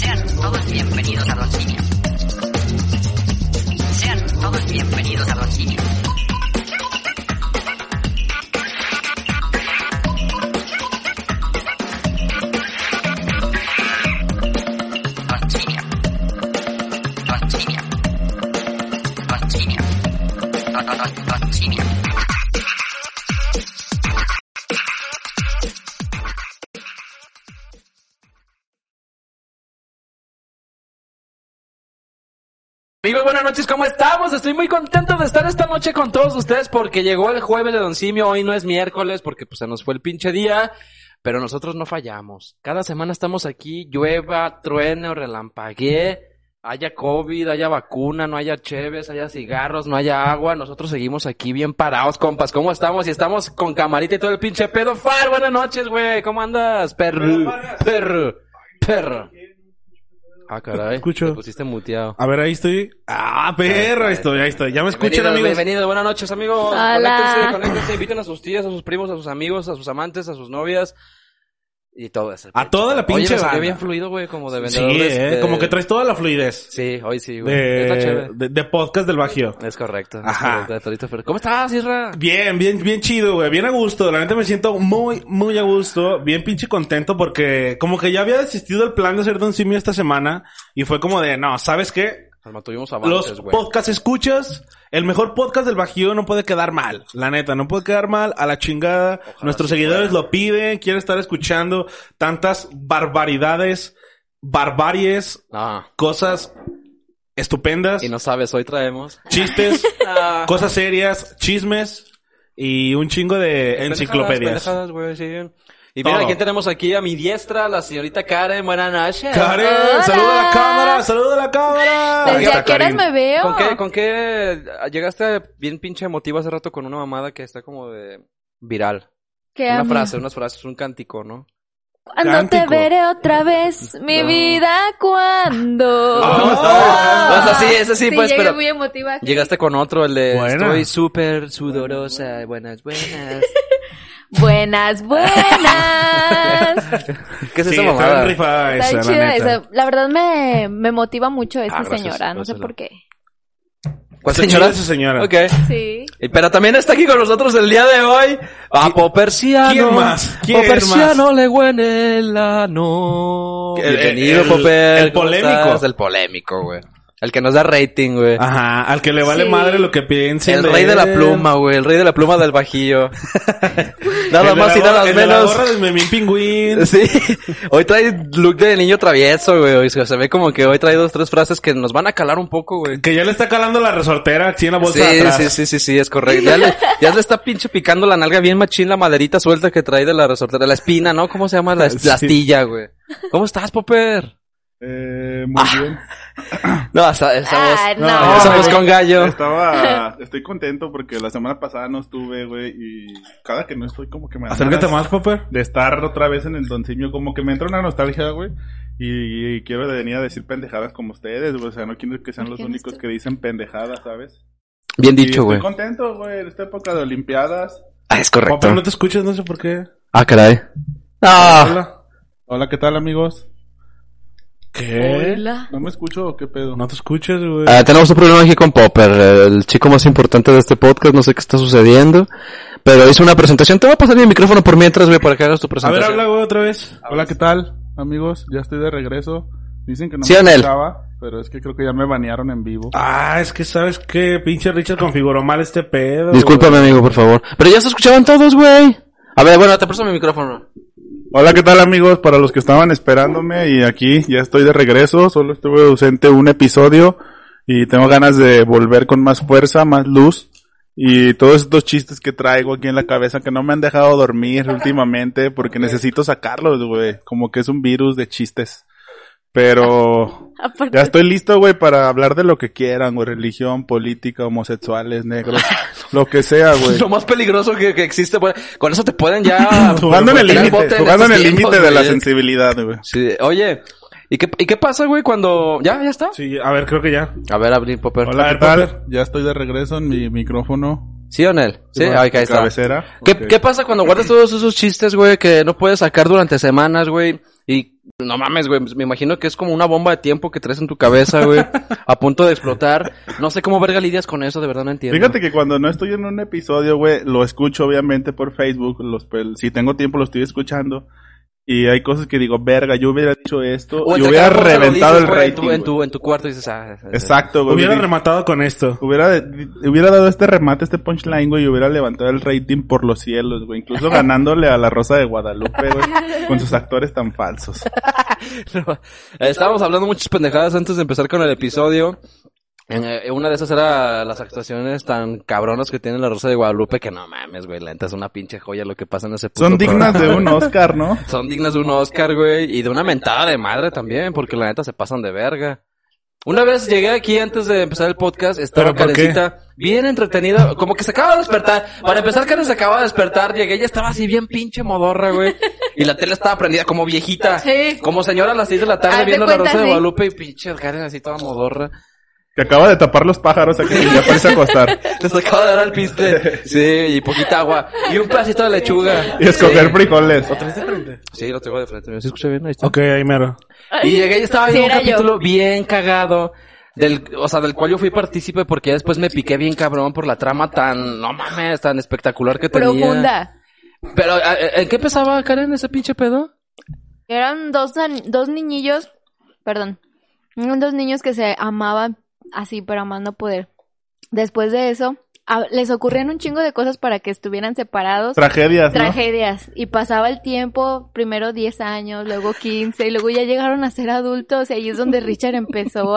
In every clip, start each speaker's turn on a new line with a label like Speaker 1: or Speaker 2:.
Speaker 1: Sean todos bienvenidos a Don Simio. Sean todos bienvenidos a Don Simio. Don Simio. Don Simio. Don Simio. Don- don- don- don Simio.
Speaker 2: Amigos, buenas noches, ¿cómo estamos? Estoy muy contento de estar esta noche con todos ustedes porque llegó el jueves de Don Simio, hoy no es miércoles porque pues, se nos fue el pinche día, pero nosotros no fallamos. Cada semana estamos aquí, llueva, truene o relampaguee, haya COVID, haya vacuna, no haya cheves, haya cigarros, no haya agua, nosotros seguimos aquí bien parados, compas, ¿cómo estamos? Y estamos con camarita y todo el pinche pedo. Far, buenas noches, güey, ¿cómo andas? Perro, perro, perro. Ah, caray,
Speaker 3: Escucho.
Speaker 2: te pusiste muteado.
Speaker 3: A ver, ahí estoy. Ah, perro, ahí estoy, ahí estoy. Ya me escuchan,
Speaker 2: Bienvenidos,
Speaker 3: amigos.
Speaker 2: bienvenidos. buenas noches, amigos.
Speaker 4: Hola.
Speaker 2: Conéctense, conéctense, inviten a sus tías, a sus primos, a sus amigos, a sus amantes, a sus novias y todo eso.
Speaker 3: A toda la
Speaker 2: Oye,
Speaker 3: pinche
Speaker 2: me salió
Speaker 3: banda.
Speaker 2: bien fluido, güey, como de
Speaker 3: Sí,
Speaker 2: vendedor. de-
Speaker 3: eh,
Speaker 2: de-
Speaker 3: como que traes toda la fluidez
Speaker 2: este- Sí, hoy sí, güey. Está
Speaker 3: de,
Speaker 2: chévere.
Speaker 3: de, de podcast del Bajío.
Speaker 2: Es correcto. es
Speaker 3: Ajá.
Speaker 2: correcto, de Torito Fer. ¿Cómo estás, Isra?
Speaker 3: Bien, bien, bien chido, güey. Bien a gusto. La neta me siento muy, muy a gusto. Bien pinche contento porque como que ya había desistido el plan de hacer Don Simio esta semana y fue como de, no, ¿sabes qué?
Speaker 2: Nos mantuvimos avances,
Speaker 3: Los
Speaker 2: güey.
Speaker 3: podcast escuchas, el mejor podcast del Bajío no puede quedar mal. La neta, no puede quedar mal. A la chingada. Nuestros seguidores lo piden. Quieren estar escuchando tantas barbaridades, barbaries,
Speaker 2: Ah,
Speaker 3: cosas estupendas,
Speaker 2: y no sabes, hoy traemos...
Speaker 3: chistes,
Speaker 2: Ah,
Speaker 3: cosas serias, chismes y un chingo de enciclopedias.
Speaker 2: pendejadas, güey, sí. Y mira,
Speaker 3: Todo.
Speaker 2: aquí tenemos aquí a mi diestra, la señorita Karen. Buenas noches.
Speaker 3: Karen,
Speaker 4: Hola.
Speaker 3: saluda a la cámara, saluda a la cámara. Ahí
Speaker 4: Desde
Speaker 3: está
Speaker 4: a qué horas
Speaker 3: Karin.
Speaker 4: me veo.
Speaker 2: ¿Con qué, ¿Con qué llegaste bien pinche emotivo hace rato con una mamada que está como de viral?
Speaker 4: ¿Qué
Speaker 2: Una
Speaker 4: amo?
Speaker 2: frase, unas frases, un cántico, ¿no?
Speaker 4: Cuando te
Speaker 3: Cántico.
Speaker 4: veré otra vez, mi
Speaker 2: No.
Speaker 4: vida, cuando.
Speaker 3: Ah,
Speaker 2: está bien. O sea, sí, ese sí, pues,
Speaker 4: llegué
Speaker 2: pero-
Speaker 4: muy emotiva. así.
Speaker 2: Llegaste con otro, el de
Speaker 3: Buena.
Speaker 2: estoy súper sudorosa, buenas, buenas.
Speaker 4: Buenas, buenas.
Speaker 2: ¿Qué es esa
Speaker 3: Sí, está
Speaker 2: mamada?
Speaker 3: bien rifada
Speaker 4: Está
Speaker 3: esa,
Speaker 4: bien
Speaker 3: la
Speaker 4: chida
Speaker 3: neta.
Speaker 4: esa. La verdad me, me motiva mucho esa
Speaker 2: Ah, gracias,
Speaker 4: señora, no sé
Speaker 2: gracias.
Speaker 4: por qué.
Speaker 2: ¿Cuál
Speaker 3: Está
Speaker 2: señora?
Speaker 3: chida esa señora.
Speaker 2: Ok.
Speaker 4: Sí.
Speaker 2: Y- Pero también está aquí con nosotros el día de hoy a Poperciano.
Speaker 3: quién más? ¿Quién
Speaker 2: Poperciano le huele el ano.
Speaker 3: El-
Speaker 2: Bienvenido,
Speaker 3: el-
Speaker 2: Popper.
Speaker 3: el Ah,
Speaker 2: ¿Cómo
Speaker 3: polémico.
Speaker 2: estás? El polémico, güey. El que nos da rating, güey.
Speaker 3: Ajá, al que le vale
Speaker 4: Sí.
Speaker 3: madre lo que piense.
Speaker 2: el rey de la pluma, güey. El rey de la pluma del bajillo. nada más y nada menos.
Speaker 3: El de la gorra del Memín Pingüín.
Speaker 2: Sí, hoy trae look de niño travieso, güey. Hoy Se se ve como que hoy trae dos, tres frases que nos van a calar un poco, güey.
Speaker 3: Que ya le está calando la resortera aquí en la bolsa
Speaker 2: Sí,
Speaker 3: de atrás.
Speaker 2: sí, sí, sí, sí, es correcto. Ya le, ya le está pinche picando la nalga bien machín la maderita suelta que trae de la resortera. La espina, ¿no? ¿Cómo se llama? La, es- la
Speaker 3: Sí.
Speaker 2: astilla, güey. ¿Cómo estás, Popper?
Speaker 5: Eh, muy
Speaker 2: Ah.
Speaker 5: bien.
Speaker 2: No, esa, esa voz.
Speaker 4: Ah, no.
Speaker 3: no,
Speaker 2: esa
Speaker 3: güey.
Speaker 2: voz con gallo.
Speaker 5: Estaba, Ah, estoy contento porque la semana pasada no estuve, güey, y cada que no estoy como que me dan
Speaker 3: Acércate
Speaker 5: ganas
Speaker 3: más, Popper.
Speaker 5: de estar otra vez en el Don Simio, como que me entra una nostalgia, güey, y, y quiero venir a decir pendejadas como ustedes, güey, o sea, no quiero que sean
Speaker 4: ¿Por
Speaker 5: los
Speaker 4: qué no
Speaker 5: únicos
Speaker 4: estuve?
Speaker 5: que dicen pendejadas, ¿sabes?
Speaker 2: Bien
Speaker 5: Y
Speaker 2: dicho, güey.
Speaker 5: Estoy contento, güey, en esta época de Olimpiadas.
Speaker 2: Ah, es
Speaker 3: Popper,
Speaker 2: correcto.
Speaker 3: no te escuchas, no sé por qué.
Speaker 2: Ah, caray. Ah.
Speaker 5: Hola. Hola, ¿qué tal, amigos?
Speaker 3: ¿Qué?
Speaker 4: Hola.
Speaker 5: ¿No me escucho o qué pedo?
Speaker 3: No te escuchas, güey.
Speaker 2: Ah, tenemos un problema aquí con Popper, el chico más importante de este podcast, no sé qué está sucediendo, pero hizo una presentación. Te voy a pasar mi micrófono por mientras, güey, para que hagas tu
Speaker 3: A ver,
Speaker 2: presentación.
Speaker 3: habla, güey, otra vez.
Speaker 5: Hola, ¿qué tal, amigos? Ya estoy de regreso. Dicen que no
Speaker 2: Sí,
Speaker 5: me
Speaker 2: Anel.
Speaker 5: escuchaba, pero es que creo que ya me banearon en vivo.
Speaker 3: Ah, es que sabes que pinche Richard configuró mal este pedo.
Speaker 2: Discúlpame, amigo, por favor. Pero ya se escuchaban todos, güey.
Speaker 6: A ver, bueno, te presto mi micrófono.
Speaker 5: Hola, ¿qué tal amigos? Para los que estaban esperándome y aquí ya estoy de regreso, solo estuve ausente un episodio y tengo ganas de volver con más fuerza, más luz y todos estos chistes que traigo aquí en la cabeza que no me han dejado dormir últimamente porque necesito sacarlos, güey, como que es un virus de chistes. Pero
Speaker 4: Aparte-
Speaker 5: ya estoy listo, güey, para hablar de lo que quieran, güey, religión, política, homosexuales, negros, lo que sea, güey.
Speaker 2: Lo más peligroso que, que existe. pues, Con eso te pueden ya.
Speaker 5: Jugando en el
Speaker 2: tirar
Speaker 5: límite,
Speaker 2: bote
Speaker 5: jugando en
Speaker 2: estos
Speaker 5: el límite
Speaker 2: tiempos,
Speaker 5: de la
Speaker 2: güey.
Speaker 5: sensibilidad, güey.
Speaker 2: Sí, oye. ¿Y qué, ¿Y qué pasa, güey, cuando... ¿Ya? ¿Ya está?
Speaker 3: Sí, a ver, creo que ya.
Speaker 2: A ver, abrir Popper.
Speaker 5: Hola, ¿qué tal? Ya estoy de regreso en mi micrófono.
Speaker 2: ¿Sí o Nel? Sí,
Speaker 5: Bueno,
Speaker 2: Ay, que ahí está.
Speaker 5: Cabecera.
Speaker 2: ¿Qué,
Speaker 5: Ok.
Speaker 2: qué pasa cuando guardas todos esos chistes, güey, que no puedes sacar durante semanas, güey? Y no mames, güey, me imagino que es como una bomba de tiempo que traes en tu cabeza, güey, a punto de explotar. No sé cómo verga lidias con eso, de verdad no entiendo.
Speaker 5: Fíjate que cuando no estoy en un episodio, güey, lo escucho obviamente por Facebook. Los, pel- si tengo tiempo, lo estoy escuchando. Y hay cosas que digo, verga, yo hubiera dicho esto.
Speaker 2: O
Speaker 5: y
Speaker 2: en
Speaker 5: hubiera
Speaker 2: cada cosa lo
Speaker 5: reventado
Speaker 2: dices,
Speaker 5: el
Speaker 2: güey, en
Speaker 5: rating.
Speaker 2: tu, en,
Speaker 5: güey.
Speaker 2: tu, en tu cuarto y dices, ah, ah, ah.
Speaker 5: Exacto, güey.
Speaker 3: Hubiera
Speaker 5: Hubiera-
Speaker 3: rematado con esto.
Speaker 5: Hubiera, hubiera dado este remate, este punchline, güey, y hubiera levantado el rating por los cielos, güey. Incluso ganándole a la Rosa de Guadalupe, güey, con sus actores tan falsos.
Speaker 2: eh, Estábamos hablando muchas pendejadas antes de empezar con el episodio. En, eh, una de esas era las actuaciones tan cabronas que tiene la Rosa de Guadalupe, que no mames, güey, la neta es una pinche joya lo que pasa en ese puto
Speaker 5: Son dignas
Speaker 2: programa,
Speaker 5: de
Speaker 2: güey.
Speaker 5: un Oscar, ¿no?
Speaker 2: Son dignas de un Oscar, güey, y de una mentada de madre también, porque la neta se pasan de verga. Una vez llegué aquí antes de empezar el podcast, estaba
Speaker 3: ¿Pero por qué?
Speaker 2: Karencita bien entretenida, como que se acaba de despertar. Para empezar, Karen se acaba de despertar, llegué y estaba así bien pinche modorra, güey. Y la tele estaba prendida como viejita,
Speaker 4: Sí.
Speaker 2: como señora a las 6 de la tarde
Speaker 4: Haz de
Speaker 2: viendo la
Speaker 4: cuenta,
Speaker 2: Rosa de
Speaker 4: sí.
Speaker 2: Guadalupe y pinche Karen así toda modorra.
Speaker 5: Que acaba de tapar los pájaros aquí y ya parece acostar.
Speaker 2: Les acaba de dar al piste, sí, y poquita agua, y un pedacito de lechuga.
Speaker 5: Y escoger
Speaker 2: Sí.
Speaker 5: frijoles.
Speaker 2: Sí, lo tengo de frente, ¿me escucha bien? Ahí está.
Speaker 3: Ok, ahí mero.
Speaker 2: Y llegué y estaba
Speaker 4: Sí,
Speaker 2: viendo un
Speaker 4: era yo.
Speaker 2: capítulo bien cagado. Del, o sea, del cual yo fui partícipe porque ya después me piqué bien cabrón por la trama tan, no mames, tan espectacular que tenía.
Speaker 4: Profunda.
Speaker 2: Pero, ¿a- a- ¿en qué empezaba, Karen, ese pinche pedo?
Speaker 4: Eran dos, an- dos niñillos, perdón, eran dos niños que se amaban así, pero amando poder. Después de eso, a- les ocurrían un chingo de cosas para que estuvieran separados.
Speaker 5: Tragedias, ¿no?
Speaker 4: Tragedias. Y pasaba el tiempo, primero 10 años, luego 15, y luego ya llegaron a ser adultos, y ahí es donde Richard empezó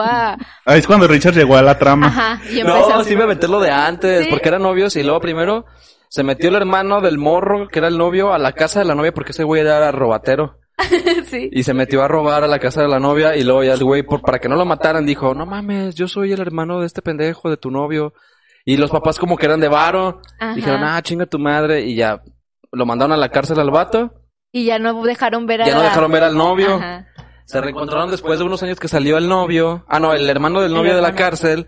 Speaker 4: a...
Speaker 5: Ahí es cuando Richard llegó a la trama.
Speaker 4: Ajá, y empezó
Speaker 2: No, sí me metí lo de antes,
Speaker 4: Sí.
Speaker 2: porque eran novios y luego primero se metió el hermano del morro, que era el novio, a la casa de la novia porque ese güey era robatero.
Speaker 4: sí.
Speaker 2: Y se metió a robar a la casa de la novia y luego ya el güey, por, para que no lo mataran, dijo, no mames, yo soy el hermano de este pendejo, de tu novio. Y los papás como que eran de varo.
Speaker 4: Ajá.
Speaker 2: Dijeron, ah, chinga tu madre. Y ya lo mandaron a la cárcel al vato.
Speaker 4: Y ya no dejaron ver a...
Speaker 2: Ya no
Speaker 4: la-
Speaker 2: dejaron ver al novio.
Speaker 4: Ajá.
Speaker 2: Se reencontraron después de unos años que salió el novio. Ah, no, el hermano del
Speaker 4: El
Speaker 2: novio de la
Speaker 4: hermano.
Speaker 2: cárcel.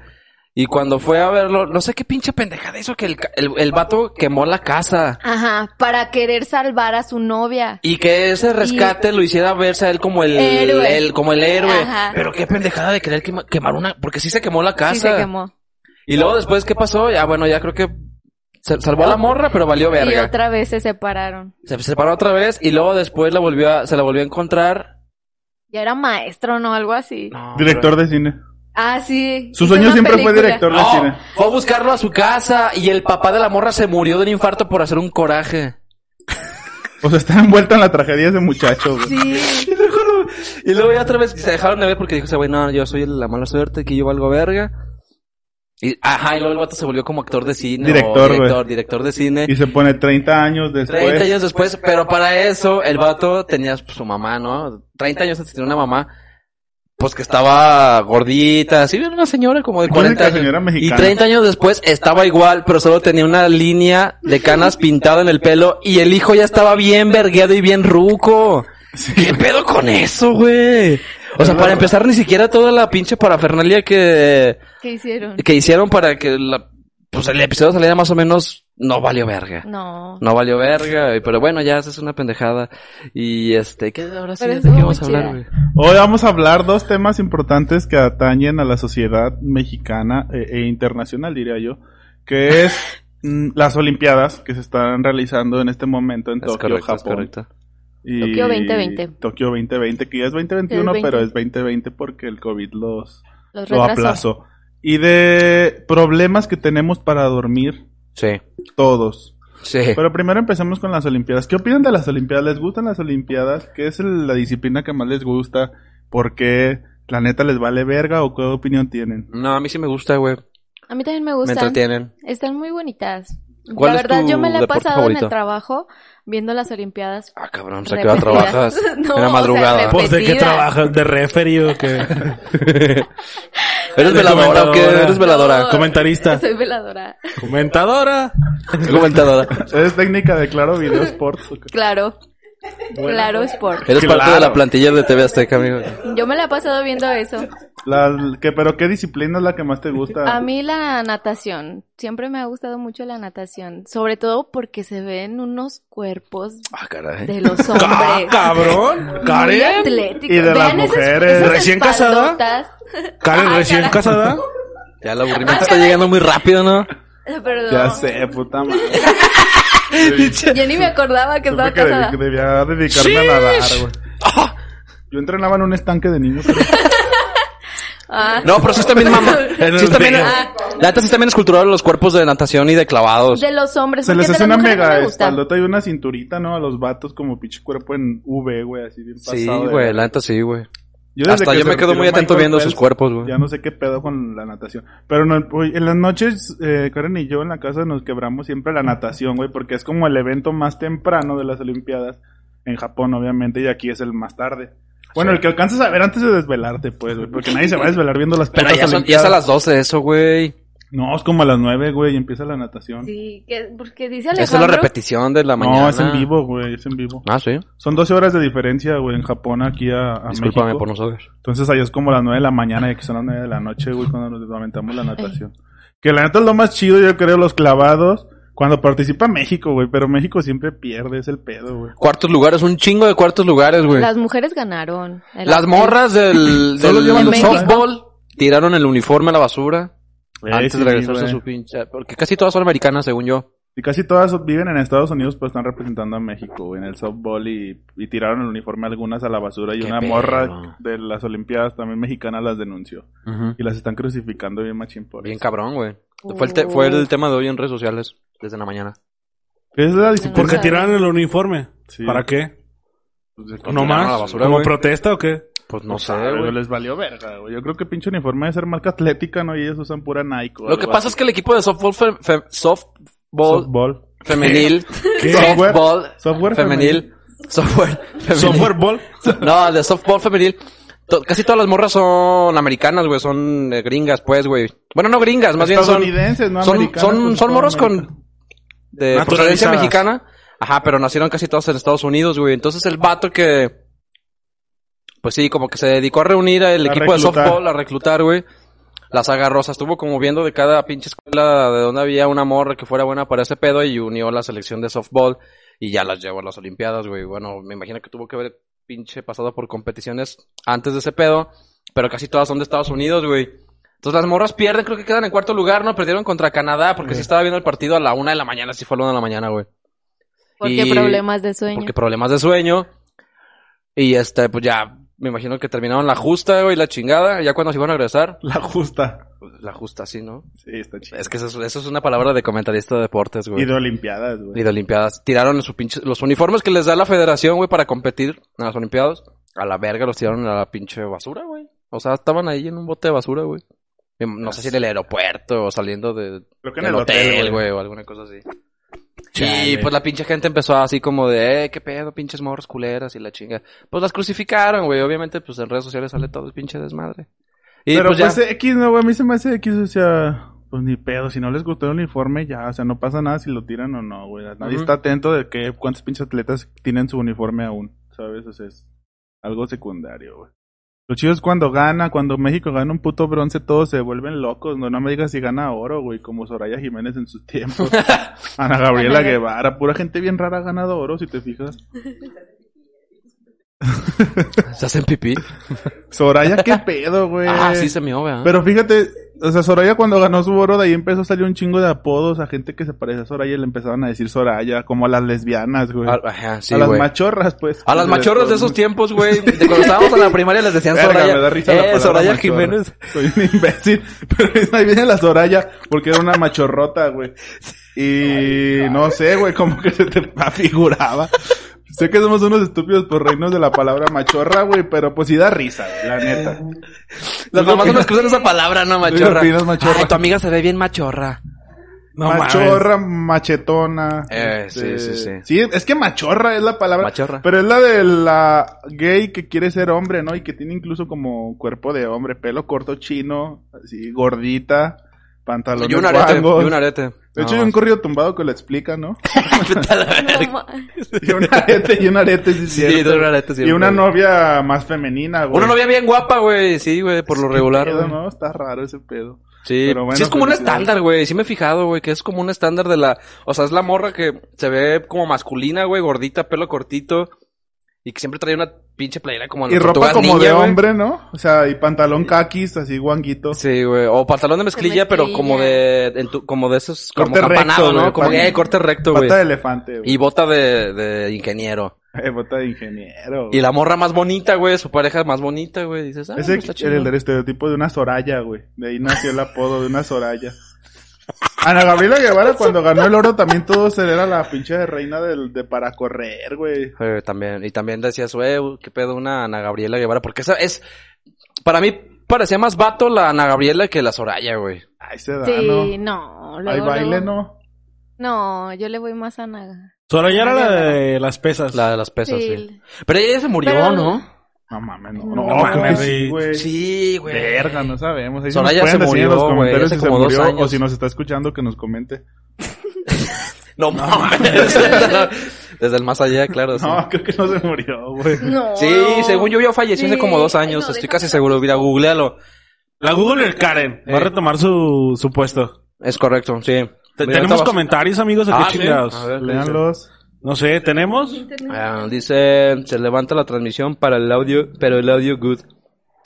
Speaker 2: Y cuando fue a verlo, no sé qué pinche pendejada hizo que el, ca- el, el vato quemó la casa.
Speaker 4: Ajá, para querer salvar a su novia.
Speaker 2: Y que ese rescate lo hiciera verse a él como el,
Speaker 4: Héroe.
Speaker 2: el- como el héroe.
Speaker 4: Ajá.
Speaker 2: Pero qué pendejada de querer quema- quemar una, porque sí se quemó la casa.
Speaker 4: Sí se quemó.
Speaker 2: Y luego después, ¿qué pasó? Ya bueno, ya creo que se- salvó a la morra, pero valió
Speaker 4: Y
Speaker 2: verga.
Speaker 4: otra vez se separaron.
Speaker 2: Se separó otra vez y luego después la volvió a, se la volvió a encontrar.
Speaker 4: Ya era maestro, ¿no? Algo así.
Speaker 2: No,
Speaker 5: Director de cine.
Speaker 4: Ah, sí.
Speaker 5: Su
Speaker 4: Hizo
Speaker 5: sueño
Speaker 4: una
Speaker 5: siempre fue
Speaker 4: película.
Speaker 5: director de
Speaker 2: No,
Speaker 5: cine.
Speaker 2: fue a buscarlo a su casa y el papá de la morra se murió de un infarto por hacer un coraje.
Speaker 5: O sea, está envuelto en la tragedia ese muchacho, güey.
Speaker 4: Sí.
Speaker 2: Y luego ya otra vez se dejaron de ver porque dijo ese güey, no, yo soy la mala suerte, que yo valgo verga. Y, ajá, y luego el vato se volvió como actor de cine. o
Speaker 5: Director, güey.
Speaker 2: director, director de cine.
Speaker 5: Y se pone 30 años
Speaker 2: 30
Speaker 5: después.
Speaker 2: años después, pues, pero para eso el vato tenía pues, su mamá, ¿no? 30 años antes tenía una mamá, pues que estaba gordita, así era una señora como de
Speaker 5: Yo creo que
Speaker 2: 40 años.
Speaker 5: señora mexicana.
Speaker 2: Y 30 años después estaba igual, pero solo tenía una línea de canas pintada en el pelo y el hijo ya estaba bien vergueado y bien ruco. ¿Qué pedo con eso, güey? O sea, para empezar, ni siquiera toda la pinche parafernalia que,
Speaker 4: ¿Qué hicieron?
Speaker 2: que hicieron para que la, pues el episodio saliera más o menos no valió verga.
Speaker 4: No.
Speaker 2: No valió verga, y- pero bueno, ya esa es una pendejada. Y este, ¿qué ahora sí
Speaker 4: Pero
Speaker 2: de qué
Speaker 4: estuvo
Speaker 2: vamos a
Speaker 4: muy
Speaker 2: hablar, güey?
Speaker 4: chida.
Speaker 5: Hoy vamos a hablar dos temas importantes que atañen a la sociedad mexicana eh, e, internacional, diría yo, que es mm, las Olimpiadas que se están realizando en este momento en
Speaker 2: Es
Speaker 5: Tokio,
Speaker 2: correcto, es
Speaker 5: Japón.
Speaker 2: correcto.
Speaker 5: Y
Speaker 4: Tokio 2020.
Speaker 5: Tokio 2020, que ya es 2021,
Speaker 4: Es 20.
Speaker 5: pero es 2020 porque el COVID los,
Speaker 4: Los
Speaker 5: lo
Speaker 4: retrasó.
Speaker 5: aplazó. Y de problemas que tenemos para dormir
Speaker 2: Sí.
Speaker 5: todos.
Speaker 2: Sí.
Speaker 5: Pero primero empecemos con las Olimpiadas. ¿Qué opinan de las Olimpiadas? ¿Les gustan las Olimpiadas? ¿Qué es el- la disciplina que más les gusta? ¿Por qué? ¿La neta les vale verga o qué opinión tienen?
Speaker 2: No, a mí sí me gusta, güey.
Speaker 4: A mí también me
Speaker 2: Me
Speaker 4: gustan.
Speaker 2: entretienen.
Speaker 4: Están muy bonitas.
Speaker 2: ¿Cuál
Speaker 4: la
Speaker 2: es
Speaker 4: verdad,
Speaker 2: tu
Speaker 4: yo me la he
Speaker 2: deporte
Speaker 4: pasado en
Speaker 2: favorito?
Speaker 4: el trabajo viendo las Olimpiadas.
Speaker 2: Ah, cabrón, o sea, ¿qué hora
Speaker 4: Repetidas.
Speaker 2: trabajas?
Speaker 4: No,
Speaker 2: en la
Speaker 4: o sea,
Speaker 2: madrugada.
Speaker 4: rep-
Speaker 3: Pues de qué
Speaker 4: Repetidas.
Speaker 3: trabajas, de referido o qué?
Speaker 2: ¿Eres
Speaker 3: de
Speaker 2: veladora o qué?
Speaker 3: comentadora.
Speaker 2: Eres veladora.
Speaker 4: No.
Speaker 3: Comentarista.
Speaker 4: Soy veladora.
Speaker 3: Comentadora.
Speaker 2: Comentadora.
Speaker 5: ¿Es técnica de Claro Video Sports? o qué?
Speaker 4: Claro. Claro, Sport.
Speaker 2: Eres parte de
Speaker 3: Claro.
Speaker 2: la plantilla de TV Azteca, amigo.
Speaker 4: Yo me la he pasado viendo eso.
Speaker 5: La- que- ¿Pero qué disciplina es la que más te gusta?
Speaker 4: A mí la natación. Siempre me ha gustado mucho la natación. Sobre todo porque se ven unos cuerpos
Speaker 2: Ah, caray.
Speaker 4: de los
Speaker 3: Ah,
Speaker 4: hombres.
Speaker 3: cabrón.
Speaker 4: Muy
Speaker 3: Karen.
Speaker 4: atléticos.
Speaker 5: Y de las
Speaker 4: Vean esas-
Speaker 5: mujeres.
Speaker 4: esas
Speaker 3: ¿Recién casada?
Speaker 4: espaldotas.
Speaker 3: Karen
Speaker 4: Ay,
Speaker 3: recién
Speaker 4: caray.
Speaker 3: casada.
Speaker 2: Ya el
Speaker 4: Ah,
Speaker 2: aburrimiento está llegando muy rápido, ¿no?
Speaker 4: Eh, Perdón.
Speaker 5: Ya sé, puta madre.
Speaker 4: Yo ni me acordaba que
Speaker 5: Supe
Speaker 4: estaba
Speaker 5: que
Speaker 4: casada.
Speaker 5: debí- debía dedicarme a nadar, güey. Yo entrenaba en un estanque de niños. pero-
Speaker 4: Ah.
Speaker 2: No, pero sí está bien mamá.
Speaker 3: En
Speaker 2: Sí
Speaker 3: el
Speaker 2: está bien.
Speaker 3: río.
Speaker 2: La neta sí está bien escultural los cuerpos de natación y de clavados.
Speaker 4: De los hombres.
Speaker 5: Se
Speaker 4: Pues porque
Speaker 5: les
Speaker 4: de
Speaker 5: hace una
Speaker 4: las mujeres no
Speaker 5: mega
Speaker 4: me gusta.
Speaker 5: espaldota y una cinturita, ¿no? A los vatos como pinche cuerpo en V, güey, así bien pasado.
Speaker 2: Sí,
Speaker 5: de
Speaker 2: güey,
Speaker 5: verga.
Speaker 2: la neta sí, güey.
Speaker 5: Yo desde
Speaker 2: Hasta
Speaker 5: que
Speaker 2: yo
Speaker 5: se
Speaker 2: me quedo
Speaker 5: retiró
Speaker 2: muy atento
Speaker 5: Michael
Speaker 2: viendo sus
Speaker 5: Phelps,
Speaker 2: cuerpos, güey.
Speaker 5: Ya no sé qué pedo con la natación. Pero no, güey, en las noches, eh, Karen y yo en la casa nos quebramos siempre la natación, güey, porque es como el evento más temprano de las Olimpiadas. En Japón, obviamente, y aquí es el más tarde. Bueno, el que alcanzas a ver antes de desvelarte, pues, güey, porque nadie se va a desvelar viendo las
Speaker 2: Pero
Speaker 5: putas
Speaker 2: ya, son, ya
Speaker 5: Olimpiadas.
Speaker 2: es a las 12 eso, güey.
Speaker 5: No, es como a las nueve, güey, y empieza la natación.
Speaker 4: Sí, que, porque dice
Speaker 2: Esa es la
Speaker 4: Alejandro.
Speaker 2: repetición de la
Speaker 5: no,
Speaker 2: mañana.
Speaker 5: es en vivo, güey, es en vivo.
Speaker 2: Ah, sí.
Speaker 5: Son 12 horas de diferencia, güey, en Japón aquí a, a
Speaker 2: Discúlpame
Speaker 5: México.
Speaker 2: por no saber.
Speaker 5: Entonces allá es como las 9 de la mañana y aquí son las 9 de la noche, güey, cuando nos lamentamos la natación. Que la neta es lo más chido, yo creo, los clavados. Cuando participa México, güey, pero México siempre pierde, es el pedo, güey.
Speaker 2: Cuartos lugares, un chingo de cuartos lugares, güey.
Speaker 4: Las mujeres ganaron. El-
Speaker 2: Las
Speaker 4: el-
Speaker 2: morras del,
Speaker 5: Solo
Speaker 2: del
Speaker 5: llevan
Speaker 4: los
Speaker 2: softball tiraron el uniforme a la basura
Speaker 5: Eh,
Speaker 2: antes
Speaker 5: sí,
Speaker 2: de regresarse
Speaker 5: güey.
Speaker 2: a su pinche. Porque casi todas son americanas, según yo.
Speaker 5: Y casi todas viven en Estados Unidos, pero están representando a México, güey, en el softball y, y tiraron el uniforme algunas a la basura y
Speaker 2: Qué
Speaker 5: una
Speaker 2: pedo.
Speaker 5: morra de las Olimpiadas también mexicana las denunció. Y las están crucificando bien machín por
Speaker 2: Bien
Speaker 5: eso.
Speaker 2: cabrón, güey.
Speaker 4: uh,
Speaker 2: Fue, el te- fue el tema de hoy en redes sociales, desde la mañana.
Speaker 5: Es la disciplina.
Speaker 3: Porque
Speaker 4: Ajá.
Speaker 3: tiraron el uniforme.
Speaker 5: Sí.
Speaker 3: ¿Para qué? ¿No
Speaker 2: Pues, Tiraron a la
Speaker 3: más?
Speaker 2: basura,
Speaker 3: ¿Como
Speaker 2: güey.
Speaker 3: protesta o qué?
Speaker 2: Pues no,
Speaker 5: No
Speaker 2: sé,
Speaker 5: sabe,
Speaker 2: güey.
Speaker 5: güey. Les valió verga, güey. Yo creo que pinche uniforme de ser marca atlética, ¿no? Y ellos usan pura Nike. o
Speaker 2: Lo que
Speaker 5: algo
Speaker 2: pasa es
Speaker 5: así.
Speaker 2: que el equipo de softball, fem- fem- softball
Speaker 5: Softball.
Speaker 2: femenil,
Speaker 5: ¿Qué?
Speaker 2: softball
Speaker 5: Software
Speaker 2: femenil, software femenil.
Speaker 3: ¿Software ball?
Speaker 2: No, de softball femenil. To- casi todas las morras son americanas, güey, son eh, gringas, pues, güey. Bueno, no gringas, más bien son
Speaker 5: Estadounidenses, ¿no?
Speaker 2: son
Speaker 5: Americanas,
Speaker 2: son,
Speaker 5: pues,
Speaker 2: son morros
Speaker 5: americanas.
Speaker 2: con de
Speaker 3: Naturalizadas.
Speaker 2: procedencia mexicana. Ajá, pero nacieron casi todas en Estados Unidos, güey. Entonces el vato que pues sí, como que se dedicó a reunir al
Speaker 5: A
Speaker 2: equipo de
Speaker 5: reclutar.
Speaker 2: softball, a reclutar, güey. Las agarró, o sea, estuvo como viendo de cada pinche escuela de donde había una morra que fuera buena para ese pedo y unió la selección de softball y ya las llevó a las Olimpiadas, güey. Bueno, me imagino que tuvo que haber pinche pasado por competiciones antes de ese pedo, pero casi todas son de Estados Unidos, güey. Entonces las morras pierden, creo que quedan en cuarto lugar, ¿no? Perdieron contra Canadá porque sí estaba viendo el partido a la una de la mañana, sí fue a la una de la mañana, güey.
Speaker 4: Porque
Speaker 2: Y-
Speaker 4: problemas de sueño.
Speaker 2: Porque problemas de sueño. Y este, pues ya, me imagino que terminaron la justa, güey, la chingada. Ya cuando se iban a regresar,
Speaker 5: La justa.
Speaker 2: pues, la justa, sí, ¿no?
Speaker 5: Sí, está chido.
Speaker 2: Es que eso, es- eso es una palabra de comentarista de deportes, güey.
Speaker 5: Y de Olimpiadas, güey.
Speaker 2: Y de Olimpiadas. Tiraron su pinche, los uniformes que les da la federación, güey, para competir en las Olimpiadas. A la verga los tiraron a la pinche basura, güey. O sea, estaban ahí en un bote de basura, güey. En- No sé si en el aeropuerto o saliendo de,
Speaker 5: Creo que en
Speaker 2: del
Speaker 5: el hotel,
Speaker 2: hotel,
Speaker 5: güey.
Speaker 2: güey, o alguna cosa así. Y
Speaker 3: Chale.
Speaker 2: pues la pinche gente empezó así como de, eh, qué pedo, pinches morras culeras y la chinga. Pues las crucificaron, güey. Obviamente, pues en redes sociales sale todo el pinche desmadre. Y
Speaker 5: Pero
Speaker 2: pues
Speaker 5: pues,
Speaker 2: ya.
Speaker 5: X, no, güey. A mí se me hace X, o sea... Pues ni pedo, si no les gustó el uniforme ya, o sea, no pasa nada si lo tiran o no, güey. Nadie
Speaker 2: Ujú.
Speaker 5: está atento de que cuántos pinches atletas tienen su uniforme aún, ¿sabes? O sea, es algo secundario, güey. Lo chido es cuando gana, cuando México gana un puto bronce, todos se vuelven locos. No, no me digas si gana oro, güey, como Soraya Jiménez en sus tiempos. Ana Gabriela
Speaker 4: Ana Gab-
Speaker 5: Guevara, pura gente bien rara ha ganado oro, si te fijas. eh,
Speaker 2: Se hacen pipí.
Speaker 5: Soraya, qué pedo, güey.
Speaker 2: ah, sí se me obvia.
Speaker 5: Pero fíjate, o sea, Soraya cuando ganó su oro, de ahí empezó a salir un chingo de apodos a gente que se parece a Soraya y le empezaban a decir Soraya, como a las lesbianas, güey. A,
Speaker 2: Ajá, sí,
Speaker 5: las
Speaker 2: güey.
Speaker 5: machorras, pues.
Speaker 2: A las machorras de esos tiempos, güey. De cuando estábamos en la primaria les decían
Speaker 5: Verga,
Speaker 2: Soraya.
Speaker 5: me da risa la
Speaker 2: eh,
Speaker 5: palabra
Speaker 2: Soraya
Speaker 5: machorra.
Speaker 2: Jiménez.
Speaker 5: Soy un imbécil. Pero ahí viene la Soraya, porque era una machorrota, güey. Y no sé, güey, como que se te afiguraba. sé que somos unos estúpidos por reírnos de la palabra machorra, güey, pero pues sí da risa, güey, la neta.
Speaker 2: Las
Speaker 5: ¿Tú qué
Speaker 2: mamás no
Speaker 5: opinas?
Speaker 2: nos cruzan esa palabra, ¿no,
Speaker 5: qué
Speaker 2: machorra?
Speaker 5: opinas, machorra?
Speaker 2: Ay, tu amiga se ve bien machorra.
Speaker 3: No
Speaker 5: machorra, machetona.
Speaker 2: Eh, sí,
Speaker 5: este,
Speaker 2: sí, sí.
Speaker 5: es que machorra es la palabra.
Speaker 2: Machorra.
Speaker 5: Pero es la de la gay que quiere ser hombre, ¿no? Y que tiene incluso como cuerpo de hombre, pelo corto chino, así gordita, pantalones
Speaker 2: Y un arete,
Speaker 5: guangos.
Speaker 2: y un arete.
Speaker 5: De hecho, hay un corrido tumbado que lo explica, ¿no?
Speaker 4: No ma-
Speaker 5: Y un arete, y un arete, sí, es
Speaker 2: Sí,
Speaker 5: cierto.
Speaker 2: de un arete, sí,
Speaker 5: Y
Speaker 2: un
Speaker 5: una
Speaker 2: arete.
Speaker 5: novia más femenina, güey.
Speaker 2: Una novia bien guapa, güey. Sí, güey, por lo
Speaker 5: Qué
Speaker 2: regular.
Speaker 5: pedo,
Speaker 2: güey.
Speaker 5: ¿no? Está raro ese pedo.
Speaker 2: Sí,
Speaker 5: Pero bueno, pues,
Speaker 2: sí es como un
Speaker 5: felicidades.
Speaker 2: estándar, güey. Sí me he fijado, güey, que es como un estándar de la... O sea, es la morra que se ve como masculina, güey, gordita, pelo cortito. Y que siempre trae una pinche playera como
Speaker 5: Y
Speaker 2: las
Speaker 5: ropa
Speaker 2: tortugas
Speaker 5: como
Speaker 2: ninja,
Speaker 5: de
Speaker 2: güey.
Speaker 5: hombre, ¿no? O sea, y pantalón caquis, así guanguito.
Speaker 2: Sí, güey. O pantalón de mezclilla,
Speaker 4: mezclilla.
Speaker 2: pero como de... en tu- como de esos... Como
Speaker 5: Corte
Speaker 2: campanado,
Speaker 5: recto,
Speaker 2: ¿no?
Speaker 5: güey,
Speaker 2: Como
Speaker 5: pata-
Speaker 2: eh, corte recto, güey.
Speaker 5: Bota de elefante, güey.
Speaker 2: Y bota de, de ingeniero.
Speaker 5: Eh, bota de ingeniero.
Speaker 2: Y la morra más bonita, güey. Su pareja más bonita, güey. Dices, ah,
Speaker 5: Ese
Speaker 2: pues, está
Speaker 5: era
Speaker 2: chido.
Speaker 5: el, estereotipo de una Soraya, güey. De ahí nació el apodo de una Soraya. Ana Gabriela Guevara cuando ganó el oro también todo se era la pinche reina del, de para correr, güey.
Speaker 2: Eh, también, y también decías, eh, qué pedo una Ana Gabriela Guevara, porque esa es, para mí parecía más vato la Ana Gabriela que la Soraya, güey.
Speaker 5: Ay, se da,
Speaker 4: Sí,
Speaker 5: Ah, ¿no?
Speaker 4: no.
Speaker 5: Ay,
Speaker 4: luego,
Speaker 5: baile,
Speaker 4: luego-
Speaker 5: ¿no?
Speaker 4: No, yo le voy más a Naga.
Speaker 3: Soraya era la de las pesas.
Speaker 2: La de las pesas, sí.
Speaker 4: Sí.
Speaker 2: Pero ella ya se murió,
Speaker 4: Pero-
Speaker 2: ¿no?
Speaker 5: No mames, no.
Speaker 4: No
Speaker 5: No,
Speaker 3: mames,
Speaker 5: creo que
Speaker 3: sí.
Speaker 5: sí, güey.
Speaker 2: Sí, güey.
Speaker 5: Verga, no sabemos. Ahí sí
Speaker 2: Soraya
Speaker 5: nos pueden
Speaker 2: se
Speaker 5: decir en
Speaker 2: murió,
Speaker 5: los
Speaker 2: güey,
Speaker 5: comentarios
Speaker 2: hace
Speaker 5: si se
Speaker 2: como dos
Speaker 5: murió
Speaker 2: años.
Speaker 5: o si nos está escuchando que nos comente.
Speaker 2: No mames. Desde el más allá, claro. sí.
Speaker 5: No, creo que no se murió, güey.
Speaker 4: No.
Speaker 2: Sí, según yo, yo falleció hace
Speaker 4: Sí.
Speaker 2: como dos años.
Speaker 4: Ay, no,
Speaker 2: Estoy
Speaker 4: déjame
Speaker 2: casi
Speaker 4: la-
Speaker 2: seguro. Mira, googlealo.
Speaker 3: La Google el Karen. Va a retomar su, su puesto.
Speaker 2: Es correcto, sí.
Speaker 3: Te-
Speaker 2: Mira,
Speaker 3: ¿Tenemos
Speaker 2: ahorita vas-
Speaker 3: comentarios, amigos, o qué
Speaker 2: Ah, sí.
Speaker 3: chingados?
Speaker 2: A ver, ¿qué dice?
Speaker 5: Leanlos.
Speaker 3: No sé, ¿tenemos?
Speaker 2: Ah, dice, se levanta la transmisión para el audio, pero el audio good.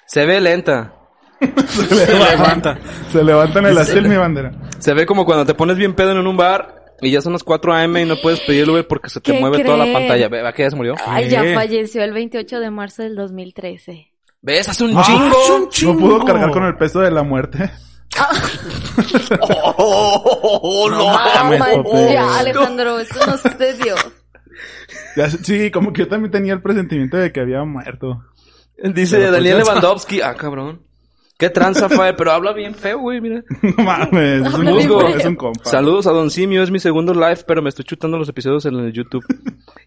Speaker 2: Se ve lenta.
Speaker 3: Se levanta.
Speaker 5: Se levantan el astil, mi bandera.
Speaker 2: Se ve como cuando te pones bien pedo en un bar y ya son las 4 a.m. y no puedes pedir Uber porque se te
Speaker 4: ¿Qué
Speaker 2: mueve toda la
Speaker 4: creen?
Speaker 2: pantalla. ¿Ve- ¿Va que ya se murió?
Speaker 4: Ay,
Speaker 3: ¿Qué?
Speaker 4: ya falleció el 28 de marzo del 2013.
Speaker 2: ¿Ves? Hace un
Speaker 3: Ah, es
Speaker 2: chingo.
Speaker 3: un chingo.
Speaker 5: No pudo cargar con el peso de la muerte.
Speaker 2: Oh, oh, oh, oh, no.
Speaker 3: mames,
Speaker 4: manches,
Speaker 3: Pope.
Speaker 4: Alejandro, esto no es de Dios.
Speaker 5: Ya, sí, como que yo también tenía el presentimiento de que había muerto.
Speaker 2: Dice
Speaker 3: Pero pues
Speaker 2: Daniel
Speaker 3: ya está.
Speaker 2: Lewandowski. Ah, cabrón. Qué tranza fue, pero habla bien feo, güey, mira. eh,
Speaker 5: No mames, es un,
Speaker 4: Háblale,
Speaker 5: musgo,
Speaker 4: güey.
Speaker 5: es un compa.
Speaker 2: Saludos a Don Simio, es mi segundo live, pero me estoy chutando los episodios en el YouTube.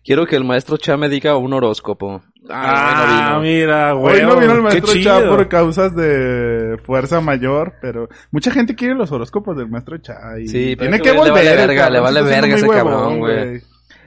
Speaker 2: Quiero que el maestro Cha me diga un horóscopo.
Speaker 3: Ah,
Speaker 2: Ay, güey, no vino.
Speaker 3: mira, güey.
Speaker 5: Hoy no vino el maestro
Speaker 3: Qué
Speaker 5: Cha
Speaker 3: chido.
Speaker 5: por causas de fuerza mayor, pero mucha gente quiere los horóscopos del maestro Cha. Y
Speaker 2: Sí, pero
Speaker 5: tiene
Speaker 2: ese
Speaker 5: que
Speaker 2: güey le
Speaker 5: volver.
Speaker 2: vale
Speaker 5: el
Speaker 2: verga, le
Speaker 5: cabrón,
Speaker 2: vale
Speaker 5: se está
Speaker 2: verga
Speaker 5: haciendo
Speaker 2: ese
Speaker 5: muy
Speaker 2: cabrón, güey.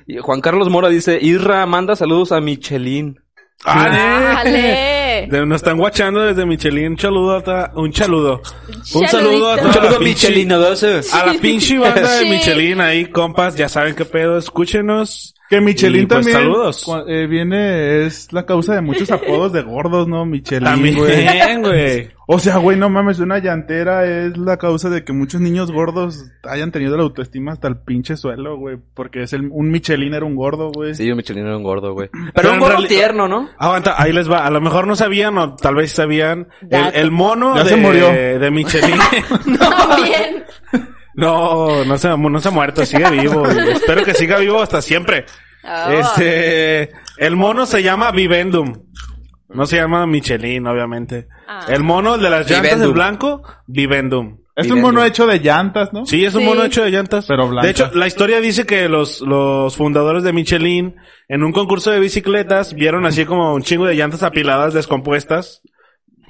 Speaker 2: Y Juan Carlos Mora dice, Isra, manda saludos a Michelin.
Speaker 3: Ah, de-
Speaker 4: ¡Ale!
Speaker 3: de- Nos están guachando desde Michelin. Un saludo a un chaludo. Un
Speaker 4: Chaludito.
Speaker 3: saludo a
Speaker 4: Un
Speaker 3: a Michelin.
Speaker 2: doce.
Speaker 3: A la pinche banda de
Speaker 4: Sí.
Speaker 3: Michelin ahí, compas, ya saben qué pedo, escúchenos.
Speaker 5: Que Michelin
Speaker 3: Y, pues,
Speaker 5: también
Speaker 3: saludos.
Speaker 5: cua- eh, viene, es la causa de muchos apodos de gordos, ¿no? Michelin, güey.
Speaker 3: También, güey.
Speaker 5: O sea, güey, no mames, una llantera es la causa de que muchos niños gordos hayan tenido la autoestima hasta el pinche suelo, güey. Porque es el, un Michelin era un gordo, güey.
Speaker 2: Sí, un Michelin era un gordo, güey. Pero,
Speaker 3: Pero
Speaker 2: un
Speaker 3: en
Speaker 2: gordo
Speaker 3: reali-
Speaker 2: tierno, ¿no?
Speaker 3: Aguanta, ahí les va. A lo mejor no sabían o tal vez sabían. El,
Speaker 4: Dato.
Speaker 3: el mono
Speaker 5: Ya
Speaker 3: de,
Speaker 5: se murió.
Speaker 3: de Michelin.
Speaker 4: También.
Speaker 3: no, no se, no se ha muerto, sigue vivo. y Espero que siga vivo hasta siempre.
Speaker 4: Ah.
Speaker 3: Este, el mono se llama Vivendum. No se llama Michelin, obviamente.
Speaker 4: Ah.
Speaker 3: El mono, el de las llantas de
Speaker 2: Vivendum.
Speaker 3: blanco, Vivendum.
Speaker 5: Es un mono hecho de llantas, ¿no?
Speaker 3: Sí, es un
Speaker 4: Sí.
Speaker 3: mono hecho de llantas.
Speaker 5: Pero blancas.
Speaker 3: De hecho, la historia dice que los, los fundadores de Michelin, en un concurso de bicicletas, vieron así como un chingo de llantas apiladas, descompuestas,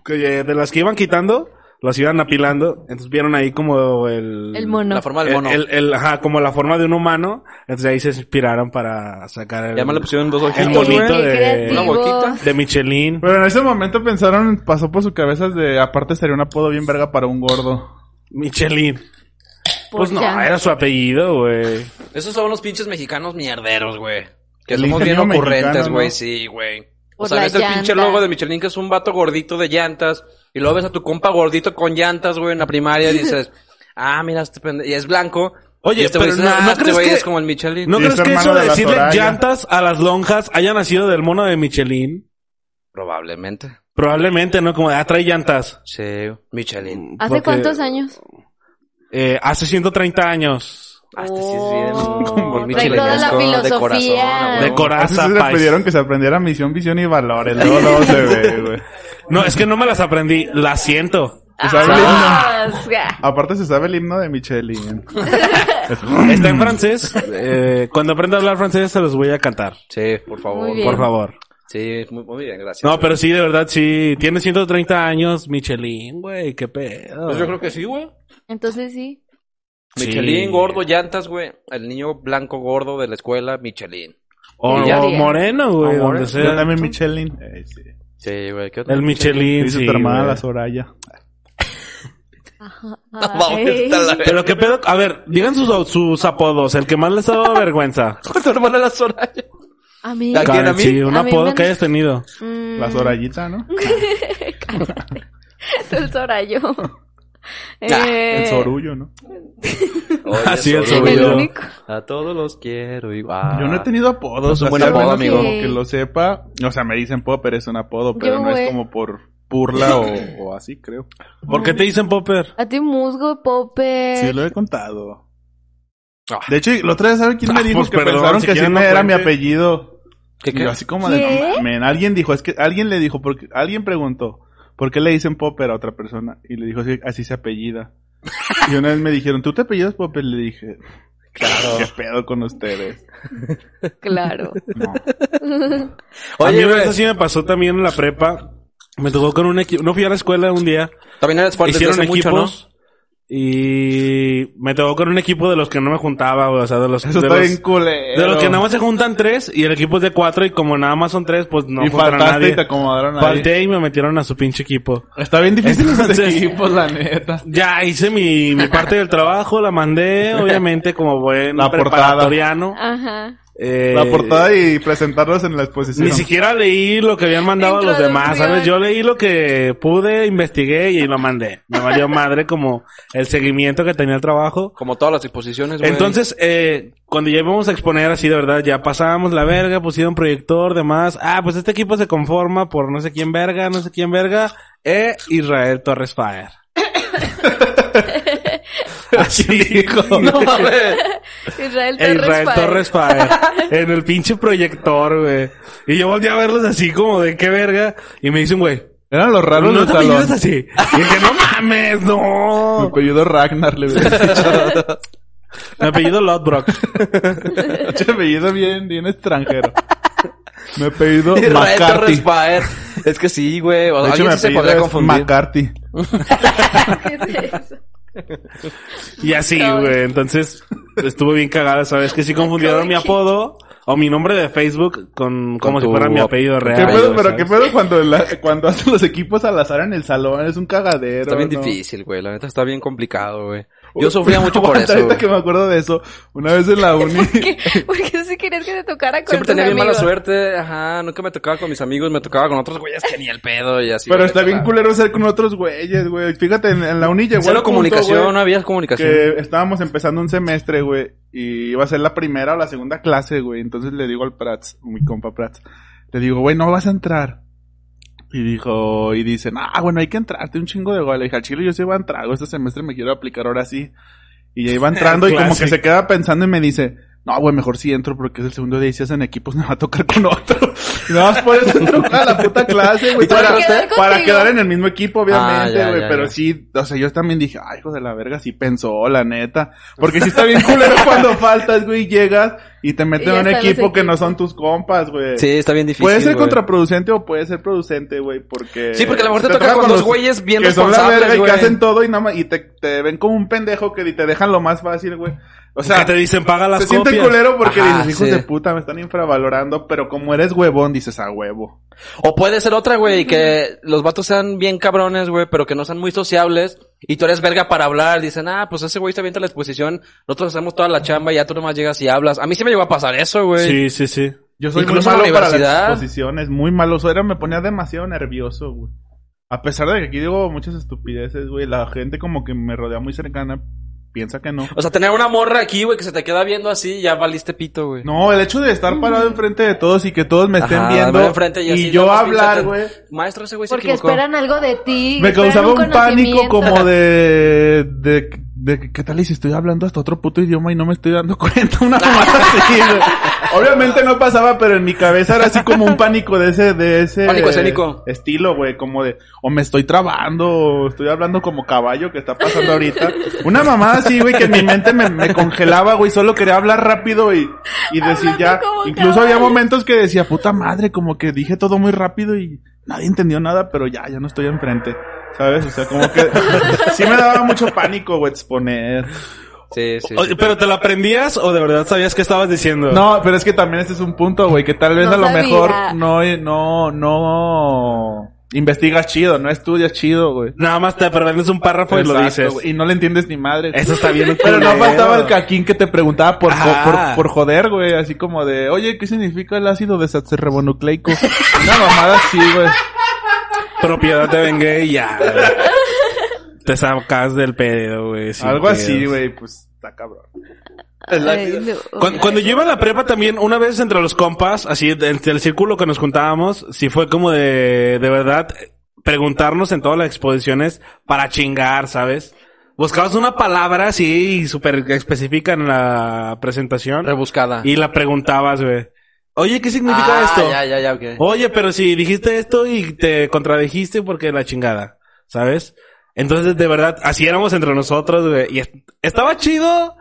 Speaker 3: que, eh, de las que iban quitando, las iban apilando. Entonces vieron ahí como el...
Speaker 4: El mono.
Speaker 2: La forma del mono.
Speaker 3: El, el- ajá, como la forma de un humano. Entonces ahí se inspiraron para sacar el...
Speaker 2: Ya me le pusieron dos ojitos,
Speaker 3: el
Speaker 2: güey.
Speaker 3: monito
Speaker 4: Qué
Speaker 3: de...
Speaker 4: creativo.
Speaker 2: Una boquita.
Speaker 3: De Michelin.
Speaker 5: Pero en ese momento pensaron, pasó por su cabeza de, aparte sería un apodo bien verga para un gordo.
Speaker 3: Michelin.
Speaker 4: Pues
Speaker 3: Pues no,
Speaker 4: ya.
Speaker 3: era su apellido, güey.
Speaker 2: Esos son los pinches mexicanos mierderos, güey. Que
Speaker 5: El
Speaker 2: somos bien
Speaker 5: ingenio
Speaker 2: ocurrentes,
Speaker 5: mexicano,
Speaker 2: güey,
Speaker 5: ¿no?
Speaker 2: sí, güey. O
Speaker 4: Por
Speaker 2: sea,
Speaker 4: la
Speaker 2: ves el pinche
Speaker 4: llanta.
Speaker 2: logo de Michelin que es un vato gordito de llantas. Y luego ves a tu compa gordito con llantas, güey, en la primaria y dices, ah, mira, este pendejo. Y es blanco.
Speaker 3: Oye,
Speaker 2: y este güey
Speaker 3: pero
Speaker 2: dice,
Speaker 3: no-
Speaker 2: "Ah,
Speaker 3: ¿no
Speaker 2: este
Speaker 3: crees
Speaker 2: güey
Speaker 3: que-
Speaker 2: es como el Michelin.
Speaker 3: ¿No
Speaker 5: Sí,
Speaker 3: crees
Speaker 5: es
Speaker 3: que
Speaker 5: hermano
Speaker 3: eso de
Speaker 5: de la
Speaker 3: decirle
Speaker 5: Soraya.
Speaker 3: llantas a las lonjas haya nacido del mono de Michelin?
Speaker 2: Probablemente.
Speaker 3: Probablemente, ¿no? Como de, ah, trae llantas.
Speaker 2: Sí, Michelin.
Speaker 4: ¿Hace
Speaker 3: Porque,
Speaker 4: cuántos años?
Speaker 3: Eh, hace 130 años.
Speaker 2: Hasta sí es bien.
Speaker 4: Oh,
Speaker 2: bien
Speaker 4: trae toda la
Speaker 2: chilenesco, de corazón,
Speaker 4: filosofía.
Speaker 2: a
Speaker 3: De
Speaker 2: huevo.
Speaker 3: coraza,
Speaker 5: Así se le
Speaker 3: pais.
Speaker 5: pidieron que se aprendiera misión, visión y valores. Luego, luego se ve, güey.
Speaker 3: No, es que no me las aprendí. Las siento.
Speaker 5: O sea,
Speaker 4: Ah, o sea,
Speaker 5: Aparte se sabe el himno de Michelin.
Speaker 3: Está en francés. Eh, cuando aprenda a hablar francés se los voy a cantar.
Speaker 2: Sí, por favor.
Speaker 4: Muy bien.
Speaker 3: Por favor.
Speaker 2: Sí, muy, muy bien, gracias.
Speaker 3: No, pero sí, de verdad, sí. Tiene 130 años, Michelin, güey. Qué pedo.
Speaker 2: Pues yo creo que sí, güey.
Speaker 4: Entonces sí.
Speaker 3: Sí.
Speaker 2: Michelin, gordo, llantas, güey. El niño blanco gordo de la escuela, Michelin.
Speaker 3: O,
Speaker 2: Y ya.
Speaker 3: o moreno, güey.
Speaker 2: O
Speaker 3: donde
Speaker 2: moreno.
Speaker 3: sea.
Speaker 5: Yo también Michelin. Eh, sí.
Speaker 2: Sí, güey. ¿qué
Speaker 3: El Michelin,
Speaker 5: Dice
Speaker 3: sí,
Speaker 5: tu hermana
Speaker 3: güey.
Speaker 5: la Soraya.
Speaker 4: Ay.
Speaker 3: Pero qué pedo. A ver, digan sus, sus apodos. El que más les ha dado vergüenza.
Speaker 2: tu hermana la Soraya?
Speaker 4: A mí.
Speaker 2: ¿A quién, a mí?
Speaker 3: Sí, un
Speaker 4: A mí
Speaker 3: apodo
Speaker 4: me-
Speaker 3: que hayas tenido.
Speaker 4: mm,
Speaker 5: La Sorayita, ¿no?
Speaker 4: El Sorayo.
Speaker 5: El
Speaker 4: Eh,
Speaker 5: Sorullo, ¿no?
Speaker 3: Así es,
Speaker 4: el
Speaker 3: Sorullo. Sorullo.
Speaker 4: único.
Speaker 2: A todos los quiero igual.
Speaker 5: Yo no he tenido apodos.
Speaker 2: Es un buen
Speaker 5: así, al
Speaker 2: apodo,
Speaker 5: menos
Speaker 4: amigo.
Speaker 5: Como que lo sepa. O sea, me dicen Popper es un apodo, pero
Speaker 4: Yo,
Speaker 5: no
Speaker 4: güey.
Speaker 5: es como por burla o, o así, creo.
Speaker 3: ¿Por qué te dicen Popper?
Speaker 4: A ti musgo, Pope.
Speaker 5: Sí, lo he contado.
Speaker 2: Ah.
Speaker 5: De hecho, la otra vez, ¿sabe quién
Speaker 3: Ah,
Speaker 5: me dijo
Speaker 3: pues,
Speaker 5: que
Speaker 3: perdón,
Speaker 5: pensaron
Speaker 3: si
Speaker 5: que sí
Speaker 3: quieren no
Speaker 5: me era mi
Speaker 3: cuente.
Speaker 5: apellido?
Speaker 2: ¿Qué,
Speaker 5: Y
Speaker 2: qué?
Speaker 5: yo así como de,
Speaker 4: ¿Qué?
Speaker 5: no mamen, alguien dijo, es que alguien le dijo, porque alguien preguntó, ¿por qué le dicen Popper a otra persona? Y le dijo, así, así se apellida. Y una vez me dijeron, ¿tú te apellidas Popper? Le dije, claro, qué pedo con ustedes.
Speaker 4: Claro.
Speaker 5: No.
Speaker 3: a mí
Speaker 2: Oye,
Speaker 3: una
Speaker 2: güey,
Speaker 3: vez así me pasó también en la prepa. Me tocó con un equipo. No fui a la escuela un día.
Speaker 2: también eres fuerte desde
Speaker 3: Hicieron
Speaker 2: hace mucho,
Speaker 3: equipos.
Speaker 2: ¿no?
Speaker 3: Y me tocó con un equipo de los que no me juntaba, güey, O sea, de los,
Speaker 5: Eso
Speaker 3: de
Speaker 5: está
Speaker 3: los-
Speaker 5: bien culero.
Speaker 3: de los que nada más se juntan tres y el equipo es de cuatro y como nada más son tres, pues no
Speaker 5: y
Speaker 3: juntan a
Speaker 5: faltaste y
Speaker 3: nadie.
Speaker 5: te acomodaron ahí.
Speaker 3: Falté y me metieron a su pinche equipo.
Speaker 5: Está bien difícil los
Speaker 3: Entonces-
Speaker 5: equipos, la neta.
Speaker 3: Ya hice mi, mi parte del trabajo, la mandé, obviamente, como buen
Speaker 5: La portada.
Speaker 3: preparatoriano.
Speaker 4: Ajá.
Speaker 3: Eh,
Speaker 5: La portada y presentarlos en la exposición.
Speaker 3: Ni siquiera leí lo que habían mandado los demás,
Speaker 4: Introducción.
Speaker 3: ¿sabes? Yo leí lo que pude, investigué y lo mandé. Me valió madre como el seguimiento que tenía el trabajo.
Speaker 2: Como todas las exposiciones,
Speaker 3: Pues
Speaker 2: güey.
Speaker 3: Entonces, eh, cuando ya íbamos a exponer así de verdad, ya pasábamos la verga, pusieron proyector, demás. Ah, pues este equipo se conforma por no sé quién verga, no sé quién verga, e Israel Torres Fire. así dijo.
Speaker 2: No mames.
Speaker 4: Israel
Speaker 3: E
Speaker 4: Torres.
Speaker 3: Israel
Speaker 4: Fire.
Speaker 3: Torres Fire. En el pinche proyector, güey. Y yo volteé a verlos así como de qué verga. Y me dicen, güey,
Speaker 5: Eran los raros
Speaker 3: no
Speaker 5: del
Speaker 3: te apellidas
Speaker 5: salón.
Speaker 3: así. Y dije, no mames,
Speaker 5: Me
Speaker 3: no.
Speaker 5: apellido Ragnar, le hubiera dicho.
Speaker 3: Mi apellido Lodbrock.
Speaker 5: Pinche apellido bien, bien extranjero. Me apellido
Speaker 2: Israel
Speaker 5: McCarthy.
Speaker 2: Torres Baer. Es que sí, güey. O-
Speaker 5: De hecho,
Speaker 2: Alguien
Speaker 5: me
Speaker 2: sí se
Speaker 5: apellido
Speaker 2: podría
Speaker 5: es
Speaker 2: confundir.
Speaker 5: McCarthy.
Speaker 4: ¿Qué es eso?
Speaker 3: Y así, güey. Entonces, estuvo bien cagada, ¿sabes? Que sí confundieron mi apodo o mi nombre de Facebook con, como si
Speaker 2: tu
Speaker 3: fuera mi apellido
Speaker 2: ap-
Speaker 3: real.
Speaker 5: ¿Qué pedo?
Speaker 3: güey,
Speaker 5: Pero
Speaker 3: ¿sabes?
Speaker 5: qué pedo cuando, la- cuando hacen los equipos al azar en el salón. Es un cagadero.
Speaker 2: Está bien
Speaker 5: ¿no?
Speaker 2: difícil, güey. La neta está bien complicado, güey. Yo sufría mucho por
Speaker 5: Aguanta,
Speaker 2: eso.
Speaker 5: ahorita
Speaker 2: güey.
Speaker 5: que me acuerdo de eso. Una vez en la uni.
Speaker 4: ¿Qué? ¿Por qué si querías que te tocara con
Speaker 2: Siempre
Speaker 4: tus
Speaker 2: tenía bien mala
Speaker 4: amigos?
Speaker 2: suerte. Ajá, nunca me tocaba con mis amigos, me tocaba con otros güeyes que ni el pedo y así.
Speaker 5: pero
Speaker 2: güey,
Speaker 5: está bien
Speaker 2: claro.
Speaker 5: culero ser con otros güeyes, güey. Fíjate, en, en la uni llegó
Speaker 2: Cero
Speaker 5: el punto,
Speaker 2: comunicación,
Speaker 5: güey,
Speaker 2: no había comunicación.
Speaker 5: que estábamos empezando un semestre, güey, y iba a ser la primera o la segunda clase, güey. Entonces le digo al Prats, mi compa Prats, le digo, güey, no vas a entrar. Y dijo, y dicen, ah, bueno, hay que entrarte un chingo de gol. Le dije, al chile yo sí voy a entrar, güey, este semestre me quiero aplicar ahora sí. Y ya iba entrando y como que
Speaker 3: Clásico.
Speaker 5: se queda pensando y me dice, no, güey, mejor sí entro porque es el segundo día y si hacen equipos me va a tocar con otro. Y nada más por eso entró a la puta clase, güey.
Speaker 2: ¿Y tú
Speaker 5: Para,
Speaker 4: entraste?
Speaker 5: para quedar en el mismo equipo, obviamente,
Speaker 2: Ah, ya,
Speaker 5: güey.
Speaker 2: ya,
Speaker 5: pero
Speaker 2: ya.
Speaker 5: sí, o sea, yo también dije, ay, hijo de la verga, sí pensó, la neta. Porque sí está bien culero cuando faltas, güey, y llegas y te meten
Speaker 4: Y
Speaker 5: a un
Speaker 4: están los
Speaker 5: equipo que no
Speaker 4: equipos.
Speaker 5: son tus compas, güey.
Speaker 2: Sí, está bien difícil.
Speaker 5: Puede ser
Speaker 2: güey.
Speaker 5: contraproducente o puede ser producente, güey, porque...
Speaker 2: Sí, porque a lo mejor te
Speaker 5: se
Speaker 2: toca con
Speaker 5: los
Speaker 2: dos güeyes bien
Speaker 5: que son la
Speaker 2: responsables,
Speaker 5: verga y que
Speaker 2: güey.
Speaker 5: hacen todo y nada más, y te, te ven como un pendejo que te dejan lo más fácil, güey. O
Speaker 3: O sea,
Speaker 5: sea,
Speaker 3: que te dicen, paga las
Speaker 5: se
Speaker 3: copias.
Speaker 5: siente culero porque
Speaker 2: Ajá,
Speaker 5: dices, hijos
Speaker 2: sí.
Speaker 5: de puta, me están infravalorando, pero como eres huevón, dices, a huevo.
Speaker 2: O puede ser otra, güey, que los vatos sean bien cabrones, güey, pero que no sean muy sociables y tú eres verga para hablar. Dicen, ah, pues ese güey está bien a la exposición, nosotros hacemos toda la chamba y ya tú nomás llegas y hablas. A mí sí me llegó a pasar eso, güey.
Speaker 3: Sí, sí, sí.
Speaker 5: Yo soy muy
Speaker 2: Incluso en
Speaker 5: malo
Speaker 2: la
Speaker 5: para las
Speaker 2: universidad.
Speaker 5: exposiciones, muy malo. O sea, era, me ponía demasiado nervioso, güey. A pesar de que aquí digo muchas estupideces, güey, la gente como que me rodea muy cercana piensa que no.
Speaker 2: O sea, tener una morra aquí, güey, que se te queda viendo así, ya valiste pito, güey.
Speaker 5: No, el hecho de estar parado enfrente de todos y que todos me estén
Speaker 2: mm. Ajá,
Speaker 5: viendo
Speaker 2: verme enfrente y
Speaker 5: y,
Speaker 2: así,
Speaker 5: yo
Speaker 2: nomás
Speaker 5: hablar,
Speaker 2: piensa
Speaker 5: güey,
Speaker 2: que- Maestro, ese güey se
Speaker 4: Porque
Speaker 2: equivocó.
Speaker 4: esperan algo de ti.
Speaker 5: me
Speaker 4: esperan
Speaker 5: causaba un pánico
Speaker 4: conocimiento.
Speaker 5: como de, de de que, qué tal y si estoy hablando hasta otro puto idioma y no me estoy dando cuenta una mamada así, güey. Obviamente no pasaba, pero en mi cabeza era así como un pánico de ese, de ese
Speaker 2: Pánico escénico.
Speaker 5: estilo, güey, como de o me estoy trabando, o estoy hablando como caballo que está pasando ahorita. Una mamada así, güey, que en mi mente me, me congelaba, güey, solo quería hablar rápido y, y decir
Speaker 4: Hablando
Speaker 5: ya.
Speaker 4: como
Speaker 5: Incluso había
Speaker 4: caballo.
Speaker 5: momentos que decía, puta madre, como que dije todo muy rápido y nadie entendió nada, pero ya, ya no estoy enfrente. ¿Sabes? O sea, como que sí me daba mucho pánico, güey, exponer.
Speaker 2: Sí, sí.
Speaker 3: Oye, ¿Pero te lo aprendías o de verdad sabías qué estabas diciendo?
Speaker 5: No, pero es que también este es un punto, güey, que tal vez
Speaker 4: No
Speaker 5: a lo
Speaker 4: sabía.
Speaker 5: mejor no, no, no investigas chido, no pues, estudias chido, güey.
Speaker 3: Nada más te aprendes un párrafo y lo
Speaker 5: Exacto,
Speaker 3: dices.
Speaker 5: güey, Y no le entiendes ni madre. güey.
Speaker 3: Eso está bien.
Speaker 5: Pero no
Speaker 3: culero.
Speaker 5: faltaba el caquín que te preguntaba por, jo-
Speaker 3: Ajá.
Speaker 5: por, por joder, güey. Así como de, oye, ¿qué significa el ácido desacerribonucleico? Una mamada así, güey.
Speaker 3: Propiedad te vengué y ya. güey. te sacas del pedo, güey. sin
Speaker 5: Algo así,
Speaker 3: pedos.
Speaker 5: güey. Pues está cabrón.
Speaker 3: pues,
Speaker 4: Ay, no.
Speaker 3: Cuando, cuando yo iba a la prepa también, una vez entre los compas, así, entre el círculo que nos juntábamos, sí fue como de, de verdad, preguntarnos en todas las exposiciones para chingar, ¿sabes? Buscabas una palabra así, súper específica en la presentación,
Speaker 2: Rebuscada.
Speaker 3: y la preguntabas, güey. Oye, ¿qué significa
Speaker 2: Ah,
Speaker 3: esto?
Speaker 2: Ya, ya, ya, ok.
Speaker 3: Oye, pero si dijiste esto y te contradijiste porque la chingada, ¿sabes? Entonces, de verdad, así éramos entre nosotros, güey. Y est- estaba chido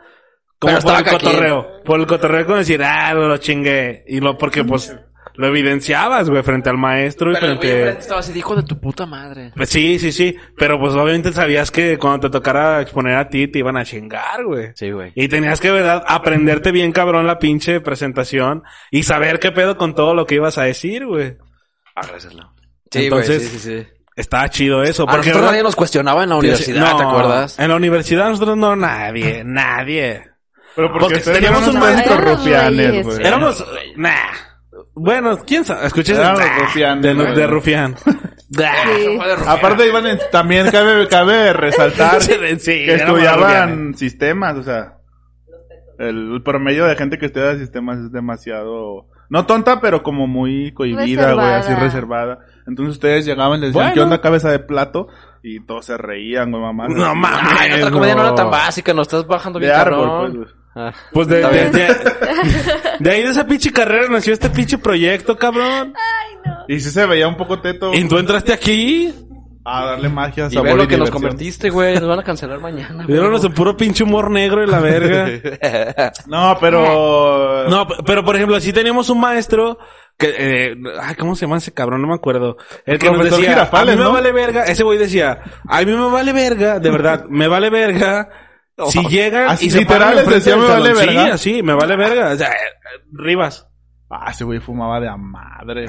Speaker 3: como
Speaker 2: Pero
Speaker 3: por
Speaker 2: estaba
Speaker 3: el
Speaker 2: caquín.
Speaker 3: cotorreo. Por el cotorreo con decir, ah, lo chingué. Y lo porque, pues, lo evidenciabas, güey, frente al maestro y
Speaker 2: Pero el güey enfrente
Speaker 3: frente...
Speaker 2: estaba así, hijo de tu puta madre.
Speaker 3: Pues sí, sí, sí. Pero, pues, obviamente sabías que cuando te tocara exponer a ti, te iban a chingar, güey.
Speaker 2: Sí, güey.
Speaker 3: Y tenías que, ¿verdad? Aprenderte bien cabrón la pinche presentación y saber qué pedo con todo lo que ibas a decir, güey.
Speaker 2: Agradecelo. Sí, güey, sí,
Speaker 3: Entonces-
Speaker 2: sí, sí.
Speaker 3: Estaba chido eso.
Speaker 2: A
Speaker 3: Porque
Speaker 2: nosotros
Speaker 3: ¿verdad?
Speaker 2: nadie nos cuestionaba en la universidad,
Speaker 3: No, Eh,
Speaker 2: ¿te acuerdas?
Speaker 3: En la universidad nosotros no, nadie, nadie.
Speaker 5: Pero
Speaker 3: Porque teníamos un
Speaker 4: maestro.
Speaker 5: maestro rufianes,
Speaker 4: Éramos
Speaker 5: güey.
Speaker 3: Éramos, nah. Bueno, quién sabe, escuché
Speaker 5: Éramos
Speaker 3: nah,
Speaker 5: rufianes,
Speaker 3: de,
Speaker 5: güey.
Speaker 3: de rufián.
Speaker 4: Sí.
Speaker 5: Aparte iban en- también cabe, cabe resaltar
Speaker 3: Sí, sí,
Speaker 5: que
Speaker 3: éramos
Speaker 5: estudiaban sistemas, o sea, el promedio de gente que estudia sistemas es demasiado, no tonta, pero como muy cohibida, güey, así
Speaker 4: Reservada.
Speaker 5: reservada. Entonces ustedes llegaban, les decían,
Speaker 3: Bueno.
Speaker 5: ¿qué onda cabeza de plato? Y todos se reían, güey, mamá.
Speaker 3: No mames.
Speaker 2: Ay, nuestra comedia no era tan
Speaker 5: no.
Speaker 2: básica, nos estás bajando
Speaker 5: De
Speaker 2: bien
Speaker 5: árbol,
Speaker 2: cabrón.
Speaker 5: pues, güey.
Speaker 2: Ah.
Speaker 3: Pues de,
Speaker 2: Está
Speaker 3: de,
Speaker 2: bien.
Speaker 3: de- de ahí de esa pinche carrera nació este pinche proyecto, cabrón.
Speaker 2: Ah.
Speaker 5: Y sí se veía un poco teto
Speaker 3: Y tú entraste aquí.
Speaker 5: a darle magia,
Speaker 2: Y
Speaker 5: sabor
Speaker 2: ve
Speaker 5: y
Speaker 2: lo que nos
Speaker 5: diversión.
Speaker 2: convertiste, güey. Nos van a cancelar mañana. güey.
Speaker 3: Dieron un puro pinche humor negro y la verga.
Speaker 5: No, pero...
Speaker 3: No, p- pero por ejemplo, así teníamos un maestro que, eh, ay, ¿cómo se llama ese cabrón? No me acuerdo. El que nos
Speaker 5: Profesor
Speaker 3: decía,
Speaker 5: Girafales,
Speaker 3: a mí
Speaker 5: ¿no?
Speaker 3: me vale verga, ese güey decía, a mí me vale verga, de verdad, me vale verga. Si llegan
Speaker 5: Así
Speaker 3: y se paran
Speaker 5: literal les
Speaker 3: enfrente
Speaker 5: decía,
Speaker 3: del
Speaker 5: "Me vale
Speaker 3: salón". Sí,
Speaker 5: verga.
Speaker 3: así, me vale verga. O sea, eh, eh, Rivas.
Speaker 5: Ah, ese güey fumaba de a madre.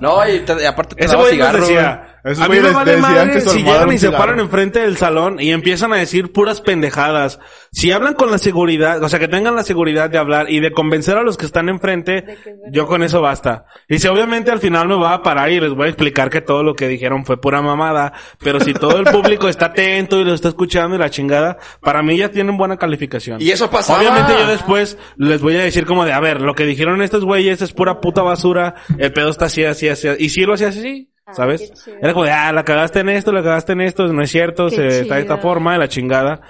Speaker 2: No, y, te- y aparte te
Speaker 3: Ese
Speaker 2: daba
Speaker 3: güey nos
Speaker 2: cigarro, güey.
Speaker 3: decía,
Speaker 5: güey. Esos
Speaker 3: a mí me
Speaker 5: güeyes
Speaker 3: vale
Speaker 5: decían
Speaker 3: madre
Speaker 5: que su
Speaker 3: si
Speaker 5: almohada
Speaker 3: llegan
Speaker 5: era
Speaker 3: y
Speaker 5: un
Speaker 3: se
Speaker 5: cigarro.
Speaker 3: paran enfrente del salón y empiezan a decir puras pendejadas. Si hablan con la seguridad, o sea, que tengan la seguridad de hablar y de convencer a los que están enfrente, yo con eso basta. Y si obviamente al final me va a parar y les voy a explicar que todo lo que dijeron fue pura mamada, pero si todo el público está atento y lo está escuchando y la chingada, para mí ya tienen buena calificación.
Speaker 2: Y eso pasaba.
Speaker 3: Obviamente yo después les voy a decir como de, a ver, lo que dijeron estos güeyes es pura puta basura, el pedo está así, así, así. Y si lo hacía así, ¿sabes?
Speaker 4: Ah, qué chido.
Speaker 3: Era como de, ah, la cagaste en esto, la cagaste en esto, no es cierto,
Speaker 4: Qué
Speaker 3: se está de esta
Speaker 4: chido.
Speaker 3: forma, de la chingada.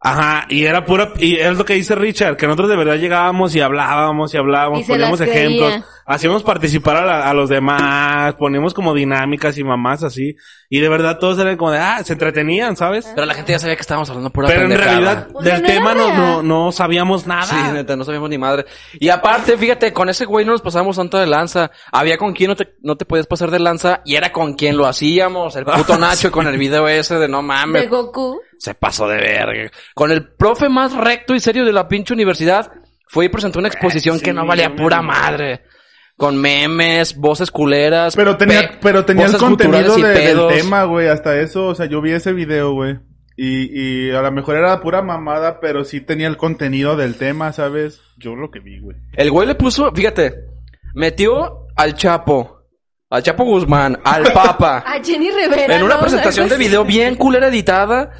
Speaker 3: Ajá, y era pura, y es lo que dice Richard, que nosotros de verdad llegábamos y hablábamos y hablábamos,
Speaker 4: Y se
Speaker 3: poníamos
Speaker 4: las creía.
Speaker 3: ejemplos, hacíamos participar a, la- a los demás, poníamos como dinámicas y mamás así, y de verdad todos eran como de, ah, se entretenían, ¿sabes?
Speaker 2: Pero la gente ya sabía que estábamos hablando pura
Speaker 3: Pero en
Speaker 2: pendejada.
Speaker 3: realidad
Speaker 4: O sea,
Speaker 3: del
Speaker 4: no era
Speaker 3: tema no,
Speaker 4: real.
Speaker 3: no, no sabíamos nada.
Speaker 2: Sí, neta, no sabíamos ni madre. Y aparte, fíjate, con ese güey no nos pasamos tanto de lanza. Había con quien no te, no te podías pasar de lanza y era con quien lo hacíamos. El puto Nacho con el video ese de no mames.
Speaker 4: De Goku.
Speaker 2: Se pasó de verga. Con el profe más recto y serio de la pinche universidad, fue y presentó una exposición que no valía pura madre. Con memes, voces culeras.
Speaker 5: Pero tenía,
Speaker 2: pe-
Speaker 5: pero tenía el
Speaker 2: voces
Speaker 5: contenido de-
Speaker 2: guturales y
Speaker 5: del
Speaker 2: pedos.
Speaker 5: tema, güey. Hasta eso, o sea, yo vi ese video, güey. Y, y a lo mejor era pura mamada, pero sí tenía el contenido del tema, ¿sabes? Yo lo que vi, güey.
Speaker 2: El güey le puso, fíjate, metió al Chapo, al Chapo Guzmán, al Papa.
Speaker 4: A Jenny Rivera.
Speaker 2: en una
Speaker 4: ¿no?
Speaker 2: presentación de
Speaker 4: Algo así.
Speaker 2: video bien culera editada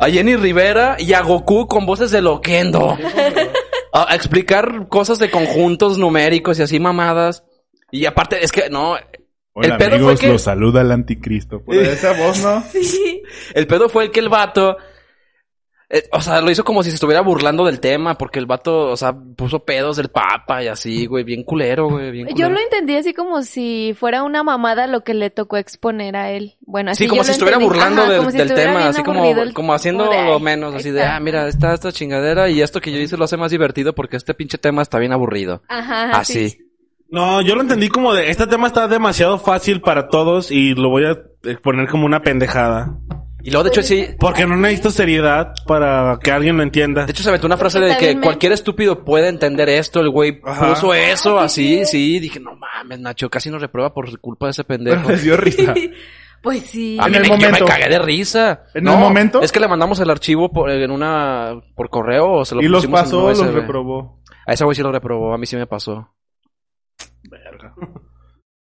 Speaker 2: a Jenny Rivera y a Goku con voces de loquendo. A, a explicar cosas de conjuntos numéricos y así mamadas. Y aparte, es que no. el pedo fue que.
Speaker 5: saluda el anticristo. Por esa voz, ¿no?
Speaker 4: Sí.
Speaker 2: El pedo fue el que el vato eh, o sea, lo hizo como si se estuviera burlando del tema, porque el vato, o sea, puso pedos del papa y así, güey, bien culero, güey, bien
Speaker 4: Yo
Speaker 2: culero.
Speaker 4: lo entendí así como si fuera una mamada lo que le tocó exponer a él. Bueno, así
Speaker 2: Sí, como
Speaker 4: yo
Speaker 2: si
Speaker 4: lo
Speaker 2: estuviera
Speaker 4: entendí.
Speaker 2: burlando
Speaker 4: Ajá,
Speaker 2: del,
Speaker 4: como si
Speaker 2: del
Speaker 4: estuviera
Speaker 2: tema,
Speaker 4: bien
Speaker 2: así como,
Speaker 4: aburrido el-
Speaker 2: como haciendo
Speaker 4: de,
Speaker 2: lo
Speaker 4: "Ay,
Speaker 2: menos, así de,
Speaker 4: está".
Speaker 2: ah, mira, está esta chingadera y esto que yo hice lo hace más divertido porque este pinche tema está bien aburrido.
Speaker 4: Ajá, ajá, Ah, sí.
Speaker 2: "Ah, Así.
Speaker 3: No, yo lo entendí como de, este tema está demasiado fácil para todos y lo voy a eh, poner como una pendejada.
Speaker 2: Y luego, de hecho, sí,
Speaker 4: Pues,
Speaker 3: Porque no necesito seriedad para que alguien lo entienda.
Speaker 2: De hecho, se aventó una frase de
Speaker 4: pues, Está
Speaker 2: que
Speaker 4: bien, Ah, men.
Speaker 2: cualquier estúpido puede entender esto. El güey
Speaker 3: Ajá.
Speaker 2: puso
Speaker 4: pues,
Speaker 2: eso así, sí. Dije, no mames, Nacho, casi nos reprueba por culpa de ese pendejo.
Speaker 5: Les dio risa.
Speaker 4: Pues sí.
Speaker 2: A
Speaker 5: En
Speaker 2: mí
Speaker 5: el
Speaker 2: me, yo
Speaker 5: momento.
Speaker 2: me cagué de risa.
Speaker 5: En el momento.
Speaker 2: Es que le mandamos el archivo por, en una, por correo o se lo
Speaker 5: y los
Speaker 2: pusimos en
Speaker 5: pasó, los
Speaker 2: USB.
Speaker 5: reprobó.
Speaker 2: A ese güey sí lo reprobó, a mí sí me pasó.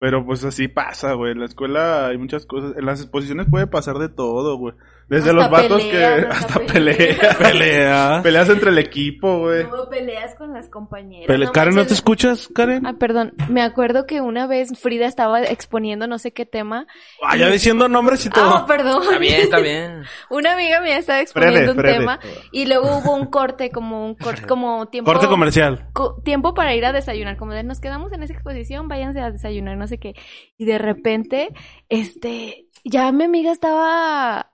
Speaker 5: Pero pues así pasa, güey. En la escuela hay muchas cosas. En las exposiciones puede pasar de todo, güey. Desde
Speaker 4: Hasta
Speaker 5: los vatos
Speaker 4: peleas,
Speaker 5: que
Speaker 4: hasta
Speaker 5: hasta
Speaker 4: peleas.
Speaker 5: peleas.
Speaker 3: Pelea.
Speaker 5: Peleas entre el equipo, güey.
Speaker 4: Luego peleas con las compañeras.
Speaker 3: Pele- Karen, ¿no te
Speaker 4: manches.
Speaker 3: escuchas, Karen?
Speaker 4: Ah, perdón. Me acuerdo que una vez Frida estaba exponiendo no sé qué tema.
Speaker 3: Ah, ya diciendo nombres y
Speaker 4: Ah,
Speaker 3: todo.
Speaker 4: perdón.
Speaker 2: Está bien, está bien.
Speaker 4: Una amiga mía estaba
Speaker 5: Frede,
Speaker 4: exponiendo un
Speaker 5: Frede.
Speaker 4: tema y luego hubo un corte, como un corte, como tiempo.
Speaker 3: Corte comercial.
Speaker 4: co- tiempo para ir a desayunar, como de nos quedamos en esa exposición, váyanse a desayunar, no sé qué. Y de repente, este, ya mi amiga estaba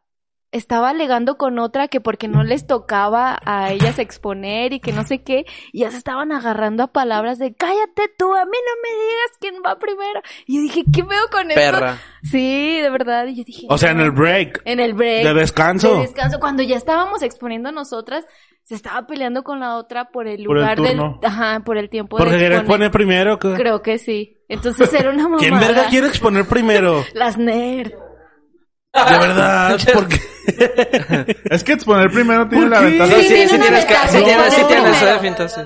Speaker 4: estaba alegando con otra que porque no les tocaba a ellas exponer y que no sé qué, y ya se estaban agarrando a palabras de cállate tú, a mí no me digas quién va primero. Y yo dije, ¿qué veo con esto?
Speaker 2: Perra.
Speaker 4: Sí, de verdad. Y yo dije,
Speaker 3: O sea, en
Speaker 4: "No".
Speaker 3: el break.
Speaker 4: En el break.
Speaker 3: De
Speaker 4: De
Speaker 3: descanso.
Speaker 4: descanso. Cuando ya estábamos exponiendo nosotras, se estaba peleando con la otra por el
Speaker 3: Por el
Speaker 4: lugar
Speaker 3: turno.
Speaker 4: del. Ajá, por el tiempo
Speaker 3: Porque
Speaker 4: de
Speaker 3: quería
Speaker 4: exponer.
Speaker 3: exponer primero. ¿qué?
Speaker 4: Creo que sí. Entonces era una mamada.
Speaker 3: ¿Quién verga quiere exponer primero?
Speaker 4: Las nerd.
Speaker 3: De verdad, porque
Speaker 5: Es que exponer primero tiene la
Speaker 3: qué?
Speaker 5: ventaja.
Speaker 2: Sí,
Speaker 4: sí,
Speaker 2: sí, sí,
Speaker 4: no, no,
Speaker 2: tienes
Speaker 4: no,
Speaker 2: que,
Speaker 4: no,
Speaker 2: sí
Speaker 4: no,
Speaker 2: tienes, sí
Speaker 4: no,
Speaker 2: tienes,
Speaker 4: no,
Speaker 2: eh,
Speaker 4: no.
Speaker 2: finta, sí.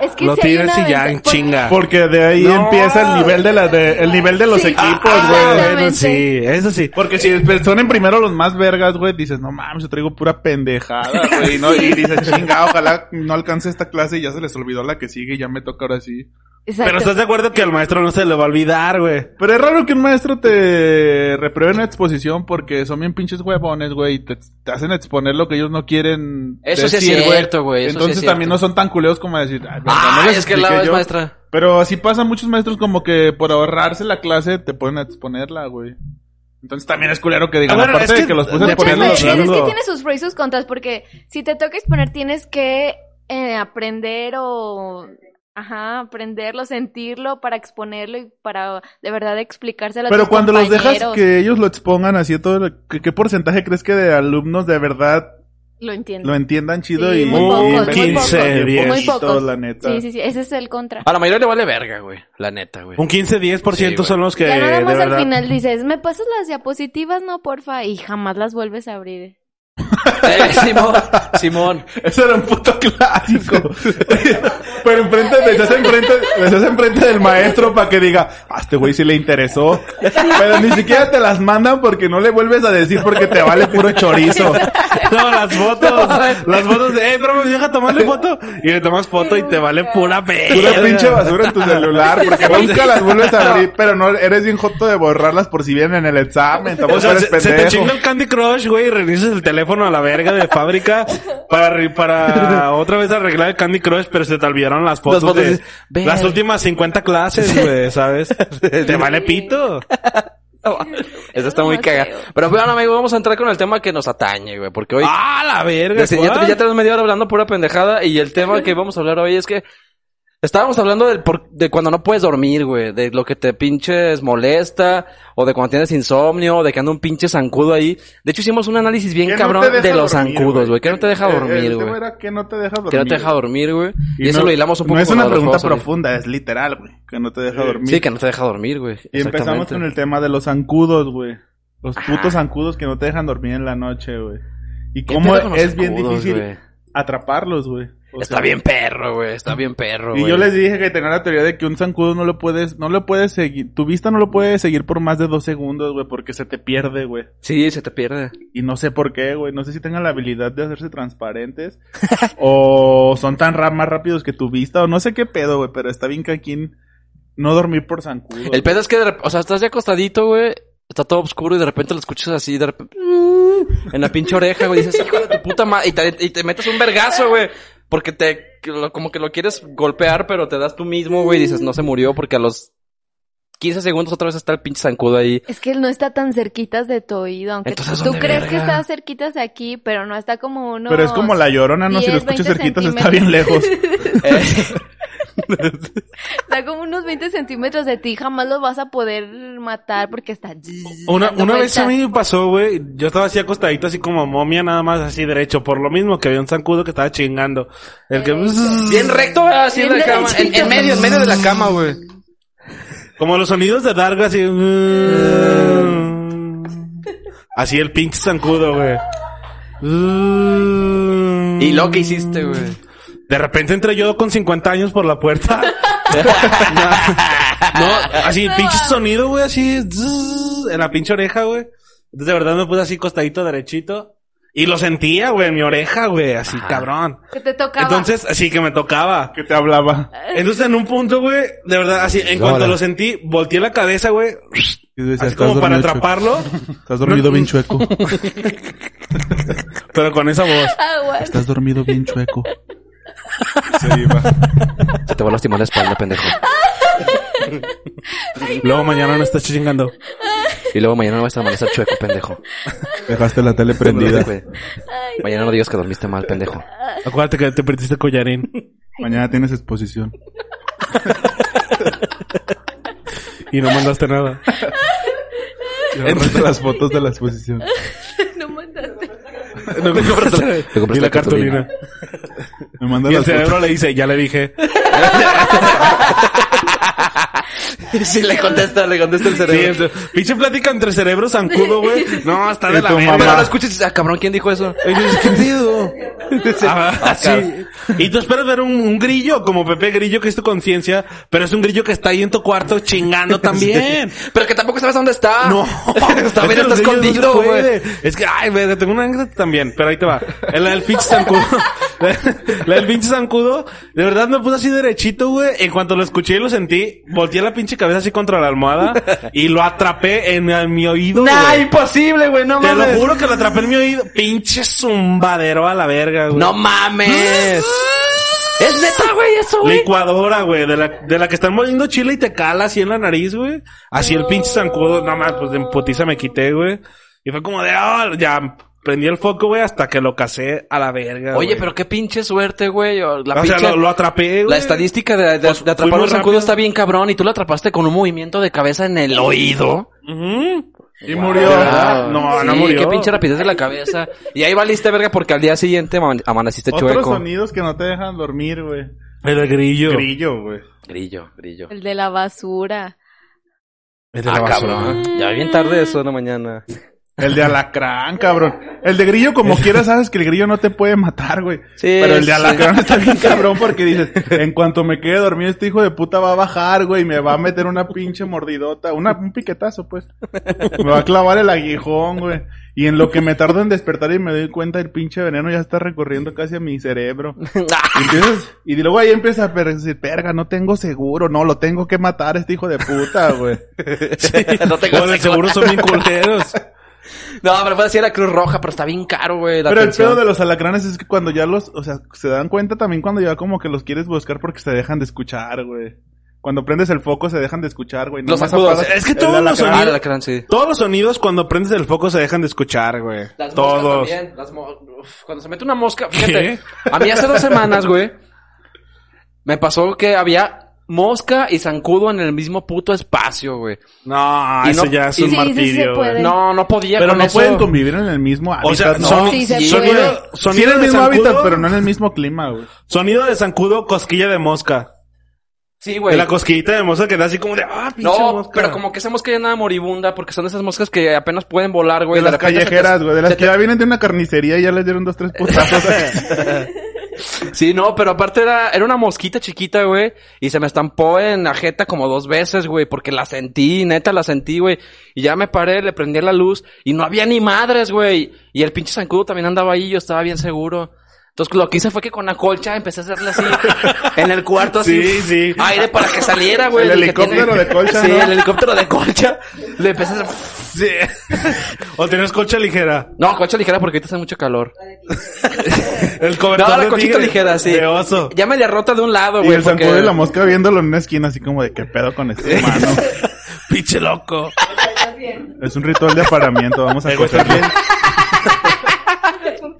Speaker 4: Es que
Speaker 3: lo
Speaker 4: si hay
Speaker 3: tiras
Speaker 4: una
Speaker 3: y ya
Speaker 4: ventaja-
Speaker 3: en
Speaker 4: por-
Speaker 3: chinga.
Speaker 5: Porque de ahí
Speaker 3: No.
Speaker 5: empieza el nivel de, la de- el nivel de los
Speaker 4: Sí.
Speaker 5: equipos,
Speaker 4: Ah,
Speaker 5: güey.
Speaker 4: exactamente.
Speaker 3: Bueno, sí, eso sí.
Speaker 5: Porque si pues, son en primero los más vergas, güey, dices, no mames, yo traigo pura pendejada, güey. Y, no, y dices, chinga, ojalá no alcance esta clase y ya se les olvidó la que sigue y ya me toca ahora sí.
Speaker 4: Exacto.
Speaker 3: Pero estás de acuerdo que al maestro no se le va a olvidar, güey.
Speaker 5: Pero es raro que un maestro te repruebe en la exposición porque son bien pinches huevones, güey, y te, te hacen exponer lo que ellos no quieren
Speaker 2: Eso sí es
Speaker 5: decir,
Speaker 2: cierto, güey, eso sí es
Speaker 5: Entonces también
Speaker 2: cierto.
Speaker 5: no son tan culeos como decir, ay, verga, no
Speaker 2: Ay,
Speaker 5: les
Speaker 2: es que la
Speaker 5: expliqué
Speaker 2: es
Speaker 5: yo".
Speaker 2: maestra.
Speaker 5: Pero así pasa, muchos maestros como que por ahorrarse la clase te ponen a exponerla, güey. Entonces también es culero que digan,
Speaker 3: Ah, bueno,
Speaker 5: aparte
Speaker 3: es
Speaker 5: de
Speaker 3: que
Speaker 5: que los puse
Speaker 3: muchas
Speaker 5: a exponer,
Speaker 4: Pues,
Speaker 3: veces
Speaker 5: los
Speaker 4: es
Speaker 5: vergo.
Speaker 4: que tiene sus pros y sus contras, porque si te toca exponer tienes que eh, aprender o... Ajá, aprenderlo, sentirlo para exponerlo y para de verdad explicárselo a
Speaker 5: Pero
Speaker 4: tus
Speaker 5: cuando los dejas
Speaker 4: compañeros.
Speaker 5: que ellos lo expongan así a todo, lo- ¿qué, qué porcentaje crees que de alumnos de verdad
Speaker 4: Lo entiendo.
Speaker 5: lo entiendan chido
Speaker 4: Sí,
Speaker 5: y
Speaker 4: muy
Speaker 5: y
Speaker 4: pocos, muy
Speaker 5: inventen
Speaker 4: pocos.
Speaker 5: 15,
Speaker 3: Muy
Speaker 5: diez,
Speaker 4: pocos.
Speaker 5: todo, la neta.
Speaker 4: Sí, sí, sí, ese es el contra.
Speaker 2: A la mayoría le vale verga, güey. La neta, güey.
Speaker 3: Un 15-10%
Speaker 2: Sí, güey.
Speaker 3: son los que
Speaker 4: ya
Speaker 3: de
Speaker 4: nada más al
Speaker 3: verdad.
Speaker 4: final dices, me pasas las diapositivas, no, porfa, y jamás las vuelves a abrir.
Speaker 2: Eh, Simón, Simón.
Speaker 5: Eso era un puto clásico. Pero enfrente, les hace enfrente, les hace enfrente del maestro para que diga, a este güey sí le interesó. Pero ni siquiera te las mandan porque no le vuelves a decir porque te vale puro chorizo.
Speaker 3: No, las fotos. las fotos de, eh, pero me deja tomarle foto. Y le tomas foto y te vale pura verga.
Speaker 5: Pura pinche basura en tu celular porque nunca las vuelves a abrir, pero no eres bien joto de borrarlas por si vienen en el examen. Tampoco
Speaker 3: O sea,
Speaker 5: eres
Speaker 3: se, se te
Speaker 5: pendejo.
Speaker 3: chinga el Candy Crush, güey, y reinicias el teléfono a la verga de fábrica para, re- para otra vez arreglar el Candy Crush, pero se te olvidaron las fotos,
Speaker 2: fotos
Speaker 3: de
Speaker 2: de- Ver.
Speaker 3: las últimas 50 clases, güey, ¿sabes? te vale pito.
Speaker 2: Eso está
Speaker 4: es
Speaker 2: muy
Speaker 4: más
Speaker 2: cagado.
Speaker 4: feo.
Speaker 2: Pero bueno, amigo, vamos a entrar con el tema que nos atañe, güey. Porque hoy
Speaker 3: ¡Ah, la verga!
Speaker 2: Desde- ya,
Speaker 3: ¿cuál?
Speaker 2: te- ya tenemos media hora hablando pura pendejada y el tema que vamos a hablar hoy es que estábamos hablando del por- de cuando no puedes dormir, güey, de lo que te pinches molesta o de cuando tienes insomnio o de que anda un pinche zancudo ahí. De hecho hicimos un análisis bien
Speaker 5: ¿Qué no
Speaker 2: cabrón
Speaker 5: te deja
Speaker 2: de los
Speaker 5: dormir,
Speaker 2: zancudos, güey, que no te deja
Speaker 5: El- el
Speaker 2: dormir,
Speaker 5: tema
Speaker 2: güey.
Speaker 5: era que no te deja dormir.
Speaker 2: Que no te deja dormir, güey. Y, eso
Speaker 5: no-
Speaker 2: lo hilamos un poco
Speaker 5: No es
Speaker 2: con
Speaker 5: una
Speaker 2: lo de los
Speaker 5: pregunta
Speaker 2: juegos, güey.
Speaker 5: profunda, es literal, güey. Que no te deja dormir.
Speaker 2: Sí, que no te deja dormir, güey.
Speaker 5: Y empezamos
Speaker 2: Exactamente.
Speaker 5: con el tema de los zancudos, güey. Los
Speaker 2: Ajá.
Speaker 5: putos zancudos que no te dejan dormir en la noche, güey. Y
Speaker 2: ¿Qué
Speaker 5: cómo
Speaker 2: pedo con los
Speaker 5: es bien
Speaker 2: zancudos,
Speaker 5: difícil
Speaker 2: güey?
Speaker 5: atraparlos, güey. O
Speaker 2: Está
Speaker 5: sea,
Speaker 2: bien perro, güey. Está bien perro,
Speaker 5: Y
Speaker 2: güey.
Speaker 5: yo les dije que tenía la teoría de que un zancudo no lo puedes, no lo puedes seguir, tu vista no lo puede seguir por más de dos segundos, güey, porque se te pierde, güey.
Speaker 2: Sí, se te pierde.
Speaker 5: Y no sé por qué, güey. No sé si tengan la habilidad de hacerse transparentes. o son tan ra- más rápidos que tu vista. O no sé qué pedo, güey. Pero está bien que aquí no dormir por zancudo.
Speaker 2: El pedo es que, de rep- o sea, estás ya acostadito, güey. Está todo oscuro y de repente lo escuchas así, de repente... en la pinche oreja, güey. Dices, hijo de tu puta madre. Y te, y te metes un vergazo, güey. Porque te, que lo- como que lo quieres golpear, pero te das tú mismo, güey. y Dices, no se murió porque a los 15 segundos otra vez está el pinche zancudo ahí.
Speaker 4: Es que no está tan cerquitas de tu oído, aunque
Speaker 2: Entonces,
Speaker 4: tú
Speaker 2: ¿dónde
Speaker 4: crees que
Speaker 2: verga?
Speaker 4: está cerquitas de aquí, pero no está como uno.
Speaker 5: Pero es como la llorona, ¿no? Si lo
Speaker 4: 10,
Speaker 5: escuchas
Speaker 4: 20
Speaker 5: cerquitas está bien lejos.
Speaker 4: centímetros.
Speaker 2: Eh,
Speaker 4: Está como unos 20 centímetros de ti, jamás los vas a poder matar porque está...
Speaker 3: Una,
Speaker 4: dando
Speaker 3: una vez
Speaker 4: vueltas.
Speaker 3: a mí me pasó, güey. Yo estaba así acostadito, así como momia, nada más así derecho. Por lo mismo que había un zancudo que estaba chingando. El que.
Speaker 2: bien recto, güey, así en la
Speaker 4: Bien
Speaker 2: cama. En, en medio, en medio de la cama, güey.
Speaker 3: Como los sonidos de Dargo, así. mm. Así el pinche zancudo, güey. Mm.
Speaker 2: Y lo que hiciste, güey.
Speaker 3: De repente entré yo con 50 años por la puerta. no, no, así, pinche sonido, güey, así, zzz, en la pinche oreja, güey. Entonces, de verdad me puse así costadito derechito. Y lo sentía, güey, en mi oreja, güey, así, cabrón.
Speaker 4: Que te tocaba.
Speaker 3: Entonces, así que me tocaba.
Speaker 5: Que te hablaba.
Speaker 3: Entonces, en un punto, güey, de verdad, así, en cuanto lo sentí, volteé la cabeza, güey,
Speaker 5: Y decía,
Speaker 3: así como
Speaker 5: "Estás
Speaker 3: para
Speaker 5: dormido
Speaker 3: atraparlo,
Speaker 5: chueco. Estás dormido bien chueco.
Speaker 3: pero con esa voz.
Speaker 4: Ah, bueno.
Speaker 5: Estás dormido bien chueco. Se iba.
Speaker 2: Se Ah, te va a lastimar la espalda, pendejo.
Speaker 3: Luego mañana no estás chingando.
Speaker 2: Y luego mañana no vas a amanecer chueco, pendejo.
Speaker 5: Dejaste la tele prendida.
Speaker 2: Acuérdate, güey. Mañana no digas que dormiste mal, pendejo.
Speaker 3: Acuérdate que te perdiste el collarín.
Speaker 5: Mañana tienes exposición.
Speaker 3: Y no mandaste nada.
Speaker 5: Entre las fotos de la exposición.
Speaker 4: No mandaste.
Speaker 3: No compraste.
Speaker 2: Te compraste
Speaker 3: Y la cartulina.
Speaker 5: Me mandas
Speaker 3: Y el
Speaker 5: las fotos.
Speaker 3: cerebro le dice, ya le dije.
Speaker 2: Sí, le contesta, le contesta el
Speaker 3: Sí,
Speaker 2: cerebro.
Speaker 3: el- pinche plática entre cerebros zancudo, güey. No, está de
Speaker 5: Y
Speaker 3: la
Speaker 5: tu
Speaker 3: verga.
Speaker 2: Pero no
Speaker 5: mamá.
Speaker 2: escuches, y dices, ah, cabrón, ¿quién dijo eso?
Speaker 3: Y dices, ¿Qué pedo? Ah, sí.
Speaker 2: cabrón.
Speaker 3: Y tú esperas ver un, un grillo, como Pepe Grillo, que es tu conciencia, pero es un grillo que está ahí en tu cuarto chingando también.
Speaker 2: Pero que tampoco sabes dónde está.
Speaker 3: No,
Speaker 2: está
Speaker 3: Es que
Speaker 2: bien, está
Speaker 3: los grillos no se
Speaker 2: escondido,
Speaker 3: puede.
Speaker 2: güey.
Speaker 3: Es que, ay, güey, tengo una anécdota también, pero ahí te va. La del pinche zancudo. La del pinche zancudo. De verdad me puse así derechito, güey. En cuanto lo escuché y lo sentí, volteé la pinche cabeza así contra la almohada y lo atrapé en, en mi oído.
Speaker 2: Nah,
Speaker 3: güey.
Speaker 2: imposible, güey, no
Speaker 3: Te lo
Speaker 2: mames.
Speaker 3: juro que lo atrapé en mi oído. Pinche zumbadero a la verga, güey.
Speaker 2: No mames. Es neta, güey, eso, güey.
Speaker 3: Licuadora, güey, de la, de la que están moliendo chile y te cala así en la nariz, güey. Así el pinche zancudo, nada más, pues de putiza me quité, güey. Y fue como de, oh, ya prendí el foco, güey, hasta que lo casé a la verga.
Speaker 2: Oye,
Speaker 3: güey.
Speaker 2: pero qué pinche suerte, güey. o La
Speaker 3: o
Speaker 2: pinche...
Speaker 3: sea, lo, lo atrapé, güey.
Speaker 2: La estadística de, de-
Speaker 3: Pues,
Speaker 2: de
Speaker 3: fui
Speaker 2: atrapar
Speaker 3: muy
Speaker 2: un zancudo
Speaker 3: rápido.
Speaker 2: está bien cabrón y tú lo atrapaste con un movimiento de cabeza en el oído.
Speaker 3: Ujú.
Speaker 5: Y murió.
Speaker 3: Ah, no,
Speaker 2: Sí,
Speaker 3: no murió.
Speaker 2: qué pinche rapidez de la cabeza. Y ahí valiste verga porque al día siguiente aman- amaneciste
Speaker 5: Otros
Speaker 2: chueco.
Speaker 5: sonidos que no te dejan dormir, güey.
Speaker 3: El grillo.
Speaker 5: Grillo, güey.
Speaker 2: Grillo, grillo.
Speaker 4: El de la basura.
Speaker 3: El de la
Speaker 2: Ah,
Speaker 3: basura.
Speaker 2: cabrón. Ya bien tarde eso, no mañana.
Speaker 5: El de alacrán, cabrón. El de grillo, como quieras, sabes que el grillo no te puede matar, güey.
Speaker 2: Sí,
Speaker 5: Pero el de
Speaker 2: sí.
Speaker 5: alacrán está bien cabrón porque dices, en cuanto me quede dormido, este hijo de puta va a bajar, güey, y me va a meter una pinche mordidota, una, un piquetazo, pues. Me va a clavar el aguijón, güey. Y en lo que me tardo en despertar y me doy cuenta, el pinche veneno ya está recorriendo casi a mi cerebro. Y, empiezas- y luego ahí empieza a per- decir, verga, no tengo seguro, no, lo tengo que matar este hijo de puta, güey.
Speaker 2: no tengo
Speaker 3: O de seguro son bien culeros.
Speaker 2: No, pero fue así la Cruz Roja, pero está bien caro, güey. la
Speaker 5: Pero el
Speaker 2: atención.
Speaker 5: pedo de los alacranes es que cuando ya los, o sea, se dan cuenta también cuando ya como que los quieres buscar porque se dejan de escuchar, güey. Cuando prendes el foco se dejan de escuchar, güey.
Speaker 2: Los
Speaker 5: Nomás
Speaker 2: agudos.
Speaker 5: apagas
Speaker 3: Es que
Speaker 5: el
Speaker 3: todos los
Speaker 5: alacrán.
Speaker 2: Ah,
Speaker 3: sonidos-
Speaker 2: el alacrán, sí.
Speaker 3: Todos los sonidos cuando prendes el foco se dejan de escuchar, güey.
Speaker 2: Las moscas
Speaker 3: Todos.
Speaker 2: también. las mo- Uf, cuando se mete una mosca, fíjate.
Speaker 3: ¿Qué?
Speaker 2: A mí hace dos semanas, güey, me pasó que había mosca y zancudo en el mismo puto espacio, güey.
Speaker 3: No,
Speaker 2: Y
Speaker 3: eso
Speaker 2: no-
Speaker 3: ya es
Speaker 2: y-
Speaker 3: un
Speaker 4: Sí, sí se
Speaker 3: martirio, güey.
Speaker 4: puede.
Speaker 2: No, no podía
Speaker 5: Pero
Speaker 2: con
Speaker 5: no
Speaker 2: eso.
Speaker 5: pueden convivir en el mismo hábitat,
Speaker 3: O sea,
Speaker 5: ¿no?
Speaker 3: son,
Speaker 4: Sí, se
Speaker 3: sonido,
Speaker 4: puede.
Speaker 5: Sí en
Speaker 3: sonido
Speaker 5: el
Speaker 3: de
Speaker 5: mismo
Speaker 3: zancudo,
Speaker 5: hábitat, pero no en el mismo clima, güey.
Speaker 3: Sonido de zancudo, cosquilla de mosca.
Speaker 2: Sí,
Speaker 3: De
Speaker 2: güey.
Speaker 3: la cosquillita de mosca que da así como de, ah, pinche
Speaker 2: No,
Speaker 3: mosca.
Speaker 2: pero como que esa mosca ya nada moribunda, porque son de esas moscas que apenas pueden volar, güey.
Speaker 5: de las
Speaker 2: repente se te-
Speaker 5: callejeras, güey. De las
Speaker 2: se
Speaker 5: que ya vienen de una carnicería y ya les dieron dos, tres putazos.
Speaker 2: te- Sí, no, pero aparte era, era una mosquita chiquita, güey. Y se me estampó en la jeta como dos veces, güey. Porque la sentí, neta, la sentí, güey. Y ya me paré, le prendí la luz. Y no había ni madres, güey. Y el pinche zancudo también andaba ahí, yo estaba bien seguro. Entonces lo que hice fue que con la colcha empecé a hacerle así en el cuarto así.
Speaker 5: Sí, sí.
Speaker 2: Aire para que saliera, güey.
Speaker 5: El
Speaker 2: que tiene-
Speaker 5: helicóptero de colcha,
Speaker 2: Sí,
Speaker 5: ¿no?
Speaker 2: el helicóptero de colcha. Le empecé a hacer...
Speaker 3: Sí. o tienes colcha ligera.
Speaker 2: No, colcha ligera porque ahorita hace mucho calor.
Speaker 3: El cobertor
Speaker 2: No, la
Speaker 3: de
Speaker 2: colchita
Speaker 3: tigre-
Speaker 2: ligera, sí.
Speaker 3: De oso.
Speaker 2: Ya media rota de un lado,
Speaker 5: Y
Speaker 2: güey.
Speaker 5: el
Speaker 2: porque-
Speaker 5: zancudo de la mosca viéndolo en una esquina así como de qué pedo con este mano.
Speaker 3: Pinche loco.
Speaker 5: Es un ritual de aparamiento, vamos a
Speaker 3: Eh, güey,
Speaker 5: coger
Speaker 3: también.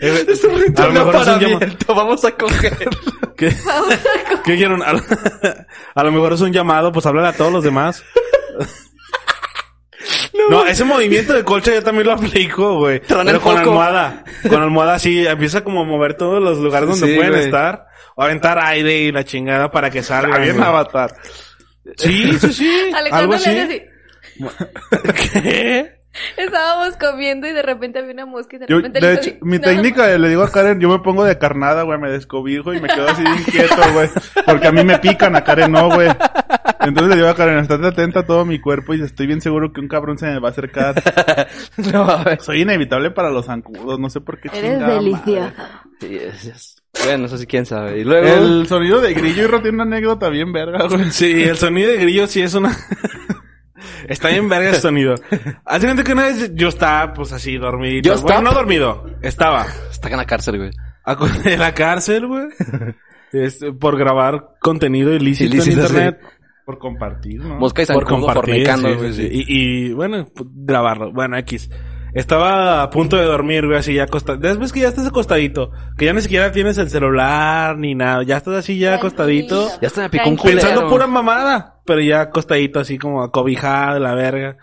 Speaker 3: Eh, güey,
Speaker 2: Es un
Speaker 3: a
Speaker 2: ritual
Speaker 3: lo
Speaker 2: de
Speaker 3: mejor es un llama-
Speaker 2: aparamiento, Vamos a coger.
Speaker 3: ¿Qué? ¿Qué dijeron? A lo, a lo mejor es un llamado, pues háblale a todos los demás. No, ese movimiento de colcha yo también lo aplico, güey.
Speaker 2: Te dan
Speaker 3: Pero
Speaker 2: el
Speaker 3: con
Speaker 2: foco.
Speaker 3: almohada. Con almohada sí, empieza como a mover todos los lugares donde
Speaker 2: Sí,
Speaker 3: pueden
Speaker 2: güey.
Speaker 3: estar. O aventar aire y la chingada para que salga.
Speaker 5: Está bien
Speaker 3: güey.
Speaker 5: avatar.
Speaker 3: Sí, sí, sí. Algo
Speaker 4: Alejandro
Speaker 3: así.
Speaker 4: le hace
Speaker 3: ¿Qué?
Speaker 4: así. Estábamos comiendo y de repente había una mosca y de
Speaker 5: Yo,
Speaker 4: repente le
Speaker 5: de
Speaker 4: hizo
Speaker 5: hecho,
Speaker 4: así.
Speaker 5: mi
Speaker 4: Nada
Speaker 5: técnica,
Speaker 4: más.
Speaker 5: le digo a Karen, yo me pongo de carnada, güey, me descobijo y me quedo así de inquieto, güey. Porque a mí me pican, a Karen no, güey. Entonces le digo a Karen, estate atenta a todo mi cuerpo y estoy bien seguro que un cabrón se me va a acercar.
Speaker 2: No, a ver.
Speaker 5: Soy inevitable para los zancudos, no sé por qué.
Speaker 4: Eres
Speaker 5: chingada
Speaker 4: deliciosa.
Speaker 2: Sí, es- es- Bueno, eso sí, quién sabe. Y luego.
Speaker 5: madre. El sonido de grillo y tiene una anécdota bien verga, güey.
Speaker 3: Sí, el sonido de grillo sí es una... Está bien verga el sonido. Hace cuenta que una vez yo estaba, pues así, dormido.
Speaker 2: Yo
Speaker 3: bueno,
Speaker 2: estaba-
Speaker 3: no dormido. Estaba.
Speaker 2: Está en la cárcel, güey.
Speaker 3: Acu- En la cárcel, güey. Este, por grabar contenido ilícito,
Speaker 2: Ilícito,
Speaker 3: en internet.
Speaker 5: Por compartir, ¿no?
Speaker 2: Mosca y
Speaker 3: Por
Speaker 2: zancudo
Speaker 3: compartir.
Speaker 2: fornicando,
Speaker 3: sí,
Speaker 2: güey.
Speaker 3: sí, sí. Y, y, bueno, p- grabarlo. Bueno, X. Estaba a punto de dormir, güey, así ya acostado. Después que ya estás acostadito, que ya ni siquiera tienes el celular ni nada, ya estás así ya acostadito.
Speaker 4: Tranquilo.
Speaker 2: Ya hasta me picó un
Speaker 4: Tranquilo.
Speaker 2: culero.
Speaker 3: Pensando pura mamada, pero ya acostadito así como acobijado de la verga.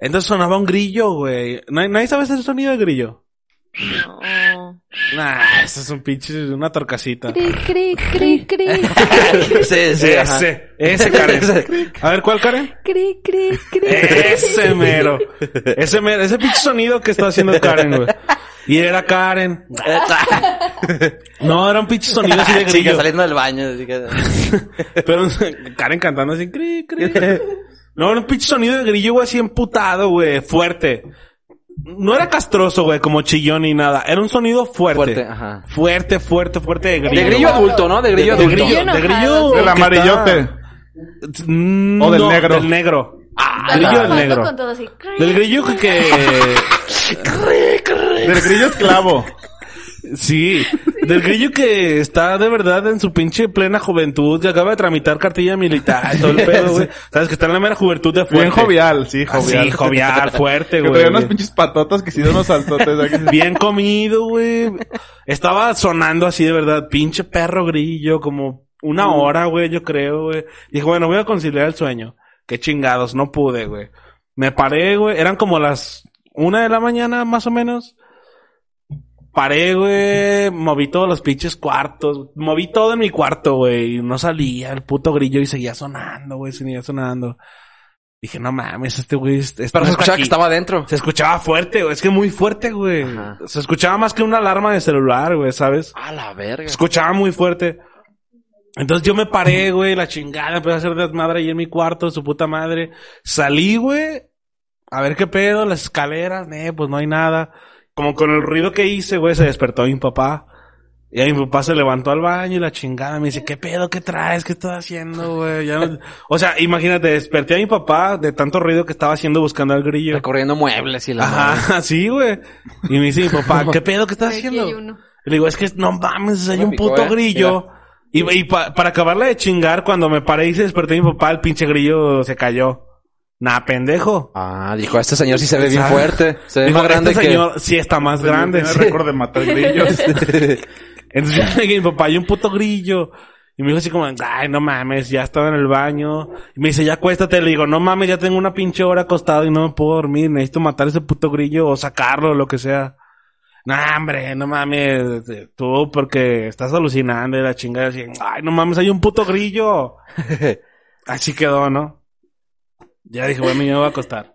Speaker 3: Entonces sonaba un grillo, güey. Nadie, nadie sabe hacer el sonido de grillo.
Speaker 4: No.
Speaker 3: Nah, eso es un pinche, una torcasita.
Speaker 4: Cri, cri, cri, cri,
Speaker 2: sí, sí. ajá.
Speaker 3: Ese, ese Karen.
Speaker 2: Ese.
Speaker 3: A ver, ¿cuál Karen?
Speaker 4: cri, cri, cri.
Speaker 3: Ese mero. Ese mero, ese pinche sonido que está haciendo Karen, güey. Y era Karen. No, era un pinche sonido así de
Speaker 2: Chica
Speaker 3: grillo.
Speaker 2: saliendo del baño. así que-
Speaker 3: Pero Karen cantando así, cri, cri. No, era un pinche sonido de grillo, güey, así emputado, güey, fuerte. No era castroso, güey, como chillón ni nada. Era un sonido fuerte.
Speaker 2: Fuerte,
Speaker 3: Fuerte,
Speaker 2: ajá.
Speaker 3: fuerte, fuerte, de grillo.
Speaker 2: De grillo adulto, ¿no? De grillo
Speaker 3: de
Speaker 2: adulto.
Speaker 3: grillo, de
Speaker 4: enojado,
Speaker 3: grillo.
Speaker 4: sí.
Speaker 5: Del
Speaker 3: que
Speaker 5: amarillote.
Speaker 3: está- Mm,
Speaker 5: O del
Speaker 3: no,
Speaker 5: negro.
Speaker 3: Del negro.
Speaker 4: Ah,
Speaker 3: grillo del
Speaker 4: jugando
Speaker 3: negro.
Speaker 4: con todo así.
Speaker 3: Del grillo que- que...
Speaker 5: Del grillo esclavo.
Speaker 3: Sí, del grillo que está de verdad en su pinche plena juventud, que acaba de tramitar cartilla militar, todo el pedo, güey. Sabes que está en la mera juventud de fuerte.
Speaker 5: Bien jovial, sí, jovial.
Speaker 3: Así, jovial, fuerte,
Speaker 5: Que
Speaker 3: güey.
Speaker 5: traía unas pinches patotas que sí dan unos saltotes. aquí.
Speaker 3: Bien comido, güey. Estaba sonando así de verdad, pinche perro grillo, como una hora, güey, yo creo, güey. Dije, bueno, voy a conciliar el sueño. Qué chingados, no pude, güey. Me paré, güey. Eran como las una de la mañana, más o menos. Paré, güey. Moví todos los pinches cuartos. Moví todo en mi cuarto, güey. Y no salía el puto grillo y seguía sonando, güey. Seguía sonando. Dije, no mames, este güey. este-
Speaker 2: Pero
Speaker 3: no
Speaker 2: se
Speaker 3: está
Speaker 2: escuchaba que
Speaker 3: aquí".
Speaker 2: estaba adentro.
Speaker 3: Se escuchaba fuerte, güey. Es que muy fuerte, güey.
Speaker 2: Ajá.
Speaker 3: Se escuchaba más que una alarma de celular, güey, ¿sabes?
Speaker 2: A la verga.
Speaker 3: Se escuchaba muy fuerte. Entonces yo me paré, güey, la chingada. Empecé a hacer desmadre ahí en mi cuarto, su puta madre. Salí, güey. A ver qué pedo, las escaleras, eh, pues no hay nada. Como con el ruido que hice, güey, se despertó mi papá. Y ahí mi papá se levantó al baño y la chingada me dice, ¿qué pedo? ¿Qué traes? ¿Qué estás haciendo, güey? Ya no- O sea, imagínate, desperté a mi papá de tanto ruido que estaba haciendo buscando al grillo.
Speaker 2: Recorriendo muebles y la madre.
Speaker 3: Ajá, sí, güey. Y me dice mi papá, ¿qué pedo que estás
Speaker 4: Aquí
Speaker 3: haciendo?
Speaker 4: hay uno.
Speaker 3: Y le digo, es que no mames, hay
Speaker 2: Me
Speaker 3: un
Speaker 2: picó,
Speaker 3: puto
Speaker 2: eh.
Speaker 3: grillo. Y, y pa- para acabarla de chingar, cuando me paré y se desperté mi papá, el pinche grillo se cayó. Nah, pendejo.
Speaker 2: Ah, dijo, este señor sí se ve bien
Speaker 3: Ah.
Speaker 2: fuerte. Se ve
Speaker 3: Dijo,
Speaker 2: más grande
Speaker 3: este
Speaker 2: que...
Speaker 3: señor sí está más grande.
Speaker 5: Tiene
Speaker 3: Sí.
Speaker 5: récord de matar grillos.
Speaker 3: Entonces le dije a mi papá, hay un puto grillo. Y me dijo así como, ay, no mames, ya estaba en el baño. Y me dice, ya acuéstate. Le digo, no mames, ya tengo una pinche hora acostado y no me puedo dormir. Necesito matar ese puto grillo o sacarlo o lo que sea. No, hombre, no mames. este, Tú, porque estás alucinando y la chingada. Así, ay, no mames, hay un puto grillo. Así quedó, ¿no? Ya dije, bueno, yo me voy a acostar.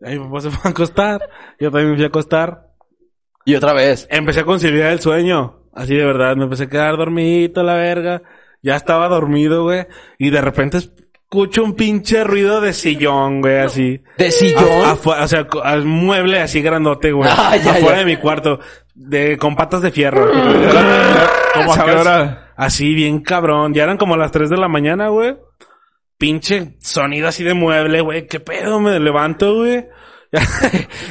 Speaker 3: Ya mi papá se fue a acostar. Yo también me fui a acostar.
Speaker 2: y otra vez.
Speaker 3: Empecé a conciliar el sueño. Así de verdad, me empecé a quedar dormidito, la verga. Ya estaba dormido, güey. Y de repente escucho un pinche ruido de sillón, güey, así.
Speaker 2: ¿De sillón?
Speaker 3: Ah, Afu- o sea, co- al mueble así grandote, güey.
Speaker 2: Ah, ya,
Speaker 3: afuera
Speaker 2: ya.
Speaker 3: de mi cuarto. de con patas de fierro.
Speaker 5: Como a qué
Speaker 3: ¿Sabes?
Speaker 5: hora?
Speaker 3: Así bien cabrón. Ya eran como las 3 de la mañana, güey. Pinche sonido así de mueble, güey. ¿Qué pedo? Me levanto, güey.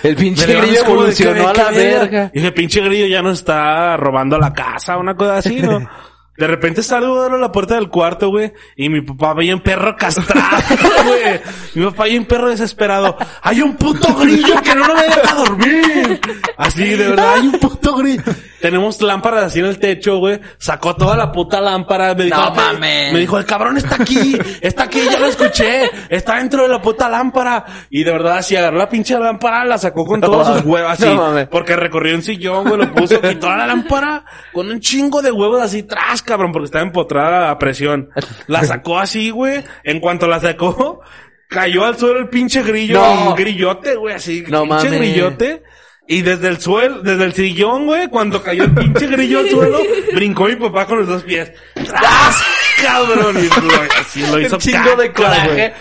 Speaker 2: El pinche
Speaker 3: ah, Me levanto,
Speaker 2: grillo
Speaker 3: es como de que,
Speaker 2: evolucionó a
Speaker 3: ¿de
Speaker 2: la
Speaker 3: qué verga?
Speaker 2: verga.
Speaker 3: Y dije, pinche grillo ya no está robando la casa, una cosa así, ¿no? De repente salgo abro la puerta del cuarto, güey, y mi papá veía un perro castrado, güey. Mi papá veía un perro desesperado. Hay un puto grillo que no me deja dormir. Así, de verdad, hay un puto grillo. Tenemos lámparas así en el techo, güey. Sacó toda la puta lámpara. Me dijo,
Speaker 1: No
Speaker 3: "Ah, pa-".
Speaker 1: mames.
Speaker 3: Me dijo, el cabrón está aquí, está aquí, ya lo escuché. Está dentro de la puta lámpara. Y de verdad, así agarró la pinche lámpara, la sacó con
Speaker 2: No
Speaker 3: todos sus
Speaker 2: mames.
Speaker 3: huevos así.
Speaker 2: No mames.
Speaker 3: Porque recorrió un sillón, güey, lo puso, quitó la lámpara con un chingo de huevos así, tras, cabrón, porque estaba empotrada a presión. La sacó así, güey. En cuanto la sacó, cayó al suelo el pinche grillo,
Speaker 2: No.
Speaker 3: un grillote, güey, así,
Speaker 2: No
Speaker 3: pinche
Speaker 2: mames.
Speaker 3: grillote. Y desde el suelo, desde el sillón, güey, cuando cayó el pinche grillo al suelo, brincó mi papá con los dos pies. ¡Tras, cabrón! Y lo, así lo hizo
Speaker 2: Un chingo de
Speaker 3: caca, güey.
Speaker 2: coraje.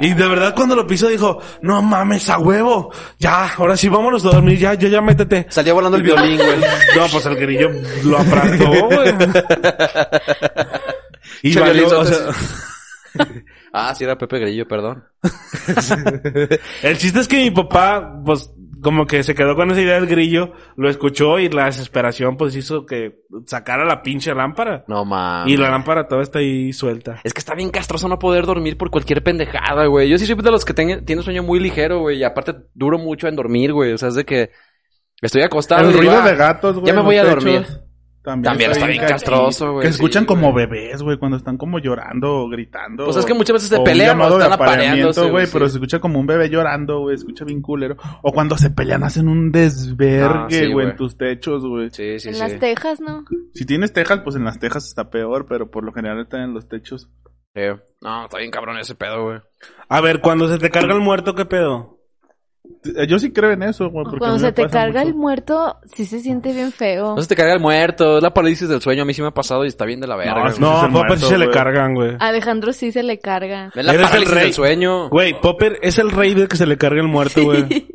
Speaker 3: Y de verdad cuando lo pisó dijo, no mames, a huevo. Ya, ahora sí vámonos a dormir, ya, ya, ya métete.
Speaker 2: Salía volando el violín, güey.
Speaker 3: No, pues el grillo lo aplastó, güey. Y
Speaker 2: Che,
Speaker 3: valió,
Speaker 2: violín,
Speaker 3: o sea,
Speaker 2: Ah, sí, era Pepe Grillo, perdón.
Speaker 3: el chiste es que mi papá, pues, como que se quedó con esa idea del grillo, lo escuchó y la desesperación, pues, hizo que sacara la pinche lámpara.
Speaker 2: No mames.
Speaker 3: Y la lámpara todavía está ahí suelta.
Speaker 2: Es que está bien castroso no poder dormir por cualquier pendejada, güey. Yo sí soy de los que tenga- tienen sueño muy ligero, güey. Y aparte duro mucho en dormir, güey. O sea, es de que estoy acostado. y
Speaker 5: El
Speaker 2: digo,
Speaker 5: ruido
Speaker 2: ah,
Speaker 5: de gatos, güey.
Speaker 2: Ya me
Speaker 5: en
Speaker 2: voy a
Speaker 5: los
Speaker 2: dormir.
Speaker 5: techos.
Speaker 2: También está bien
Speaker 5: gacho.
Speaker 2: castroso, güey,
Speaker 5: Que escuchan
Speaker 2: sí,
Speaker 5: como
Speaker 2: güey.
Speaker 5: bebés, güey, cuando están como llorando o gritando.
Speaker 2: Pues es que
Speaker 5: o-
Speaker 2: muchas veces se
Speaker 5: o un
Speaker 2: pelean o
Speaker 5: llamado de
Speaker 2: están
Speaker 5: apareamiento,
Speaker 2: apareándose,
Speaker 5: güey,
Speaker 2: güey,
Speaker 5: pero
Speaker 2: sí.
Speaker 5: se escucha como un bebé llorando, güey, escucha bien culero. O cuando se pelean hacen
Speaker 2: Ah,
Speaker 5: un
Speaker 2: sí,
Speaker 5: desvergue, güey,
Speaker 2: güey.
Speaker 5: en tus techos, güey.
Speaker 2: Sí, sí,
Speaker 4: En
Speaker 2: sí.
Speaker 4: las Tejas, ¿no?
Speaker 5: Si tienes tejas, pues en las tejas está peor, pero por lo general están en los techos.
Speaker 2: Sí. Eh, No, está bien cabrón ese pedo, güey.
Speaker 3: A ver, cuando se te carga el muerto, ¿qué pedo?
Speaker 5: Eh, Yo sí creo en eso, güey. porque a
Speaker 4: Cuando
Speaker 5: mí me
Speaker 4: se te
Speaker 5: pasa
Speaker 4: carga el
Speaker 5: mucho.
Speaker 4: muerto, sí se siente bien feo.
Speaker 3: Pues,
Speaker 2: No se te carga el muerto. Es la parálisis del sueño. A mí sí me ha pasado y está bien de la verga.
Speaker 5: No,
Speaker 2: güey.
Speaker 5: es-
Speaker 3: No,
Speaker 5: se
Speaker 3: a Popper
Speaker 5: muerto,
Speaker 3: sí se le
Speaker 5: güey.
Speaker 3: cargan, güey.
Speaker 4: A Alejandro sí se le carga.
Speaker 2: Es la
Speaker 3: Eres el
Speaker 2: parálisis
Speaker 3: rey.
Speaker 2: del sueño.
Speaker 3: Güey, Popper es el rey del que se le carga el muerto, güey.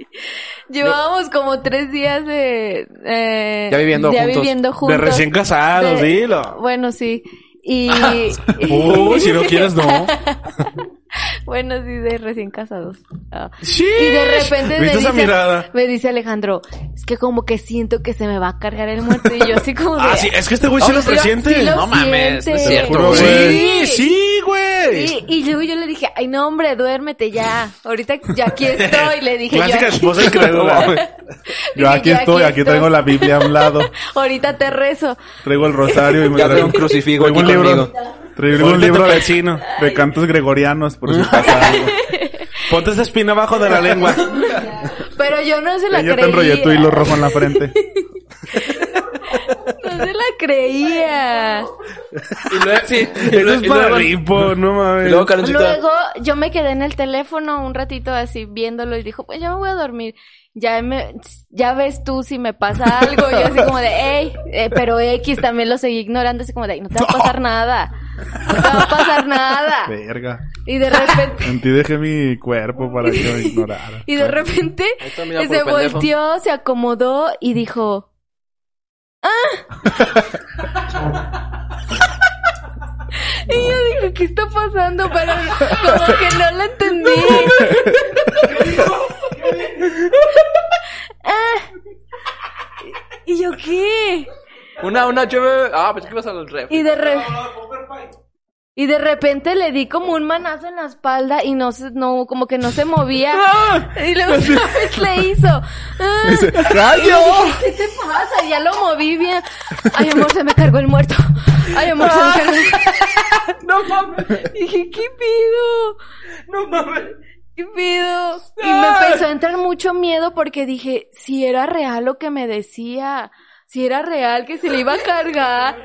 Speaker 4: Llevábamos como tres días de... eh,
Speaker 2: Ya viviendo
Speaker 4: ya
Speaker 2: juntos.
Speaker 4: viviendo
Speaker 3: De
Speaker 4: juntos.
Speaker 3: recién casados,
Speaker 4: De-
Speaker 3: dilo.
Speaker 4: Bueno, sí. Y...
Speaker 3: Uy, si no quieres, no.
Speaker 4: bueno, sí, de recién casados. Ah.
Speaker 3: Sí.
Speaker 4: Y de repente me
Speaker 3: ¿Viste esa
Speaker 4: dice,
Speaker 3: mirada?
Speaker 4: me dice Alejandro, es que como que siento que se me va a cargar el muerto. Y yo así como de...
Speaker 3: Ah, sí, es que este güey sí
Speaker 5: Oh,
Speaker 4: No,
Speaker 3: lo
Speaker 4: sí lo- sí
Speaker 3: presiente.
Speaker 4: lo-
Speaker 2: No mames, no es
Speaker 4: sientes.
Speaker 2: cierto,
Speaker 5: Puro
Speaker 2: güey.
Speaker 3: Sí, sí, güey.
Speaker 4: Y, y luego yo le dije, ay no hombre, duérmete ya. Ahorita yo aquí estoy, le dije yo.
Speaker 3: Clásica
Speaker 4: aquí-
Speaker 3: esposa incrédula, güey.
Speaker 5: Yo aquí
Speaker 4: Yo aquí
Speaker 5: estoy, aquí
Speaker 4: estoy.
Speaker 5: traigo la Biblia a un lado,
Speaker 4: Ahorita te rezo.
Speaker 5: traigo el rosario y me
Speaker 2: Ya tengo
Speaker 5: traigo
Speaker 2: un crucifijo
Speaker 5: traigo
Speaker 2: aquí
Speaker 5: un libro,
Speaker 2: conmigo.
Speaker 5: traigo
Speaker 3: Ponte
Speaker 5: un
Speaker 3: tu
Speaker 5: libro de,
Speaker 3: vecino.
Speaker 5: de cantos gregorianos por si pasa algo.
Speaker 3: Ponte esa espina abajo de la lengua.
Speaker 4: Pero yo no se la
Speaker 5: Ella te
Speaker 4: creía.
Speaker 5: enrollé tu hilo rojo en la frente.
Speaker 4: No se la creía.
Speaker 2: Y luego, sí, y
Speaker 3: Eso
Speaker 2: luego-
Speaker 3: es
Speaker 2: y
Speaker 3: para
Speaker 2: luego-
Speaker 3: Ripo, no
Speaker 2: y
Speaker 3: mames.
Speaker 2: luego, Karencita,
Speaker 4: Luego yo me quedé en el teléfono un ratito así viéndolo y dijo, pues ya me voy a dormir. Ya me, ya ves tú si me pasa algo. Yo así como de, hey, pero X también lo seguí ignorando así como de, "Ay, no te va a pasar nada. No te va a pasar nada.
Speaker 5: Verga.
Speaker 4: Y de repente...
Speaker 5: En ti dejé mi cuerpo para que lo ignorara.
Speaker 4: Y de repente
Speaker 2: Ahí está, mira,
Speaker 4: se
Speaker 2: puro pendejo.
Speaker 4: volteó, se acomodó y dijo, ¡Ah! y yo dije, ¿qué está pasando? Pero como que no lo entendí. ah. ¿Y yo qué?
Speaker 2: Una, una, yo me- Ah, pues que ibas al ref.
Speaker 4: Y de re- Y de repente le di como un manazo en la espalda y no se, no, como que no se movía.
Speaker 2: Ah.
Speaker 4: Y luego otra vez le hizo. ¡Ah!
Speaker 5: Dice,
Speaker 4: Y
Speaker 5: ¡Gallo!
Speaker 4: yo dije, ¿Qué te pasa? Ya lo moví bien. Ay, amor, se me cargó el muerto. Ay, amor, se me cargó.
Speaker 2: Ah. No mames,
Speaker 4: Y Dije, ¿qué pido?
Speaker 2: no mames. Ah.
Speaker 4: ¿Qué pido? Y me empezó a entrar mucho miedo porque dije, si era real lo que me decía. Si era real que se le iba a cargar.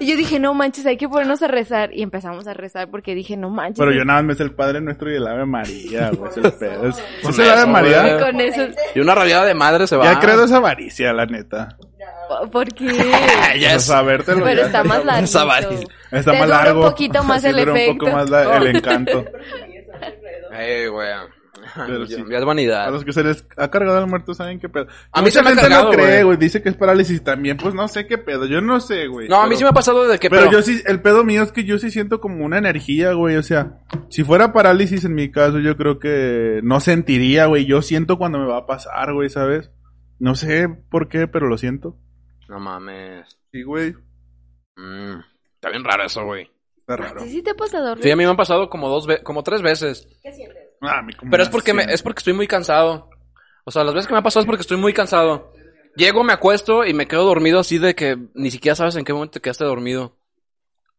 Speaker 4: Y yo dije, no manches, hay que ponernos a rezar. Y empezamos a rezar porque dije, no manches.
Speaker 5: Pero yo nada más me sé el Padre Nuestro y el Ave María, güey. Es el pedo. Es- ¿Sí
Speaker 2: Con
Speaker 5: es el Ave
Speaker 2: eso, Ah.
Speaker 5: María?
Speaker 2: güey.
Speaker 4: Con eso.
Speaker 2: Y una rabiada de madre se va.
Speaker 5: Ya creo esa avaricia, la neta.
Speaker 4: ¿Por qué?
Speaker 2: Ay, ya
Speaker 5: O sea,
Speaker 2: es-
Speaker 5: sabértelo
Speaker 4: Pero
Speaker 5: ya.
Speaker 4: está más
Speaker 2: Esa
Speaker 4: largo.
Speaker 2: varilla.
Speaker 5: Está
Speaker 4: Te
Speaker 5: más
Speaker 4: dura
Speaker 5: largo.
Speaker 4: un poquito más
Speaker 5: Sí,
Speaker 4: el
Speaker 2: Oh.
Speaker 5: dura un
Speaker 4: efecto.
Speaker 5: poco más la- el encanto.
Speaker 2: Ey, güey.
Speaker 5: Pero sí.
Speaker 2: Ya es vanidad.
Speaker 5: A los que se les ha cargado el muerto saben qué pedo.
Speaker 2: A mí se me ha
Speaker 5: Mucha gente
Speaker 2: cargado,
Speaker 5: no cree,
Speaker 2: güey.
Speaker 5: güey. Dice que es parálisis también. Pues no sé qué pedo. Yo no sé, güey.
Speaker 2: No, a mí
Speaker 5: Pero-
Speaker 2: sí me ha pasado de que...
Speaker 5: Pero yo sí, el pedo mío es que yo sí siento como una energía, güey. O sea, si fuera parálisis en mi caso, yo creo que no sentiría, güey. Yo siento cuando me va a pasar, güey, ¿sabes? No sé por qué, pero lo siento.
Speaker 2: No mames.
Speaker 5: Sí, güey.
Speaker 2: Mm, Está bien raro eso, güey.
Speaker 5: Está raro.
Speaker 4: Sí, sí te ha pasado.
Speaker 2: Sí, a mí me han pasado como dos ve- como tres veces.
Speaker 5: Ah, mi comadre,
Speaker 2: Pero es porque me-
Speaker 5: sí.
Speaker 2: es porque estoy muy cansado. O sea, las veces que me ha pasado es porque estoy muy cansado. Llego, me acuesto y me quedo dormido así de que ni siquiera sabes en qué momento te quedaste dormido.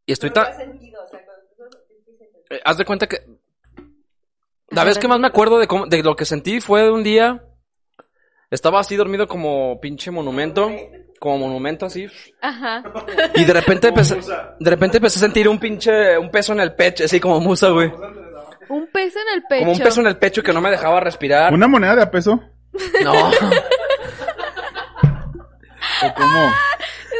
Speaker 2: Y estoy tan... Eh, Haz de cuenta que... La vez que más me acuerdo de, cómo- de lo que sentí fue de un día... Estaba así dormido como pinche monumento. Como monumento así.
Speaker 4: Ajá.
Speaker 2: Y de repente empecé, de repente empecé a sentir un pinche... Un peso en el pecho, así como musa, güey.
Speaker 4: Un peso en el pecho.
Speaker 2: Como un peso en el pecho que no me dejaba respirar.
Speaker 5: ¿Una moneda de a peso?
Speaker 2: No.
Speaker 5: ¿O cómo?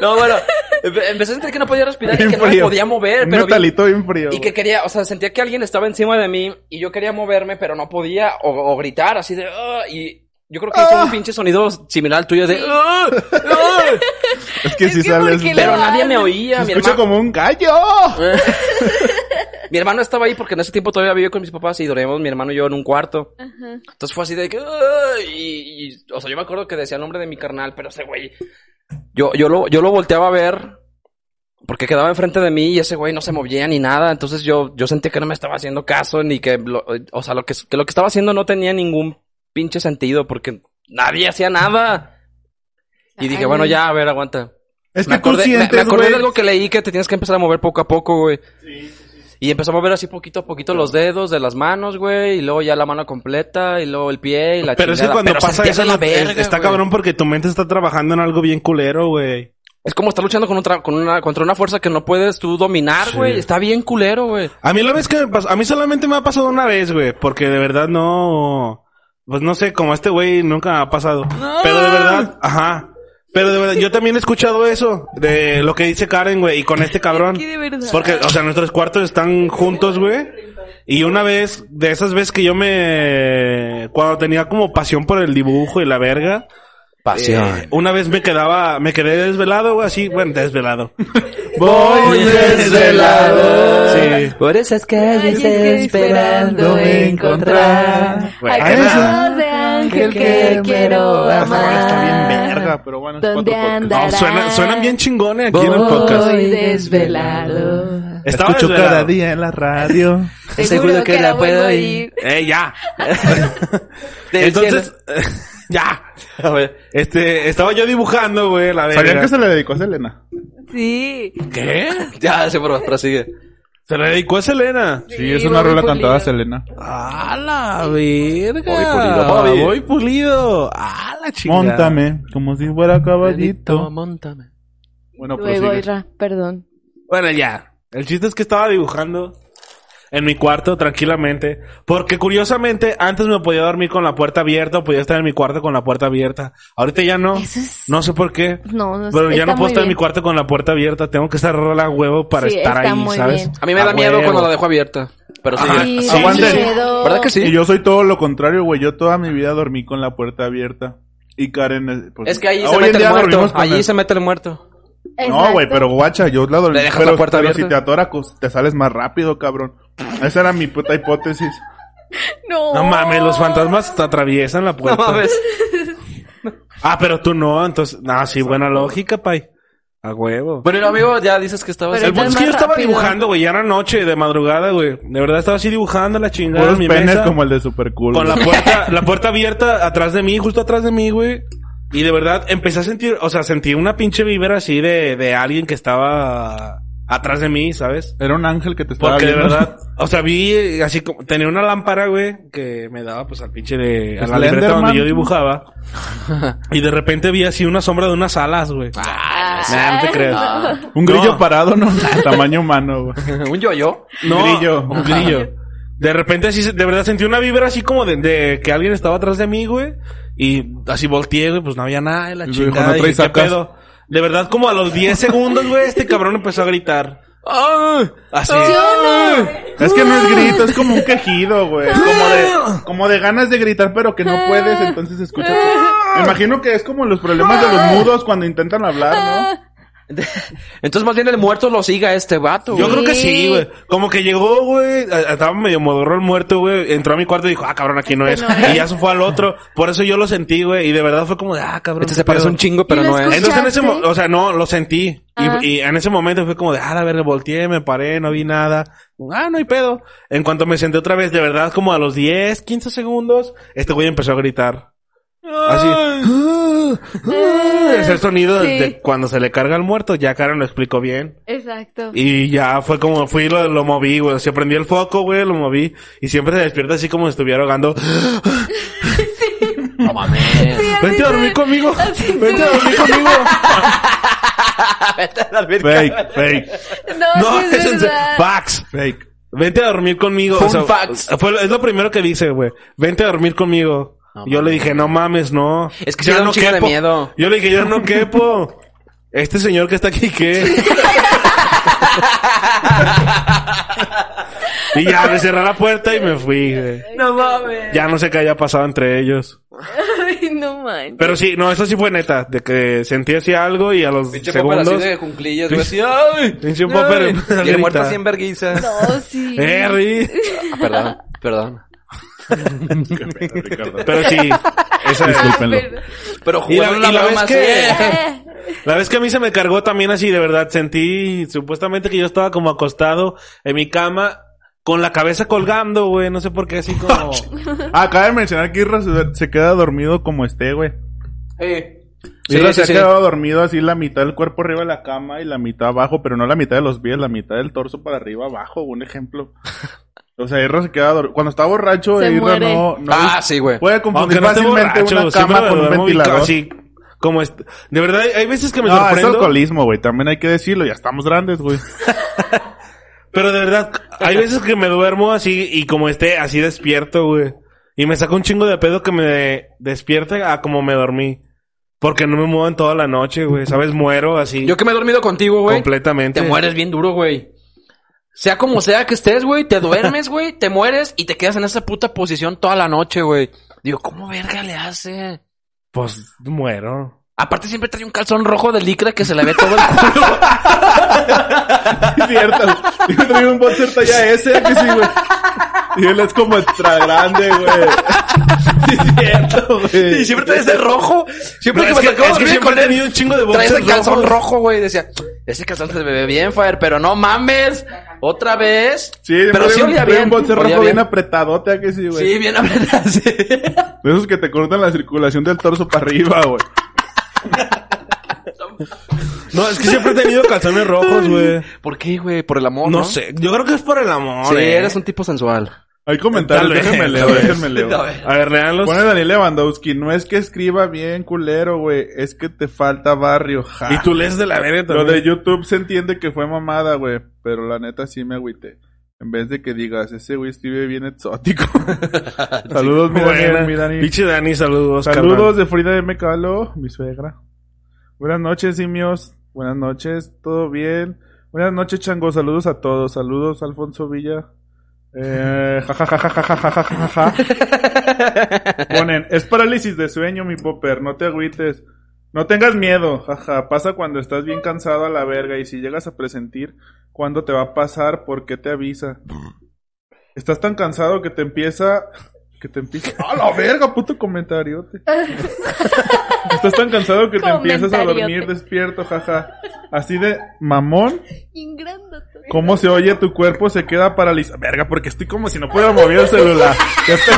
Speaker 2: No, bueno, empe- empecé a sentir que no podía respirar y
Speaker 5: Bien
Speaker 2: que no me
Speaker 5: frío.
Speaker 2: podía mover,
Speaker 5: Un
Speaker 2: pero vi-
Speaker 5: metalito bien frío.
Speaker 2: y que
Speaker 5: güey.
Speaker 2: quería, o sea, sentía que alguien estaba encima de mí y yo quería moverme, pero no podía o, o gritar así de "Ah", y yo creo que hizo
Speaker 5: Ah.
Speaker 2: un pinche sonido similar al tuyo de "Ah, ah",
Speaker 5: Es que
Speaker 4: Es
Speaker 5: si
Speaker 4: que
Speaker 5: sales...
Speaker 4: porque
Speaker 2: pero
Speaker 4: lo
Speaker 2: nadie me
Speaker 5: Se
Speaker 4: haces.
Speaker 2: oía, mi
Speaker 5: escucha
Speaker 2: hermano.
Speaker 5: como un gallo.
Speaker 2: Mi hermano estaba ahí porque en ese tiempo todavía vivía con mis papás y dormíamos mi hermano y yo en un cuarto.
Speaker 4: Ajá.
Speaker 2: Entonces fue así de que. "Ah", Y, y, o sea, yo me acuerdo que decía el nombre de mi carnal, pero ese güey. Yo, yo, lo, yo lo volteaba a ver porque quedaba enfrente de mí y ese güey no se movía ni nada. Entonces yo, yo sentí que no me estaba haciendo caso ni que. lo- o sea, lo que, que lo que estaba haciendo no tenía ningún pinche sentido porque nadie hacía nada. Y dije,
Speaker 4: Ay.
Speaker 2: bueno, ya, a ver, aguanta.
Speaker 5: Es que
Speaker 2: Me acordé,
Speaker 5: tú
Speaker 2: me-
Speaker 5: sientes,
Speaker 2: me acordé
Speaker 5: güey.
Speaker 2: de algo que leí que te tienes que empezar a mover poco a poco, güey. Y empezó a mover así poquito a poquito los dedos de las manos, güey. Y luego ya la mano completa, y luego el pie, y la
Speaker 3: Pero es que
Speaker 2: chingada.
Speaker 3: cuando
Speaker 2: Pero
Speaker 3: pasa
Speaker 2: sentías
Speaker 3: eso,
Speaker 2: a la
Speaker 3: no- es-
Speaker 2: verga,
Speaker 3: está
Speaker 2: güey.
Speaker 3: cabrón porque tu mente está trabajando en algo bien culero, güey.
Speaker 2: Es como estar luchando con otra, con una, contra una fuerza que no puedes tú dominar,
Speaker 3: Sí.
Speaker 2: güey. Está bien culero, güey.
Speaker 3: A mí la vez que me pasó, a mí solamente me ha pasado una vez, güey, porque de verdad no, pues no sé, como a este güey nunca me ha pasado. Pero de verdad, ajá. Pero de verdad, yo también he escuchado eso, de lo que dice Karen, güey, y con este cabrón.
Speaker 4: Que de verdad.
Speaker 3: Porque, o sea, nuestros cuartos están juntos, güey. Y una vez, de esas veces que yo me, cuando tenía como pasión por el dibujo y la verga, eh, una vez me quedaba, me quedé desvelado, güey, así, bueno, desvelado.
Speaker 5: Voy desvelado.
Speaker 3: Sí.
Speaker 2: Por esas calles esperando encontrar.
Speaker 3: Bueno,
Speaker 4: a
Speaker 3: esa-
Speaker 4: Carlos de ángel que quiero
Speaker 5: Esa rola está bien
Speaker 4: amar.
Speaker 5: verga, pero bueno. es
Speaker 4: ah, ¿Dónde
Speaker 5: para otro podcast.
Speaker 4: andas?
Speaker 3: No, suena- suenan bien chingones aquí en el podcast.
Speaker 4: Voy desvelado.
Speaker 3: Estaba
Speaker 5: Escucho
Speaker 3: desvelado.
Speaker 5: cada día en la radio.
Speaker 2: Seguro que la
Speaker 4: voy a
Speaker 2: puedo
Speaker 4: morir.
Speaker 3: Eh, ya.
Speaker 2: Del
Speaker 3: Entonces,
Speaker 2: cielo.
Speaker 3: ya.
Speaker 2: A ver.
Speaker 3: Este, estaba yo dibujando, güey, la
Speaker 5: ¿Sabían
Speaker 3: verga.
Speaker 5: que se le dedicó a Selena?
Speaker 4: Sí.
Speaker 3: ¿Qué?
Speaker 2: Ya, se por prosigue.
Speaker 3: Se le dedicó a Selena.
Speaker 5: Sí, es una
Speaker 4: Bobby
Speaker 5: rola
Speaker 4: Pulido.
Speaker 5: cantada a Selena.
Speaker 3: A la verga.
Speaker 2: Voy pulido, Bobby.
Speaker 3: Voy pulido. A la chingada.
Speaker 5: Móntame, como si fuera caballito.
Speaker 2: montame.
Speaker 5: Bueno,
Speaker 4: Luego,
Speaker 5: prosigue.
Speaker 4: Irra, perdón.
Speaker 3: Bueno, ya. El chiste es que estaba dibujando en mi cuarto tranquilamente. Porque curiosamente, antes me podía dormir con la puerta abierta o podía estar en mi cuarto con la puerta abierta. Ahorita ya no.
Speaker 4: Eso es-
Speaker 3: No sé por qué.
Speaker 4: No, no sé,
Speaker 3: Pero ya
Speaker 4: está
Speaker 3: no puedo
Speaker 4: muy
Speaker 3: estar en mi
Speaker 4: bien.
Speaker 3: cuarto con la puerta abierta. Tengo que estar rola a huevo para
Speaker 4: Sí,
Speaker 3: estar
Speaker 4: está
Speaker 3: ahí,
Speaker 4: muy
Speaker 3: ¿sabes?
Speaker 4: bien.
Speaker 2: A mí me da
Speaker 3: A
Speaker 2: miedo cuando
Speaker 3: huevo.
Speaker 2: la dejo abierta. Pero sí.
Speaker 3: Ajá.
Speaker 4: Sí,
Speaker 3: Sí,
Speaker 5: aguante.
Speaker 4: miedo.
Speaker 2: ¿Verdad que sí?
Speaker 5: Y yo soy todo lo contrario, güey. Yo toda mi vida dormí con la puerta abierta. Y Karen... eh, pues,
Speaker 2: Es que ahí
Speaker 5: hoy
Speaker 2: se
Speaker 5: en
Speaker 2: mete el
Speaker 5: día dormimos
Speaker 2: muerto.
Speaker 5: con
Speaker 2: Allí
Speaker 5: el-
Speaker 2: se mete el muerto.
Speaker 5: No,
Speaker 4: Exacto.
Speaker 5: güey, pero guacha, yo la dormí.
Speaker 2: Le dejas
Speaker 5: pero,
Speaker 2: la puerta
Speaker 5: pero
Speaker 2: abierta.
Speaker 5: si te atoracos, te sales más rápido, cabrón. Esa era mi puta hipótesis.
Speaker 4: No.
Speaker 3: No mames, los fantasmas te atraviesan la
Speaker 2: No
Speaker 3: puerta.
Speaker 2: mames.
Speaker 3: Ah, pero tú no, entonces, no, sí, buena lógica, pay. A huevo.
Speaker 2: Bueno, y no, amigo, ya dices que estabas.
Speaker 4: Pero
Speaker 3: el punto es que yo
Speaker 4: más
Speaker 3: estaba
Speaker 4: rápido.
Speaker 3: dibujando, güey, ya era noche, de madrugada, güey. De verdad estaba así dibujando la chingada
Speaker 5: Puros
Speaker 3: en mi
Speaker 5: penes
Speaker 3: mesa.
Speaker 5: como el de Super Cool.
Speaker 3: Con la
Speaker 5: güey.
Speaker 3: puerta, la puerta abierta atrás de mí, justo atrás de mí, güey. Y de verdad empecé a sentir, o sea, sentí una pinche vibra así de, de alguien que estaba atrás de mí, ¿sabes?
Speaker 5: Era un ángel que te estaba
Speaker 3: Porque de
Speaker 5: viendo.
Speaker 3: verdad, o sea, vi eh, así como, tenía una lámpara, güey, que me daba pues al pinche de, a la
Speaker 5: Slenderman.
Speaker 3: libreta donde yo dibujaba. Y de repente vi así una sombra de unas alas, güey.
Speaker 5: Ah,
Speaker 3: Nah, no te creas.
Speaker 5: Un grillo
Speaker 3: No.
Speaker 5: parado, no, tamaño humano, güey.
Speaker 2: Un yo-yo.
Speaker 3: No,
Speaker 5: Un grillo.
Speaker 3: Un grillo. De repente así, se- de verdad sentí una vibra así como de, de que alguien estaba atrás de mí, güey. Y así volteé, güey, pues no había nada, y la
Speaker 5: Y dijo,
Speaker 3: chingada.
Speaker 5: "No
Speaker 3: y dije,
Speaker 5: traes
Speaker 3: ¿qué
Speaker 5: sacas".
Speaker 3: pedo? De verdad, como a los 10 segundos, güey, este cabrón empezó a gritar. ¡Ah! Así.
Speaker 4: ¿Sí o
Speaker 5: Es que no es grito, es como un quejido, güey. Como de, como de ganas de gritar, pero que no puedes, entonces se escucha. Me imagino que es como los problemas de los mudos cuando intentan hablar,
Speaker 2: Entonces, más bien el muerto lo siga a este vato.
Speaker 3: Yo
Speaker 2: güey.
Speaker 3: creo que sí, güey. Como que llegó, güey. a- Estaba medio modorro el muerto, güey. Entró a mi cuarto y dijo, ah, cabrón, aquí no es.
Speaker 4: Este no es.
Speaker 3: Y ya se fue al otro. Por eso yo lo sentí, güey. Y de verdad fue como de, ah, cabrón.
Speaker 2: Este
Speaker 3: qué
Speaker 2: se parece
Speaker 3: pedo".
Speaker 2: un chingo, pero
Speaker 4: Y lo
Speaker 2: no es.
Speaker 4: escuché.
Speaker 3: Entonces en ese mo-
Speaker 4: ¿Escuchaste?
Speaker 3: o sea, no, lo sentí. Y-
Speaker 4: Ah.
Speaker 3: Y, en ese momento fue como de, ah, a ver, volteé, me paré, no vi nada. Ah, no hay pedo. En cuanto me senté otra vez, de verdad, como a los 10, 15 segundos, este güey empezó a gritar. Así. Es el sonido de-
Speaker 4: Sí.
Speaker 3: de cuando se le carga al muerto. Ya Karen lo explicó bien.
Speaker 4: Exacto.
Speaker 3: Y ya fue como, fui, y lo, lo moví, güey. Se prendió el foco, güey, lo moví. Y siempre se despierta así como si estuviera ahogando.
Speaker 2: No mames.
Speaker 3: Vente a dormir conmigo. Vente a dormir conmigo. Fake, fake.
Speaker 4: No,
Speaker 3: No,
Speaker 4: sí
Speaker 3: es en
Speaker 4: es
Speaker 3: serio.
Speaker 4: verdad.
Speaker 3: Facts. Fake. Vente a dormir conmigo.
Speaker 2: Fun
Speaker 3: O sea,
Speaker 2: facts.
Speaker 3: fue lo- es lo primero que dice, güey. Vente a dormir conmigo.
Speaker 2: No
Speaker 3: yo le
Speaker 2: mames.
Speaker 3: dije, no mames, no.
Speaker 2: Es que sí da un chingo de miedo.
Speaker 3: Yo le dije, yo no quepo. Este señor que está aquí, ¿qué? y ya, me cerré la puerta y me fui, güey.
Speaker 2: No mames.
Speaker 3: Ya no sé qué haya pasado entre ellos.
Speaker 4: Ay, no manches.
Speaker 3: Pero sí, no, eso sí fue neta. De que sentí así algo y a los
Speaker 2: Pinche popper así
Speaker 3: segundos...
Speaker 2: de cunclillas, güey. Así, ¡ay!
Speaker 3: Pinche
Speaker 2: ¡Ay!
Speaker 3: popper.
Speaker 2: Y el muerto
Speaker 3: Grita.
Speaker 2: así en verguiza.
Speaker 4: No, sí.
Speaker 3: ¡Harry!
Speaker 2: Ah, perdón, perdón.
Speaker 5: ¿no?
Speaker 3: Pero sí, esa
Speaker 5: Discúlpenlo.
Speaker 2: Pero
Speaker 3: Y la-
Speaker 2: jugaron la,
Speaker 3: y la
Speaker 2: broma
Speaker 3: vez
Speaker 2: así.
Speaker 3: que-
Speaker 4: Eh,
Speaker 3: La vez que a mí se me cargó también así, de verdad, sentí supuestamente que yo estaba como acostado en mi cama con la cabeza colgando, güey, no sé por qué así como...
Speaker 5: Acaba de Ah, mencionar que Irra se, se queda dormido como este, güey.
Speaker 2: Eh.
Speaker 5: Irra
Speaker 2: Sí,
Speaker 5: se
Speaker 2: sí, sí.
Speaker 5: ha quedado dormido así la mitad del cuerpo arriba de la cama y la mitad abajo, pero no la mitad de los pies, la mitad del torso para arriba abajo, un ejemplo. O sea, Irra se queda dormido. Cuando está borracho,
Speaker 4: Se
Speaker 5: Irra
Speaker 4: muere.
Speaker 5: no, no-
Speaker 2: Ah, sí, güey.
Speaker 5: Puede
Speaker 3: Aunque
Speaker 5: confundir
Speaker 3: no esté
Speaker 5: fácilmente
Speaker 3: borracho,
Speaker 5: una
Speaker 3: siempre
Speaker 5: cama
Speaker 3: me
Speaker 5: con un
Speaker 3: duermo
Speaker 5: ventilador.
Speaker 3: Así, como est- De verdad, hay- hay veces que me
Speaker 5: No, es
Speaker 3: sorprendo,
Speaker 5: alcoholismo, güey. También hay que decirlo. Ya estamos grandes, güey.
Speaker 3: pero de verdad, hay veces que me duermo así y como esté así despierto, güey. Y me saca un chingo de pedo que me despierte a como me dormí. Porque no me muevo en toda la noche, güey. ¿Sabes? Muero así.
Speaker 2: Yo que me he dormido contigo, güey.
Speaker 3: completamente.
Speaker 2: Te mueres bien duro, güey. Sea como sea que estés, güey, te duermes, güey, te mueres y te quedas en esa puta posición toda la noche, güey. Digo, ¿cómo verga le hace?
Speaker 3: Pues muero.
Speaker 2: Aparte siempre trae un calzón rojo de licra que se le ve todo el culo.
Speaker 5: Es cierto. Yo traigo un boxer talla S, que sí, güey. Y él es como extra grande, güey. Sí, es cierto, güey.
Speaker 2: Y siempre trae ese rojo. Siempre
Speaker 3: No,
Speaker 2: que
Speaker 3: es
Speaker 2: me
Speaker 3: que-
Speaker 2: tocó
Speaker 3: es que
Speaker 2: dormir
Speaker 3: siempre
Speaker 2: con
Speaker 3: he
Speaker 2: él,
Speaker 3: tenido un chingo de
Speaker 2: trae ese
Speaker 3: boxers
Speaker 2: calzón
Speaker 3: rojos.
Speaker 2: rojo, güey. Decía, ese calzón se ve bien, Fire, pero no mames. Otra vez.
Speaker 5: Sí,
Speaker 2: pero
Speaker 5: pero
Speaker 2: sí
Speaker 5: un,
Speaker 2: olía
Speaker 5: trae
Speaker 2: bien.
Speaker 5: un boxer
Speaker 2: olía
Speaker 5: rojo bien,
Speaker 2: bien.
Speaker 5: apretadote, ¿a que sí, güey.
Speaker 2: Sí, bien apretado. sí.
Speaker 5: De esos que te cortan la circulación del torso para arriba, güey.
Speaker 3: No, es que siempre he tenido calzones rojos, güey.
Speaker 2: ¿Por qué, güey? Por el amor,
Speaker 3: No,
Speaker 2: ¿no?
Speaker 3: sé, yo creo que es por el amor.
Speaker 2: Sí,
Speaker 3: eh.
Speaker 2: eres un tipo sensual.
Speaker 5: Hay comentarios,
Speaker 3: Tal vez,
Speaker 5: déjenme
Speaker 3: tal
Speaker 5: leo,
Speaker 3: vez.
Speaker 5: déjenme leo.
Speaker 2: A ver.
Speaker 3: A ver, leanlos.
Speaker 5: Pone Daniel Lewandowski, no es que escriba bien, culero, güey, es que te falta barrio. ja.
Speaker 3: Y tú lees de la verga
Speaker 5: Lo
Speaker 3: también.
Speaker 5: de YouTube se entiende que fue mamada, güey. Pero la neta sí me agüité. En vez de que digas, ese güey escribe bien exótico. Saludos, mi
Speaker 3: Buena.
Speaker 5: Daniel, mi Dani.
Speaker 3: Pinche Dani, saludos.
Speaker 5: Saludos de Frida M. Kahlo, mi suegra. Buenas noches, simios. Buenas noches, ¿todo bien? Buenas noches, Chango. Saludos a todos. Saludos, Alfonso Villa. Eh, ja, ja, ja, ja, ja, ja, ja, ja, ja, ja. Ponen, es parálisis de sueño, mi popper. No te agüites. No tengas miedo, jaja. Pasa cuando estás bien cansado a la verga y si llegas a presentir cuándo te va a pasar, ¿por qué te avisa? Estás tan cansado que te empieza... Que te empieza... ¡A la verga, puto comentariote! Estás tan cansado que te empiezas a dormir
Speaker 4: Comentariote.
Speaker 5: despierto, jaja. Así de mamón,
Speaker 4: Ingrándote.
Speaker 5: cómo se oye tu cuerpo, se queda paralizado. Verga, porque estoy como si no pudiera mover el celular. Ya estoy...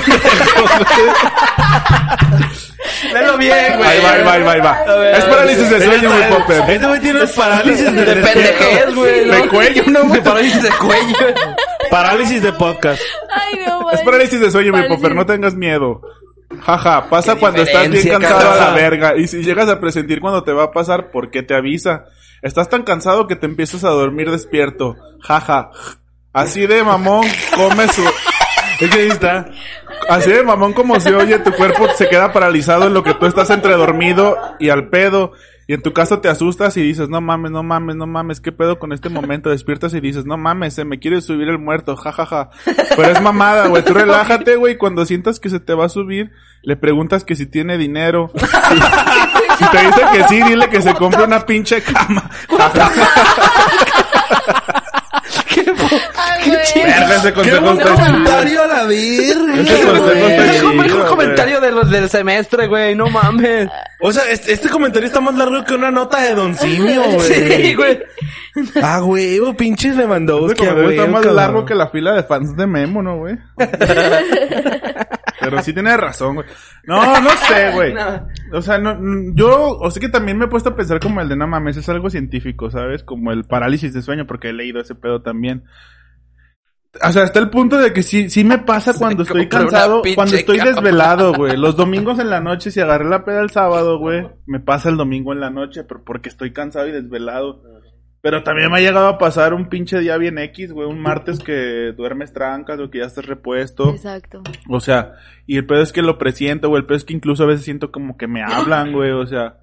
Speaker 2: Léelo bien, güey.
Speaker 5: Ahí va, ahí va, ahí va, ahí
Speaker 2: A
Speaker 5: va.
Speaker 2: ver,
Speaker 5: Es
Speaker 2: a ver.
Speaker 5: parálisis de sueño, mi popper.
Speaker 3: Este güey tiene parálisis de,
Speaker 2: De pendejez, güey.
Speaker 5: De
Speaker 2: ¿no?
Speaker 5: cuello, ¿no, güey?
Speaker 2: De parálisis de cuello.
Speaker 3: Parálisis de podcast.
Speaker 4: Ay, no
Speaker 5: Es
Speaker 4: manches.
Speaker 5: parálisis de sueño, mi
Speaker 4: Parálisis.
Speaker 5: popper, no tengas miedo. Jaja, pasa
Speaker 2: Qué
Speaker 5: cuando estás bien
Speaker 2: diferencia,
Speaker 5: cansado a la
Speaker 2: cabrón.
Speaker 5: verga. Y si llegas a presentir cuando te va a pasar, ¿por qué te avisa? Estás tan cansado que te empiezas a dormir despierto. Jaja. Así de mamón, come su... Es que ahí está. Así de mamón como se oye, tu cuerpo se queda paralizado en lo que tú estás entre dormido y al pedo. Y en tu casa te asustas y dices, no mames, no mames, no mames, ¿qué pedo con este momento? Despiertas y dices, no mames, se me quiere subir el muerto, jajaja. Pero es mamada, güey, tú relájate, güey, cuando sientas que se te va a subir, le preguntas que si tiene dinero. Si te dice que sí, dile que se compre una pinche cama.
Speaker 4: Ay, güey.
Speaker 5: Verga, ese consejo
Speaker 3: buen
Speaker 5: está chido.
Speaker 3: a la verga,
Speaker 5: Ese consejo
Speaker 3: güey.
Speaker 5: está
Speaker 2: Mejor,
Speaker 5: chido,
Speaker 2: mejor
Speaker 5: güey.
Speaker 2: comentario de los del semestre, güey. No mames.
Speaker 3: O sea, este, este comentario está más largo que una nota de Don Simio, güey.
Speaker 2: Sí, güey.
Speaker 3: Ah, huevo, pinches
Speaker 5: Ese
Speaker 3: Lewandowski, a
Speaker 5: Este comentario está
Speaker 3: huevo,
Speaker 5: más
Speaker 3: cabrón.
Speaker 5: largo que la fila de fans de Memo, ¿no, güey? Pero sí tiene razón, güey. No, no sé, güey. O sea, no, mm, yo, o sea que también me he puesto a pensar como el de no mames, es algo científico, ¿sabes? Como el parálisis de sueño, porque he leído ese pedo también. O sea, está el punto de que sí, sí me pasa cuando estoy
Speaker 2: compra una
Speaker 5: cansado,
Speaker 2: pinche
Speaker 5: cuando estoy
Speaker 2: cama.
Speaker 5: desvelado, güey. Los domingos en la noche, si agarré la peda el sábado, güey, me pasa el domingo en la noche, pero porque estoy cansado y desvelado. Pero también me ha llegado a pasar un pinche día bien X, güey, un martes que duermes trancas o que ya estás repuesto.
Speaker 4: Exacto.
Speaker 5: O sea, y el pedo es que lo presiento, güey. El pedo es que incluso a veces siento como que me hablan, güey. O sea,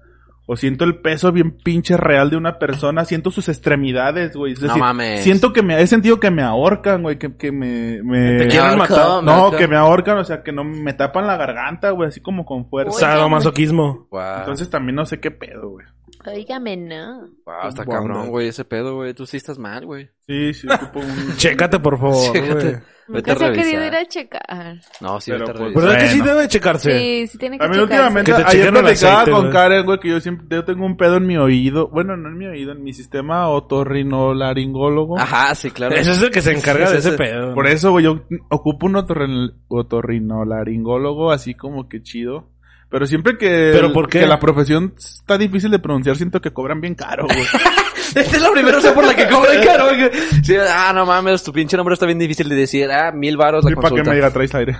Speaker 5: o siento el peso bien pinche real de una persona. Siento sus extremidades, güey. Es
Speaker 2: No
Speaker 5: decir,
Speaker 2: mames.
Speaker 5: Siento que me, he sentido que me ahorcan, güey. Que, que me, me...
Speaker 2: te quieren
Speaker 5: ahorcan,
Speaker 2: matar.
Speaker 5: No,
Speaker 2: Ahorcan.
Speaker 5: que me ahorcan. O sea, que no me tapan la garganta, güey. Así como con fuerza.
Speaker 3: Sadomasoquismo.
Speaker 2: Wow.
Speaker 5: Entonces también no sé qué pedo, güey.
Speaker 4: Oígame, no.
Speaker 2: wow, está
Speaker 3: Wanda.
Speaker 2: cabrón, güey. Ese pedo, güey. Tú sí estás mal, güey.
Speaker 5: Sí, sí, ocupo un...
Speaker 3: Chécate, por
Speaker 5: Oh,
Speaker 3: favor,
Speaker 2: Chécate.
Speaker 3: güey.
Speaker 2: Vete a
Speaker 4: Nunca se ha querido ir
Speaker 2: revisar.
Speaker 4: a checar.
Speaker 2: No, sí,
Speaker 5: Pero,
Speaker 2: vete a
Speaker 5: pues,
Speaker 2: revisar.
Speaker 3: ¿Verdad que sí
Speaker 5: Bueno.
Speaker 3: debe checarse?
Speaker 4: Sí, sí tiene que
Speaker 5: También
Speaker 4: checarse.
Speaker 5: últimamente,
Speaker 3: Que te
Speaker 5: ayer
Speaker 3: chequen el
Speaker 5: platicaba
Speaker 3: aceite,
Speaker 5: con
Speaker 3: güey.
Speaker 5: Karen, güey, que yo siempre, yo tengo un pedo en mi oído, bueno, no en mi oído, en mi sistema otorrinolaringólogo.
Speaker 2: Ajá, sí, claro.
Speaker 3: Ese es el que se
Speaker 2: Sí,
Speaker 3: encarga
Speaker 2: sí,
Speaker 3: de ese
Speaker 2: sí.
Speaker 3: pedo.
Speaker 5: Por eso, güey, yo ocupo un otorrin- otorrinolaringólogo así como que chido. Pero siempre que,
Speaker 3: ¿Pero por qué?
Speaker 5: que la profesión está difícil de pronunciar, siento que cobran bien caro, güey.
Speaker 2: Esta es la primera razón por la que cobran caro, güey. Sí, ah, no mames, tu pinche nombre está bien difícil de decir. Ah, mil varos la
Speaker 5: y para que
Speaker 2: consulta.
Speaker 5: me diga, traes aire.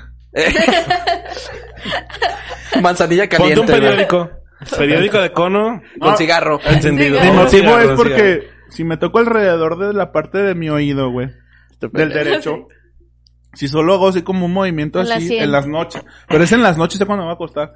Speaker 2: Manzanilla
Speaker 3: Ponte
Speaker 2: caliente,
Speaker 3: un
Speaker 2: güey.
Speaker 3: periódico. Periódico de cono.
Speaker 2: Con cigarro.
Speaker 5: Ah,
Speaker 3: Encendido.
Speaker 5: Mi
Speaker 4: Cigarro,
Speaker 5: motivo es
Speaker 3: Cigarro,
Speaker 5: porque si me toco alrededor de la parte de mi oído, güey, del derecho, si solo hago así como un movimiento
Speaker 4: En la
Speaker 5: así
Speaker 4: sien.
Speaker 5: en las noches, pero es en las noches, es cuando me va a acostar.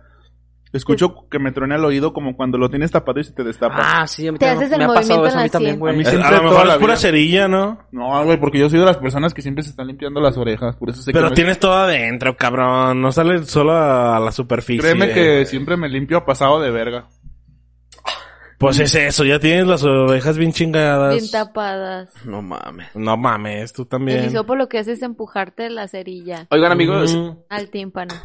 Speaker 5: Escucho que me truena el oído como cuando lo tienes tapado y se te destapa.
Speaker 2: Ah, sí, a mí
Speaker 4: Te
Speaker 2: también
Speaker 4: haces
Speaker 2: me
Speaker 4: el
Speaker 2: ha pasado eso a
Speaker 4: movimiento en
Speaker 2: mí
Speaker 4: la
Speaker 2: también,
Speaker 4: sien.
Speaker 2: güey.
Speaker 5: A mí
Speaker 3: cigarro. A
Speaker 5: Siempre
Speaker 3: lo mejor
Speaker 5: toda
Speaker 3: es
Speaker 5: la
Speaker 3: pura
Speaker 5: vida.
Speaker 3: cerilla, ¿no?
Speaker 5: No, güey, porque yo soy de las personas que siempre se están limpiando las orejas, por eso sé que
Speaker 3: Pero
Speaker 5: me-
Speaker 3: tienes todo adentro, cabrón. No sale solo a la superficie.
Speaker 5: Créeme que siempre me limpio a pasado de verga.
Speaker 3: Pues es eso, ya tienes las orejas bien chingadas.
Speaker 4: Bien tapadas.
Speaker 2: No mames.
Speaker 3: No mames, tú
Speaker 4: El
Speaker 3: también.
Speaker 4: hisopo lo que hace es empujarte la cerilla
Speaker 2: Oigan, amigos,
Speaker 3: Mm.
Speaker 4: al tímpano.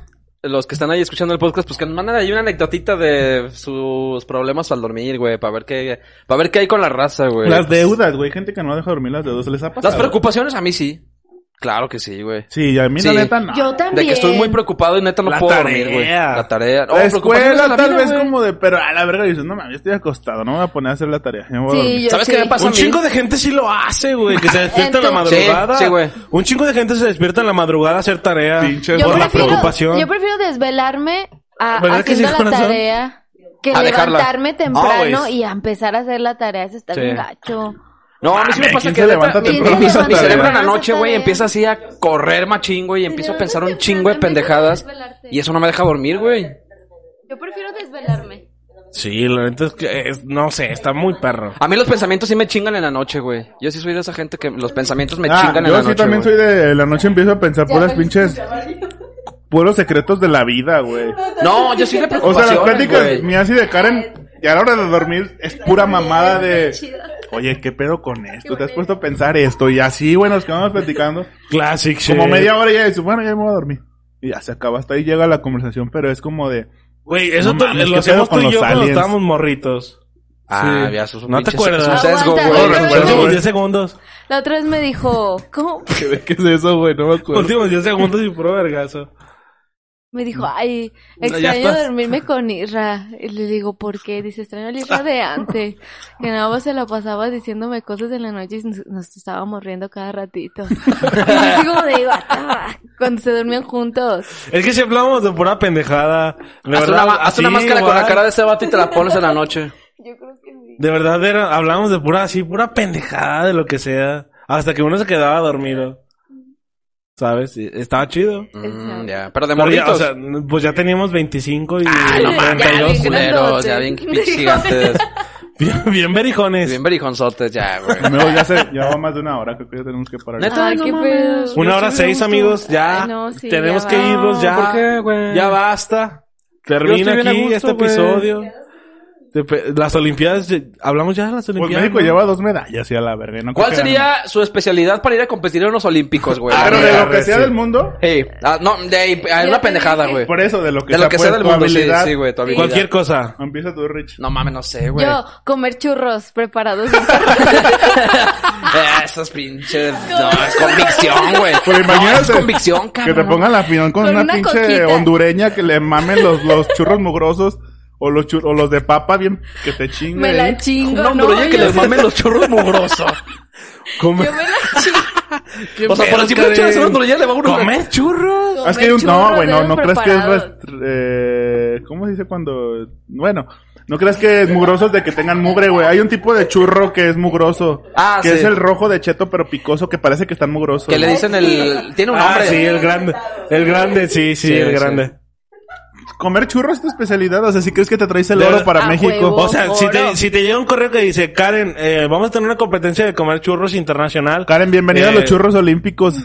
Speaker 2: los que están ahí escuchando el podcast, pues que nos manden ahí una anecdotita de sus problemas al dormir, güey, para ver qué, para ver qué hay con la raza, güey.
Speaker 5: Las deudas, güey, gente que no deja dormir las deudas, ¿les ha pasado?
Speaker 2: Pues, Las preocupaciones a mí sí. Claro que sí, güey.
Speaker 5: Sí, a mí
Speaker 2: Sí.
Speaker 5: la neta no.
Speaker 4: Yo también.
Speaker 2: De que estoy muy preocupado y neta no
Speaker 3: La
Speaker 2: puedo
Speaker 3: tarea.
Speaker 2: dormir, güey. La tarea. No,
Speaker 5: la
Speaker 2: preocupaciones
Speaker 5: escuela
Speaker 2: de la
Speaker 5: tal
Speaker 2: vida,
Speaker 5: vez
Speaker 2: güey.
Speaker 5: como de, pero a la verga dices, no mames, yo estoy acostado, no me voy a poner a hacer la tarea. ya me voy a dormir".
Speaker 4: Sí, yo
Speaker 2: ¿Sabes
Speaker 4: sí.
Speaker 2: qué me pasa?
Speaker 3: Un
Speaker 2: También.
Speaker 3: chingo de gente sí lo hace, güey. Que se despierta en la
Speaker 4: Entonces-
Speaker 3: madrugada.
Speaker 2: Sí, sí, güey.
Speaker 3: Un chingo de gente se despierta en la madrugada a hacer tarea.
Speaker 5: Pinche
Speaker 3: por la
Speaker 4: prefiero-
Speaker 3: preocupación.
Speaker 4: Yo prefiero desvelarme a-
Speaker 3: ¿Verdad que sí,
Speaker 4: haciendo la
Speaker 3: corazón?
Speaker 4: tarea que
Speaker 2: A dejarla.
Speaker 4: levantarme temprano
Speaker 3: Ah, güey.
Speaker 4: y a empezar a hacer la tarea. Eso está
Speaker 2: Sí.
Speaker 4: bien gacho.
Speaker 2: No, a mí sí me
Speaker 5: Mame,
Speaker 2: pasa
Speaker 5: ¿quién
Speaker 2: que
Speaker 5: se
Speaker 2: neta,
Speaker 5: levanta
Speaker 2: mi,
Speaker 4: temprano
Speaker 2: mi-
Speaker 4: a hacer
Speaker 2: mi cerebro en la
Speaker 4: tarea?
Speaker 2: noche, güey,
Speaker 4: Tarea.
Speaker 2: empieza así a correr machín, güey, y empiezo a
Speaker 4: levantas
Speaker 2: pensar un
Speaker 4: temprano,
Speaker 2: chingo de
Speaker 4: no dejas de
Speaker 2: pendejadas.
Speaker 4: desvelarte.
Speaker 2: Y eso no me deja dormir, güey.
Speaker 4: Yo prefiero desvelarme.
Speaker 3: Sí, la neta es que es- no sé, está muy perro.
Speaker 2: A mí los pensamientos sí me chingan en la noche, güey. Yo sí soy de esa gente que los pensamientos me
Speaker 5: Ah,
Speaker 2: chingan en
Speaker 5: yo
Speaker 2: la
Speaker 5: sí
Speaker 2: noche.
Speaker 5: también
Speaker 2: güey.
Speaker 5: soy de la noche empiezo a pensar puras pinches puros secretos de la vida, güey.
Speaker 2: No, yo soy de
Speaker 5: O sea,
Speaker 2: preocupaciones,
Speaker 5: las pláticas
Speaker 2: güey.
Speaker 5: mías y de Karen y a la hora de dormir es pura mamada de Oye, ¿qué pedo con esto? ¿Te has puesto a pensar esto? Y así, bueno, nos quedamos platicando.
Speaker 3: Classic shit.
Speaker 5: Como media hora ya dices, bueno, ya me voy a dormir. Y ya se acaba, hasta ahí llega la conversación, pero es como de
Speaker 3: Güey, eso
Speaker 5: No
Speaker 3: tú- lo
Speaker 5: mames, ¿qué pedo
Speaker 3: hacíamos tú
Speaker 5: con
Speaker 3: y
Speaker 5: los
Speaker 3: yo cuando
Speaker 5: aliens?
Speaker 3: estábamos morritos.
Speaker 2: Ah,
Speaker 3: Sí.
Speaker 2: ya, eso es un
Speaker 3: ¿No te
Speaker 2: pinche sesgo- es
Speaker 3: acuerdas?
Speaker 2: un sesgo,
Speaker 4: Aguanta,
Speaker 2: güey.
Speaker 4: aguanta.
Speaker 3: Últimos
Speaker 5: güey.
Speaker 3: 10 segundos.
Speaker 4: La otra vez me dijo, ¿cómo?
Speaker 5: ¿Qué es eso, güey? No me acuerdo.
Speaker 3: Últimos 10 segundos y puro vergazo.
Speaker 4: Me dijo,
Speaker 2: Mm.
Speaker 4: ay,
Speaker 3: ya
Speaker 4: extraño
Speaker 3: estás.
Speaker 4: dormirme con Isra. Y le digo, ¿por qué? Dice, extraño el Isra de antes. Que nada más se la pasaba diciéndome cosas en la noche y nos, nos estábamos riendo cada ratito. Y así como de, "Ah", cuando se dormían juntos.
Speaker 3: Es que siempre hablamos de pura pendejada. De
Speaker 2: Haz
Speaker 3: verdad,
Speaker 2: una, haz una
Speaker 3: así,
Speaker 2: máscara con
Speaker 3: igual.
Speaker 2: la cara de ese vato y te la pones en la noche.
Speaker 4: Yo creo que sí.
Speaker 3: De verdad, era, hablamos de pura así, pura pendejada de lo que sea. Hasta que uno se quedaba dormido. ¿Sabes? Y Estaba chido.
Speaker 2: Mm, ya. Pero de
Speaker 3: Pero ya, o
Speaker 2: morritos.
Speaker 3: sea, pues ya teníamos 25 y
Speaker 2: Ah, no mames.
Speaker 3: 32.
Speaker 4: Ya,
Speaker 2: culeros,
Speaker 4: grandote.
Speaker 2: ya bien pinches gigantes.
Speaker 3: Bien, bien berijones.
Speaker 2: bien berijonzotes ya, güey.
Speaker 5: Amigo, ya, se, ya va más de una hora, creo que ya tenemos que parar.
Speaker 2: ¿Neta?
Speaker 4: Ay,
Speaker 2: No
Speaker 4: qué
Speaker 2: mames.
Speaker 4: pedo.
Speaker 3: Una hora seis, amigos. Ya.
Speaker 4: Ay, no, sí,
Speaker 3: tenemos
Speaker 4: ya
Speaker 3: que
Speaker 4: va.
Speaker 3: irnos ya.
Speaker 2: ¿Por qué, güey?
Speaker 3: Ya basta.
Speaker 2: Yo
Speaker 3: Termina
Speaker 2: estoy bien
Speaker 3: aquí
Speaker 2: a gusto,
Speaker 3: este
Speaker 2: güey.
Speaker 3: episodio. De pe- Las Olimpiadas. de- Hablamos ya de las
Speaker 5: Pues
Speaker 3: Olimpiadas.
Speaker 5: México lleva dos medallas y a la verga. no creo
Speaker 2: ¿Cuál
Speaker 5: que
Speaker 2: sería su especialidad para ir a competir en los olímpicos, güey?
Speaker 5: gane. Ah, pero de lo que
Speaker 3: Arre,
Speaker 5: sea
Speaker 3: sí.
Speaker 5: del mundo,
Speaker 2: Hey, ah, no, de ahí, ah, es una pendejada, güey.
Speaker 5: por eso, de lo que
Speaker 2: De lo que sea
Speaker 5: pues,
Speaker 2: del
Speaker 5: tu
Speaker 2: mundo, sí,
Speaker 5: habilidad.
Speaker 2: sí, güey, tu habilidad.
Speaker 3: Cualquier cosa.
Speaker 5: Empieza tú, Rich.
Speaker 2: No mames, no sé, güey.
Speaker 4: Yo, comer churros preparados.
Speaker 2: Eh, Esas pinches. No, es convicción, güey.
Speaker 5: Pero
Speaker 2: No, es
Speaker 5: imagínate
Speaker 2: convicción,
Speaker 5: Que
Speaker 2: cabrón.
Speaker 5: te pongan la final con,
Speaker 4: Con
Speaker 5: una,
Speaker 4: una
Speaker 5: pinche
Speaker 4: coquita.
Speaker 5: hondureña que le mamen los, los churros mugrosos o los, chur- o los de papa bien que te chinguen.
Speaker 4: me
Speaker 5: ahí.
Speaker 4: la chingo.
Speaker 2: ¿eh? No,
Speaker 4: no,
Speaker 2: hombre, oye, que
Speaker 4: yo-
Speaker 2: les mamen los churros mugrosos.
Speaker 4: Yo me la chingo.
Speaker 2: O sea, por el simple hecho de ser hondureño le va uno.
Speaker 3: ¿Comer churros?
Speaker 5: Es que hay un- no,
Speaker 4: churros
Speaker 5: güey, no,
Speaker 4: de
Speaker 5: no
Speaker 4: esos
Speaker 5: crees que es...
Speaker 4: preparados.
Speaker 5: rest- eh, ¿Cómo se dice cuando...? Bueno, no crees que es mugroso de que tengan mugre, güey. Hay un tipo de churro que es mugroso.
Speaker 2: Ah,
Speaker 5: Que
Speaker 2: sí.
Speaker 5: es el rojo de cheto pero picoso que parece que están mugrosos.
Speaker 2: Que le dicen el. Tiene un
Speaker 3: Ah,
Speaker 2: nombre.
Speaker 3: sí, el grande. El grande, sí, sí,
Speaker 2: Sí,
Speaker 3: el
Speaker 2: sí.
Speaker 3: grande.
Speaker 5: Comer churros es tu especialidad, o sea, si crees que te traes el
Speaker 3: De-
Speaker 5: oro para
Speaker 4: A
Speaker 5: México.
Speaker 2: Oh,
Speaker 4: huevo.
Speaker 3: O sea, si te,
Speaker 4: Oro.
Speaker 3: si te llega un correo que dice, Karen, eh, vamos a tener una competencia de comer churros internacional.
Speaker 5: Karen, bienvenida a los
Speaker 3: Eh,
Speaker 5: churros olímpicos.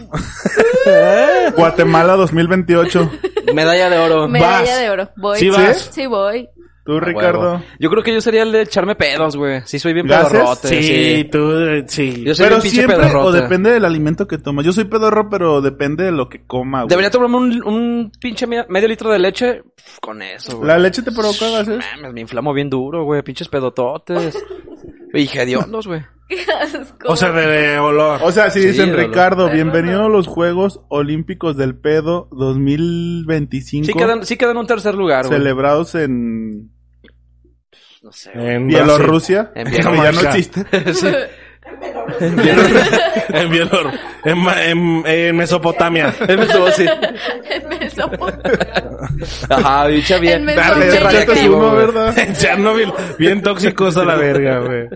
Speaker 5: Guatemala 2028.
Speaker 2: Medalla de oro.
Speaker 4: Medalla
Speaker 3: Vas.
Speaker 4: de oro. Voy.
Speaker 3: ¿Sí vas?
Speaker 4: Sí, voy.
Speaker 5: Tú,
Speaker 2: A Ah, huevo.
Speaker 5: Ricardo.
Speaker 2: Yo creo que yo sería el de echarme pedos, güey. Sí, soy bien
Speaker 5: ¿Gases?
Speaker 2: pedorrote.
Speaker 3: Sí,
Speaker 2: Sí.
Speaker 3: tú, eh, sí.
Speaker 2: Yo soy
Speaker 5: Pero
Speaker 2: bien pinche
Speaker 5: siempre, o
Speaker 2: pedorrote.
Speaker 5: depende del alimento que tomas. Yo soy pedorro, pero depende de lo que coma, güey.
Speaker 2: Debería tomarme un, un pinche me- medio litro de leche pf, con eso, güey.
Speaker 5: ¿La leche te provoca gases?
Speaker 2: Mames, me inflamo bien duro, güey. Pinches pedototes. y hediondos, güey.
Speaker 3: O sea, de, de olor.
Speaker 5: O sea, si
Speaker 2: Sí,
Speaker 5: dicen,
Speaker 2: dolor.
Speaker 5: Ricardo, bienvenido a los Juegos Olímpicos del Pedo 2025.
Speaker 2: Sí quedan, sí quedan en un tercer lugar, güey.
Speaker 5: celebrados en
Speaker 2: No sé, güey.
Speaker 3: En
Speaker 5: Bielorrusia.
Speaker 2: En
Speaker 5: que
Speaker 2: Bielorrusia.
Speaker 5: ya no existe.
Speaker 2: Sí.
Speaker 3: En Bielor. En, Ma- en- en Mesopotamia.
Speaker 2: En Mesopotamia.
Speaker 4: En Mesopotamia.
Speaker 2: Ajá, bicha bien.
Speaker 4: En
Speaker 5: Dale,
Speaker 4: Mesopotamia.
Speaker 5: rayate
Speaker 2: Radioactivo,
Speaker 5: uno,
Speaker 2: güey.
Speaker 5: ¿verdad?
Speaker 3: En Chernobyl. Bien tóxicos a la verga, güey.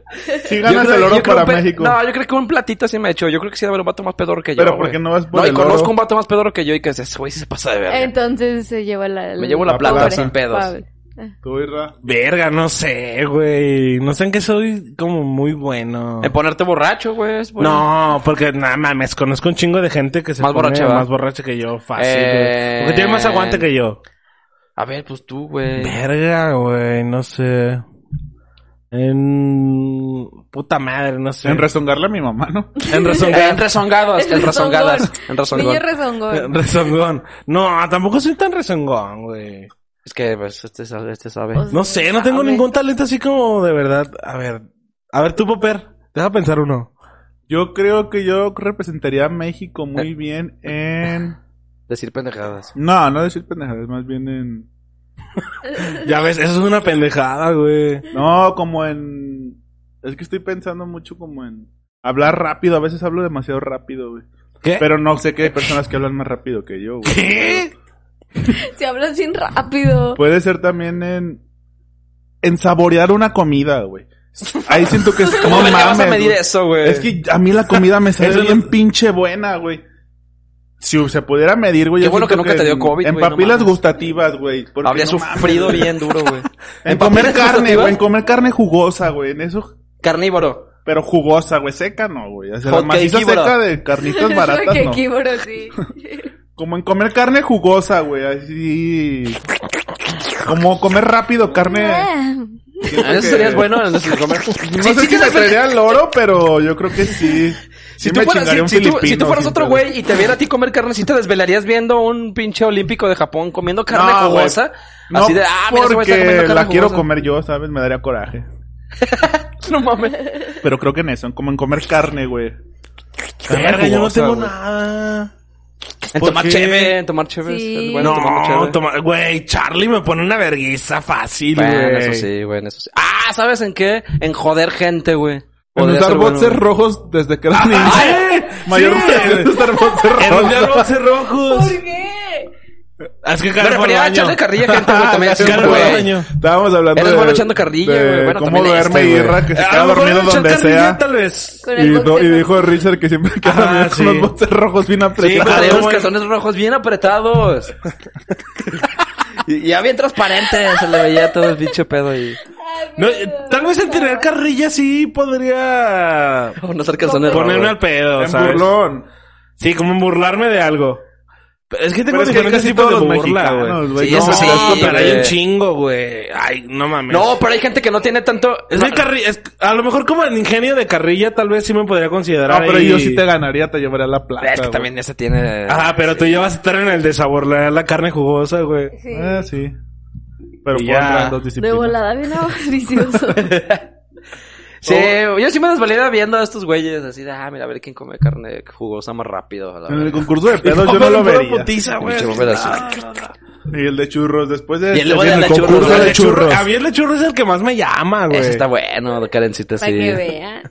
Speaker 5: Si
Speaker 2: Yo
Speaker 5: ganas
Speaker 2: creo-
Speaker 5: el
Speaker 2: yo
Speaker 5: oro
Speaker 2: creo
Speaker 5: para
Speaker 2: un pe-
Speaker 5: México.
Speaker 2: No, yo creo que un platito sí me ha hecho. Yo creo que sí debe haber un vato más pedor que yo.
Speaker 5: Pero ¿por
Speaker 2: güey.
Speaker 5: qué no vas por
Speaker 2: No, y
Speaker 5: el
Speaker 2: conozco
Speaker 5: oro?
Speaker 2: un vato más pedor que yo y que ese güey sí se pasa de verga.
Speaker 4: Entonces se lleva la.
Speaker 2: Me llevo la
Speaker 5: plata,
Speaker 4: pobre
Speaker 2: sin pedos.
Speaker 4: Pablo.
Speaker 5: Tú, Irra.
Speaker 3: Verga, no sé, güey. No sé en qué soy como muy bueno.
Speaker 2: En ponerte borracho, güey. es bueno.
Speaker 3: No, porque nada mames, conozco un chingo de gente que se
Speaker 2: Más
Speaker 3: pone
Speaker 2: borracha, ¿va?
Speaker 3: más borracha que yo, fácil.
Speaker 2: Eh,
Speaker 3: güey. Porque tiene más aguante que yo.
Speaker 2: A ver, pues tú, güey.
Speaker 3: Verga, güey, no sé. En puta madre, no sé.
Speaker 5: En rezongarle a mi mamá, ¿no?
Speaker 3: En
Speaker 2: En
Speaker 3: rezongón.
Speaker 2: rezongadas, en rezongadas, en
Speaker 4: Niño
Speaker 2: rezongón.
Speaker 3: En
Speaker 4: rezongón.
Speaker 3: rezongón. No, tampoco soy tan rezongón, güey.
Speaker 2: Es que, pues, este sabe, este sabe.
Speaker 4: O sea,
Speaker 3: No sé, no tengo
Speaker 4: Sabe.
Speaker 3: ningún talento así como de verdad. A ver, a ver tú, Popper, deja pensar uno.
Speaker 5: Yo creo que yo representaría a México
Speaker 2: Eh.
Speaker 5: muy bien en...
Speaker 2: Decir pendejadas.
Speaker 5: No, no decir pendejadas, más bien en...
Speaker 3: Ya ves, eso es una pendejada, güey.
Speaker 5: No, como en... Es que estoy pensando mucho como en... Hablar rápido, a veces hablo demasiado rápido, güey.
Speaker 3: ¿Qué?
Speaker 5: Pero no sé que hay personas que hablan más rápido que yo, güey.
Speaker 3: ¿Qué?
Speaker 4: Se hablan bien rápido.
Speaker 5: Puede ser también en... En saborear una comida, güey. Ahí siento que es...
Speaker 2: ¿Cómo
Speaker 5: no
Speaker 2: me vas a
Speaker 5: mames,
Speaker 2: medir
Speaker 5: güey.
Speaker 2: eso, güey?
Speaker 5: Es que a mí la comida me
Speaker 3: Eso
Speaker 5: sale
Speaker 3: no-
Speaker 5: bien pinche buena, güey. Si se pudiera medir, güey.
Speaker 2: Qué
Speaker 5: yo
Speaker 2: bueno
Speaker 5: siento
Speaker 2: que nunca te dio COVID,
Speaker 5: En
Speaker 2: güey, no
Speaker 5: papilas
Speaker 2: mames.
Speaker 5: gustativas, güey. porque
Speaker 2: Habría
Speaker 5: no
Speaker 2: sufrido
Speaker 5: mames.
Speaker 2: bien duro, güey.
Speaker 5: En,
Speaker 2: ¿En
Speaker 5: comer
Speaker 2: papilas
Speaker 5: carne,
Speaker 2: gustativas?
Speaker 5: güey. En comer carne jugosa, güey. En eso.
Speaker 2: Carnívoro.
Speaker 5: Pero jugosa, güey. Seca no, güey. O sea, la
Speaker 2: Hot
Speaker 5: maciza
Speaker 2: cakeíbora.
Speaker 5: seca de carnitas baratas
Speaker 4: Qué
Speaker 5: no.
Speaker 4: equívoro, sí.
Speaker 5: Como en comer carne jugosa, güey. Así. Como comer rápido carne.
Speaker 2: Ah, Eso serías bueno en el comer.
Speaker 5: No sé si me traería el oro, pero yo creo que sí.
Speaker 2: Si
Speaker 5: Sí
Speaker 2: tú,
Speaker 5: me
Speaker 2: fueras,
Speaker 5: chingaría
Speaker 2: si-
Speaker 5: un
Speaker 2: si tú- si tú
Speaker 5: filipino
Speaker 2: fueras
Speaker 5: sin
Speaker 2: otro
Speaker 5: pedo.
Speaker 2: güey y te viera a ti comer carne, si te desvelarías viendo un pinche olímpico de Japón comiendo carne
Speaker 5: No, güey.
Speaker 2: jugosa.
Speaker 5: No,
Speaker 2: así de, ah, mira, ese güey
Speaker 5: porque
Speaker 2: está comiendo carne
Speaker 5: la quiero
Speaker 2: jugosa.
Speaker 5: comer yo, ¿sabes? Me daría coraje.
Speaker 2: No mames.
Speaker 5: Pero creo que en eso, como en comer carne, güey.
Speaker 3: Verga, yo no
Speaker 2: jugosa,
Speaker 3: tengo
Speaker 2: güey.
Speaker 3: nada.
Speaker 2: En
Speaker 3: ¿Por
Speaker 2: tomar
Speaker 3: qué?
Speaker 2: cheve, en tomar cheve.
Speaker 4: Sí.
Speaker 2: es
Speaker 3: no,
Speaker 2: Bueno, tomar cheve.
Speaker 3: toma- güey, Charlie me pone una verguiza fácil, güey.
Speaker 2: Bueno, eso sí, güey, en eso sí. Ah, ¿sabes en qué? En joder gente, güey.
Speaker 5: En
Speaker 2: Podría
Speaker 5: usar
Speaker 2: ser bueno,
Speaker 5: boxers
Speaker 2: güey.
Speaker 5: rojos desde que era niño.
Speaker 3: ¡Ay!
Speaker 5: Mayor
Speaker 3: sí,
Speaker 5: de
Speaker 3: güey.
Speaker 5: usar boxers
Speaker 3: En los
Speaker 5: rojos.
Speaker 3: diálogos rojos.
Speaker 4: ¿Por qué?
Speaker 3: Es que
Speaker 2: Me
Speaker 3: Karen fue al
Speaker 2: refería a
Speaker 3: baño.
Speaker 2: echarle carrilla a gente, güey. También es
Speaker 3: Karen
Speaker 2: un
Speaker 3: fue al
Speaker 2: güey.
Speaker 3: baño.
Speaker 5: Estábamos hablando
Speaker 2: Eres
Speaker 5: de,
Speaker 2: bueno echando carrilla,
Speaker 5: de
Speaker 2: güey. Bueno,
Speaker 5: cómo
Speaker 2: también
Speaker 5: duerme
Speaker 2: este, güey.
Speaker 5: Irra que se
Speaker 3: Ah, A
Speaker 5: queda
Speaker 3: lo mejor
Speaker 5: dormido
Speaker 3: echar
Speaker 5: donde
Speaker 3: carrilla,
Speaker 5: sea.
Speaker 3: Tal vez.
Speaker 4: Con
Speaker 5: Y,
Speaker 4: el
Speaker 5: no-
Speaker 4: boxer.
Speaker 5: y dijo Richard que siempre queda
Speaker 3: Ah,
Speaker 5: dormido
Speaker 3: sí.
Speaker 5: con los botes rojos bien
Speaker 2: Sí,
Speaker 5: apretados.
Speaker 3: güey.
Speaker 2: traía
Speaker 3: Claro,
Speaker 2: unos calzones rojos bien apretados. Y ya bien transparente, se le veía todo el pinche pedo y...
Speaker 3: No, eh, tal vez el tirar carrilla sí podría
Speaker 2: No ser calzones
Speaker 3: ponerme
Speaker 2: rojos.
Speaker 3: al pedo,
Speaker 5: En
Speaker 3: ¿sabes?
Speaker 5: burlón.
Speaker 3: Sí, como burlarme de algo. Pero es que tengo
Speaker 5: Pero es que
Speaker 3: diferentes
Speaker 5: casi
Speaker 3: tipos de
Speaker 5: todos los
Speaker 3: burla,
Speaker 5: mexicanos,
Speaker 3: güey.
Speaker 5: güey.
Speaker 2: Sí, eso
Speaker 3: No,
Speaker 2: sí,
Speaker 3: asco, pero hay
Speaker 2: güey.
Speaker 3: un chingo, güey. Ay, no mames.
Speaker 2: No, pero hay gente que no tiene tanto...
Speaker 3: Es que carri- es- a lo mejor como el ingenio de carrilla tal vez sí me podría
Speaker 5: No,
Speaker 3: considerar.
Speaker 5: pero
Speaker 3: ahí-
Speaker 5: yo sí te ganaría, te llevaría la plata.
Speaker 2: Ah, Es que
Speaker 5: güey.
Speaker 2: también ese tiene...
Speaker 3: Ajá, pero tú ya vas a estar en el de saborear la carne jugosa, güey.
Speaker 4: Sí.
Speaker 5: Ah, sí. Pero
Speaker 3: Y
Speaker 5: fueron
Speaker 3: ya.
Speaker 5: las dos
Speaker 4: De
Speaker 5: disciplinas.
Speaker 4: volada bien avaricioso.
Speaker 2: Sí,
Speaker 3: Oh.
Speaker 2: yo sí me desvalida viendo a estos güeyes así de, ah, mira, a ver quién come carne jugosa más rápido. a la
Speaker 5: En el
Speaker 2: verga.
Speaker 5: concurso de pedos
Speaker 3: No,
Speaker 5: yo no lo
Speaker 3: pero pura
Speaker 5: vería.
Speaker 3: putiza, güey.
Speaker 2: Pinche bombero así.
Speaker 5: Y el de churros, después de
Speaker 2: Y luego
Speaker 5: en
Speaker 2: de la churros,
Speaker 5: concurso
Speaker 2: güey.
Speaker 5: de churros.
Speaker 3: A mí el de churros es el que más me llama, güey.
Speaker 2: Ese está bueno, Karencita, sí.
Speaker 4: Para que vean.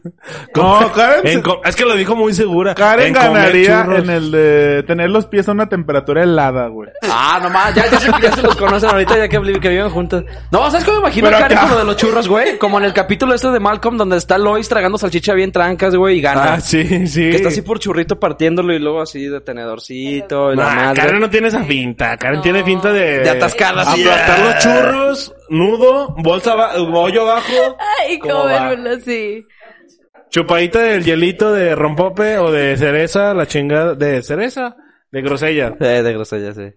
Speaker 5: No, Karen,
Speaker 3: En
Speaker 5: se-
Speaker 3: co- es que lo dijo muy segura.
Speaker 5: Karen
Speaker 3: En comer
Speaker 5: ganaría
Speaker 3: churros.
Speaker 5: en el de tener los pies a una temperatura helada, güey.
Speaker 2: Ah, nomás, ya, ya, se, ya se los conocen ahorita, ya que, que viven juntos. No, ¿sabes cómo me imagino
Speaker 5: Pero
Speaker 2: a Karen
Speaker 5: acá-
Speaker 2: con lo de los churros, güey? Como en el capítulo este de Malcolm, donde está Lois tragando salchicha bien trancas, güey, y gana.
Speaker 3: Ah, sí, sí.
Speaker 2: Que está así por churrito partiéndolo y luego así de tenedorcito y la
Speaker 3: Nah,
Speaker 2: madre.
Speaker 3: Ah, Karen no tiene esa finta. Karen tiene finta de...
Speaker 2: De atascarla así.
Speaker 3: Aplastar los churros, nudo, bolsa, aba- hoyo abajo,
Speaker 4: Ay,
Speaker 2: ¿Cómo
Speaker 4: cómo
Speaker 2: va?
Speaker 4: verlo así.
Speaker 3: chupadita del hielito de rompope o de cereza, la chingada de cereza, de grosella.
Speaker 2: Eh, de grosella, sí.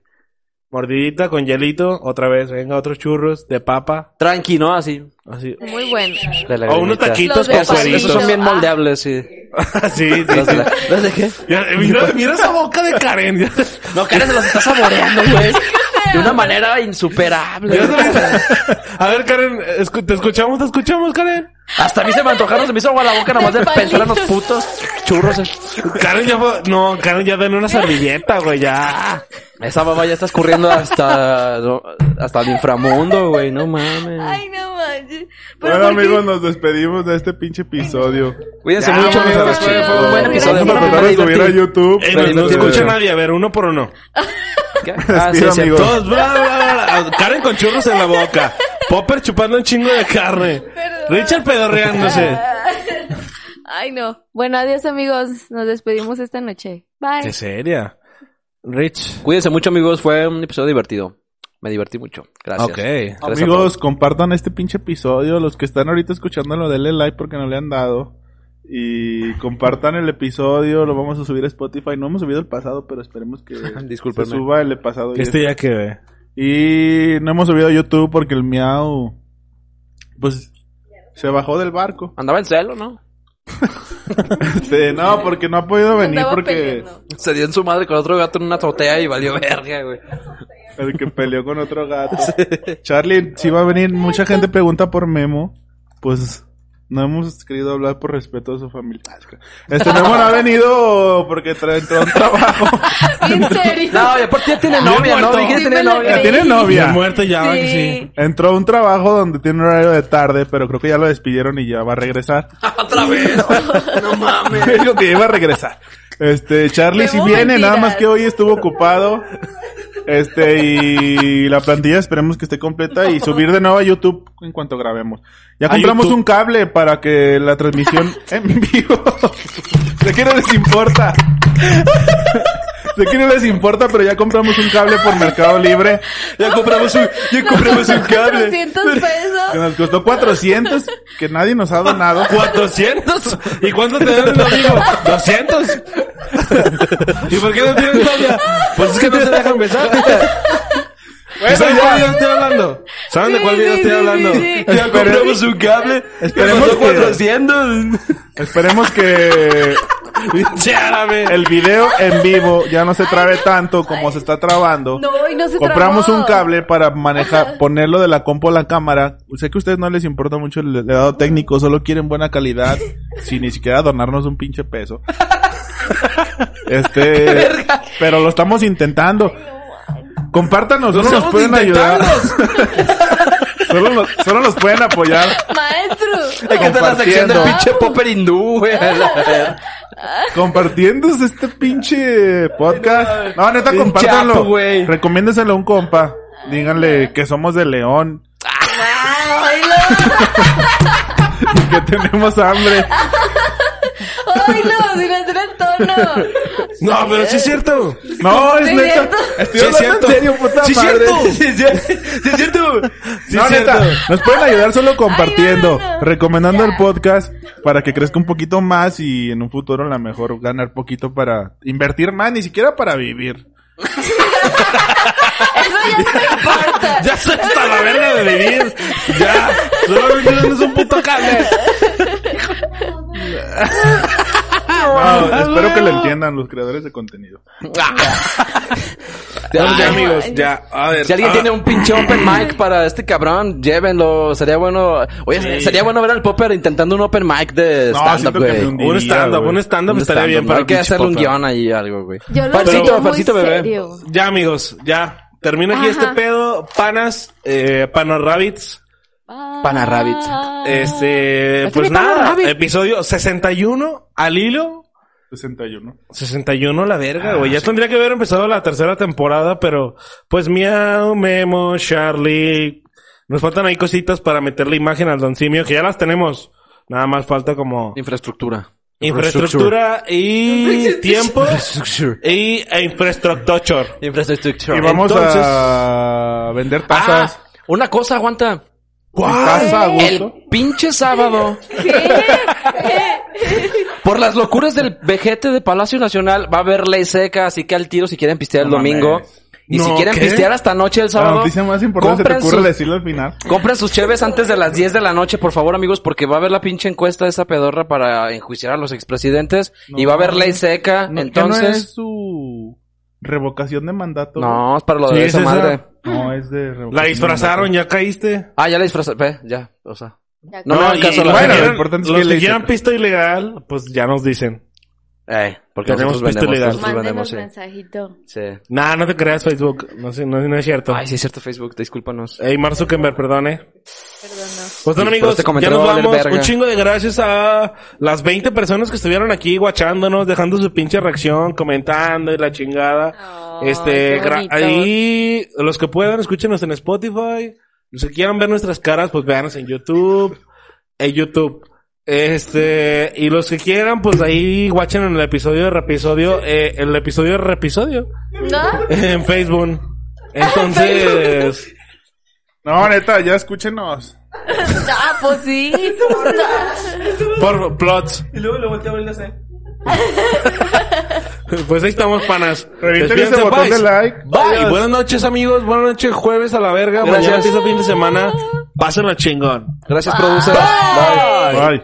Speaker 3: Mordidita con hielito, otra vez, venga, otros churros de papa,
Speaker 2: Tranqui, ¿no? Así.
Speaker 3: así.
Speaker 4: Muy bueno.
Speaker 2: De la
Speaker 3: O unos
Speaker 2: granita.
Speaker 3: taquitos
Speaker 4: Los de
Speaker 3: con
Speaker 2: Esos,
Speaker 4: palillo.
Speaker 2: esos
Speaker 3: cueritos.
Speaker 2: son bien
Speaker 4: Ah.
Speaker 2: moldeables, sí.
Speaker 3: sí, sí,
Speaker 2: ¿Los de,
Speaker 3: sí.
Speaker 2: la- ¿los de qué?
Speaker 3: Ya, mira, mira esa boca de Karen. ya.
Speaker 2: No, Karen se los está saboreando, güey. De una manera insuperable.
Speaker 3: Mira esa- A ver, Karen, escu- te escuchamos, te escuchamos, Karen.
Speaker 2: Hasta a mí se me antojaron, se me hizo agua la boca nada más de
Speaker 4: De
Speaker 2: pensar en los
Speaker 4: palitos.
Speaker 2: putos churros.
Speaker 3: Karen ya fue- No, Karen ya den una servilleta, güey, ya.
Speaker 2: Esa baba ya está escurriendo hasta, no, hasta el inframundo, güey. No mames.
Speaker 4: Ay, no manches.
Speaker 5: Bueno,
Speaker 4: Pero ¿por qué?
Speaker 5: amigos, nos despedimos de este pinche episodio.
Speaker 2: Cuídense
Speaker 3: Ya,
Speaker 2: mucho,
Speaker 3: ya,
Speaker 2: amigos.
Speaker 3: ya,
Speaker 2: Fue
Speaker 3: ya,
Speaker 2: fue un buen
Speaker 4: ya,
Speaker 2: episodio.
Speaker 4: ya,
Speaker 5: Vamos a
Speaker 4: ya,
Speaker 2: me
Speaker 5: tratar de subir a
Speaker 2: divertí.
Speaker 5: YouTube.
Speaker 3: Eh,
Speaker 2: Pero
Speaker 3: no, no
Speaker 2: sí,
Speaker 3: escucha
Speaker 2: sí.
Speaker 3: nadie, a ver, uno por uno.
Speaker 2: ¿Qué? Ah, sí,
Speaker 5: Respira,
Speaker 2: sí.
Speaker 5: amigo.
Speaker 3: Todos, bla, bla, bla, bla. Karen con churros en la boca. Popper chupando un chingo de carne. Richard pedorreándose.
Speaker 4: Ay, no. Bueno, adiós, amigos. Nos despedimos esta noche. Bye.
Speaker 3: Qué seria. Rich.
Speaker 2: Cuídense mucho, amigos. Fue un episodio divertido. Me divertí mucho. Gracias.
Speaker 3: Ok.
Speaker 2: Gracias a
Speaker 5: Amigos, compartan este pinche episodio. Los que están ahorita escuchándolo, denle like porque no le han dado. Y compartan el episodio. Lo vamos a subir a Spotify. No hemos subido el pasado, pero esperemos que se
Speaker 2: Discúlpenme.
Speaker 5: suba el pasado.
Speaker 3: Que
Speaker 5: y
Speaker 3: este ya que ve.
Speaker 5: Y no hemos subido a YouTube porque el miau. Pues se bajó del barco.
Speaker 2: Andaba en celo, ¿no?
Speaker 5: Este, no, porque no ha podido venir
Speaker 4: Andaba
Speaker 5: porque
Speaker 4: peleando.
Speaker 2: Se dio en su madre con otro gato en una azotea y valió verga, güey.
Speaker 5: el que peleó con otro gato. Charlie, si va a venir, mucha gente pregunta por Memo. Pues no hemos querido hablar por respeto a su familia. Este Memo no ha venido porque tra- entró a un trabajo.
Speaker 4: En serio.
Speaker 2: No, y aparte ya tiene
Speaker 3: Bien
Speaker 2: novia, ¿no?
Speaker 3: muerto.
Speaker 2: Dije que
Speaker 4: Sí
Speaker 2: tenía
Speaker 4: me la
Speaker 2: novia.
Speaker 4: creí.
Speaker 5: Tiene novia.
Speaker 3: Ya muerto ya, va que sí.
Speaker 4: Sí.
Speaker 5: Entró a un trabajo donde tiene un horario de tarde, pero creo que ya lo despidieron y ya va a regresar.
Speaker 2: Otra vez. No mames.
Speaker 5: Dijo que iba a regresar. Este, Charlie si
Speaker 4: Memo,
Speaker 5: viene, nada
Speaker 4: mentiras.
Speaker 5: más que hoy estuvo ocupado. Este, y la plantilla esperemos que esté completa y subir de nuevo a YouTube en cuanto grabemos. Ya
Speaker 3: A
Speaker 5: compramos
Speaker 3: YouTube.
Speaker 5: un cable para que la transmisión en vivo. sé que no les importa. sé que no les importa, pero ya compramos un cable por Mercado Libre. Ya compramos un, ya compramos un cable.
Speaker 4: 400
Speaker 5: Que
Speaker 4: pesos.
Speaker 5: nos costó 400, que nadie nos ha donado.
Speaker 3: 400. ¿Y cuánto te dan un amigo? 200. ¿Y por qué no tienes novia? Pues es que no se dejan besar. ¿Saben de cuál video estoy hablando? ¿Saben de
Speaker 4: Sí,
Speaker 3: cuál video
Speaker 4: sí,
Speaker 3: estoy
Speaker 4: sí,
Speaker 3: hablando?
Speaker 4: sí, sí.
Speaker 3: Ya compramos un cable.
Speaker 5: Esperemos
Speaker 3: Esperemos
Speaker 5: que-
Speaker 3: 400.
Speaker 5: Esperemos que
Speaker 3: Pinche árabe.
Speaker 5: el video en vivo ya no se trabe tanto como se está trabando.
Speaker 4: No, y no se
Speaker 5: Compramos
Speaker 4: trabó.
Speaker 5: un cable para manejar, ponerlo de la compu a la cámara. Sé que a ustedes no les importa mucho el legado técnico, solo quieren buena calidad, sin ni siquiera donarnos un pinche peso. Este, pero lo estamos intentando. Compártanos, ¿dónde nos
Speaker 3: estamos
Speaker 5: pueden ayudar? Solo nos, solo nos pueden apoyar.
Speaker 4: Maestro.
Speaker 2: Hay que hacer la sección del
Speaker 5: Compartiendo.
Speaker 2: pinche popper hindú, güey. a
Speaker 3: Ah.
Speaker 2: la verga.
Speaker 5: Compartiéndose este pinche podcast. No, neta,
Speaker 2: Pinche apu,
Speaker 5: compártanlo.
Speaker 2: güey.
Speaker 5: Recomiéndeselo a un compa. Díganle que somos de León. Y que tenemos hambre.
Speaker 4: Ay, no, si le hacer el tono.
Speaker 3: No, pero sí es cierto.
Speaker 5: No, es
Speaker 4: Sí,
Speaker 5: neta.
Speaker 4: cierto.
Speaker 5: Estoy
Speaker 3: Sí,
Speaker 5: hablando
Speaker 3: cierto.
Speaker 5: en serio, puta
Speaker 3: Sí,
Speaker 5: madre.
Speaker 3: cierto.
Speaker 2: Sí, sí, sí, es cierto.
Speaker 3: Sí,
Speaker 5: no,
Speaker 3: es
Speaker 5: neta,
Speaker 3: cierto.
Speaker 5: nos pueden ayudar solo compartiendo,
Speaker 4: Ay, no, no.
Speaker 5: recomendando
Speaker 4: Ya.
Speaker 5: el podcast para que crezca un poquito más y en un futuro a lo mejor ganar poquito para invertir más, ni siquiera para vivir.
Speaker 4: Eso ya no me importa.
Speaker 3: Ya soy hasta la verga de vivir. Ya. Solo vivir es un puto cable.
Speaker 5: No, Ah,
Speaker 3: Ah,
Speaker 5: espero que lo entiendan los creadores de contenido.
Speaker 3: Bueno, ya,
Speaker 2: Ay,
Speaker 3: amigos, ya. A ver.
Speaker 2: Si alguien
Speaker 3: ah,
Speaker 2: tiene un pinche open mic para este cabrón, llévenlo. Sería bueno. Oye,
Speaker 3: Sí.
Speaker 2: sería bueno ver al Popper intentando un open mic de
Speaker 5: No,
Speaker 2: stand-up,
Speaker 5: siento que
Speaker 2: güey.
Speaker 5: me
Speaker 3: Un stand-up,
Speaker 5: güey.
Speaker 3: un stand-up
Speaker 2: Un
Speaker 3: estaría
Speaker 2: stand-up,
Speaker 3: bien
Speaker 2: ¿no?
Speaker 3: para
Speaker 2: Hay que
Speaker 3: pinche
Speaker 2: hacerle un
Speaker 3: podcast.
Speaker 2: guión ahí, algo, güey.
Speaker 4: Yo lo
Speaker 2: Falsito,
Speaker 4: veo muy
Speaker 2: falsito, bebé.
Speaker 4: serio.
Speaker 3: Ya, amigos, ya. Termina aquí
Speaker 4: Ajá.
Speaker 3: este pedo. Panas, eh, panas rabbits.
Speaker 2: Pana Eh, Rabbits.
Speaker 4: Ah,
Speaker 3: Este,
Speaker 4: Pues
Speaker 3: pues
Speaker 4: tiene Panas
Speaker 3: nada,
Speaker 4: Rabbit.
Speaker 3: episodio 61 al hilo.
Speaker 5: 61.
Speaker 3: 61 la verga, güey. ya tendría que haber empezado la tercera temporada, pero pues Miau, Memo, Charlie. Nos faltan ahí cositas para meter la imagen al Don Simio, que ya las tenemos. Nada más falta como
Speaker 2: Infraestructura.
Speaker 3: infraestructura y tiempo y, e infraestructure.
Speaker 2: Infraestructura.
Speaker 5: Y vamos
Speaker 3: Entonces-
Speaker 5: a vender
Speaker 2: Ah,
Speaker 5: tazas.
Speaker 2: una cosa, aguanta.
Speaker 5: Taza a gusto.
Speaker 2: El pinche sábado,
Speaker 4: ¿Qué?
Speaker 2: por las locuras del vejete de Palacio Nacional, va a haber ley seca, así que al tiro si quieren pistear el
Speaker 5: No
Speaker 2: domingo.
Speaker 5: mames.
Speaker 2: Y si
Speaker 3: No,
Speaker 2: quieren
Speaker 3: ¿qué?
Speaker 2: pistear hasta noche el
Speaker 5: La
Speaker 2: sábado.
Speaker 5: noticia más importante se te
Speaker 2: compren
Speaker 5: ocurre
Speaker 2: sus-
Speaker 5: decirlo al final.
Speaker 2: Compren sus cheves antes de las 10 de la noche, por favor, amigos, porque va a haber la pinche encuesta de esa pedorra para enjuiciar a los expresidentes y va a haber ley seca,
Speaker 5: No, ¿qué no es
Speaker 2: entonces...
Speaker 5: su revocación de mandato.
Speaker 2: No, es para lo de
Speaker 3: Sí,
Speaker 2: esa
Speaker 3: es esa.
Speaker 2: madre.
Speaker 5: No, es de revocación
Speaker 3: La
Speaker 5: de
Speaker 3: disfrazaron,
Speaker 5: mandato.
Speaker 3: ya caíste.
Speaker 2: Ah, ya la disfrazé, ve, ya, o sea...
Speaker 4: Ya
Speaker 2: No me hagan
Speaker 3: y-
Speaker 2: caso,
Speaker 3: y
Speaker 2: la
Speaker 3: bueno,
Speaker 2: verdad.
Speaker 5: lo
Speaker 3: los
Speaker 5: importante es
Speaker 3: que,
Speaker 5: que le
Speaker 3: quieran
Speaker 5: sepa.
Speaker 3: pista ilegal, pues ya nos dicen.
Speaker 2: Eh, porque
Speaker 3: Tenemos
Speaker 2: nosotros
Speaker 3: pisto
Speaker 2: vendemos,
Speaker 3: ilegal.
Speaker 2: nosotros vendemos,
Speaker 4: Mándenos
Speaker 2: sí.
Speaker 4: mensajito.
Speaker 2: Sí.
Speaker 3: Nah, no te creas Facebook, no sé, no, no es cierto.
Speaker 2: Ay, sí es cierto, Facebook, discúlpanos.
Speaker 3: Ey, Mark Zuckerberg, perdone.
Speaker 4: Perdón.
Speaker 3: Pues
Speaker 2: Sí,
Speaker 3: bueno,
Speaker 2: pero
Speaker 3: amigos,
Speaker 2: este
Speaker 3: ya
Speaker 2: comentario
Speaker 3: nos
Speaker 2: va a valer
Speaker 3: vamos.
Speaker 2: verga.
Speaker 3: Un chingo de gracias a las 20 personas que estuvieron aquí guachándonos, dejando su pinche reacción, comentando y la chingada.
Speaker 4: Ay,
Speaker 3: este,
Speaker 4: qué
Speaker 3: gra-
Speaker 4: bonito.
Speaker 3: ahí, los que puedan, escúchenos en Spotify. Los que quieran ver nuestras caras, pues véanos en YouTube. En YouTube. Este, y los que quieran, pues ahí guachen en el episodio de repisodio, eh, el episodio de repisodio.
Speaker 4: ¿No?
Speaker 3: En Facebook. Entonces.
Speaker 5: No, neta, ya escúchenos.
Speaker 4: Ah, pues sí.
Speaker 3: Por plots. Y luego lo volteaba el Pues ahí estamos, panas.
Speaker 5: Revienten
Speaker 3: Despídense,
Speaker 5: ese botón
Speaker 3: bye.
Speaker 5: de like.
Speaker 3: Bye.
Speaker 5: Adiós.
Speaker 3: Buenas noches, amigos. Buenas noches, jueves a la verga. Mañana
Speaker 2: Gracias.
Speaker 3: empieza fin de semana. Pásenlo chingón.
Speaker 2: Gracias, producer. Bye.
Speaker 5: Bye.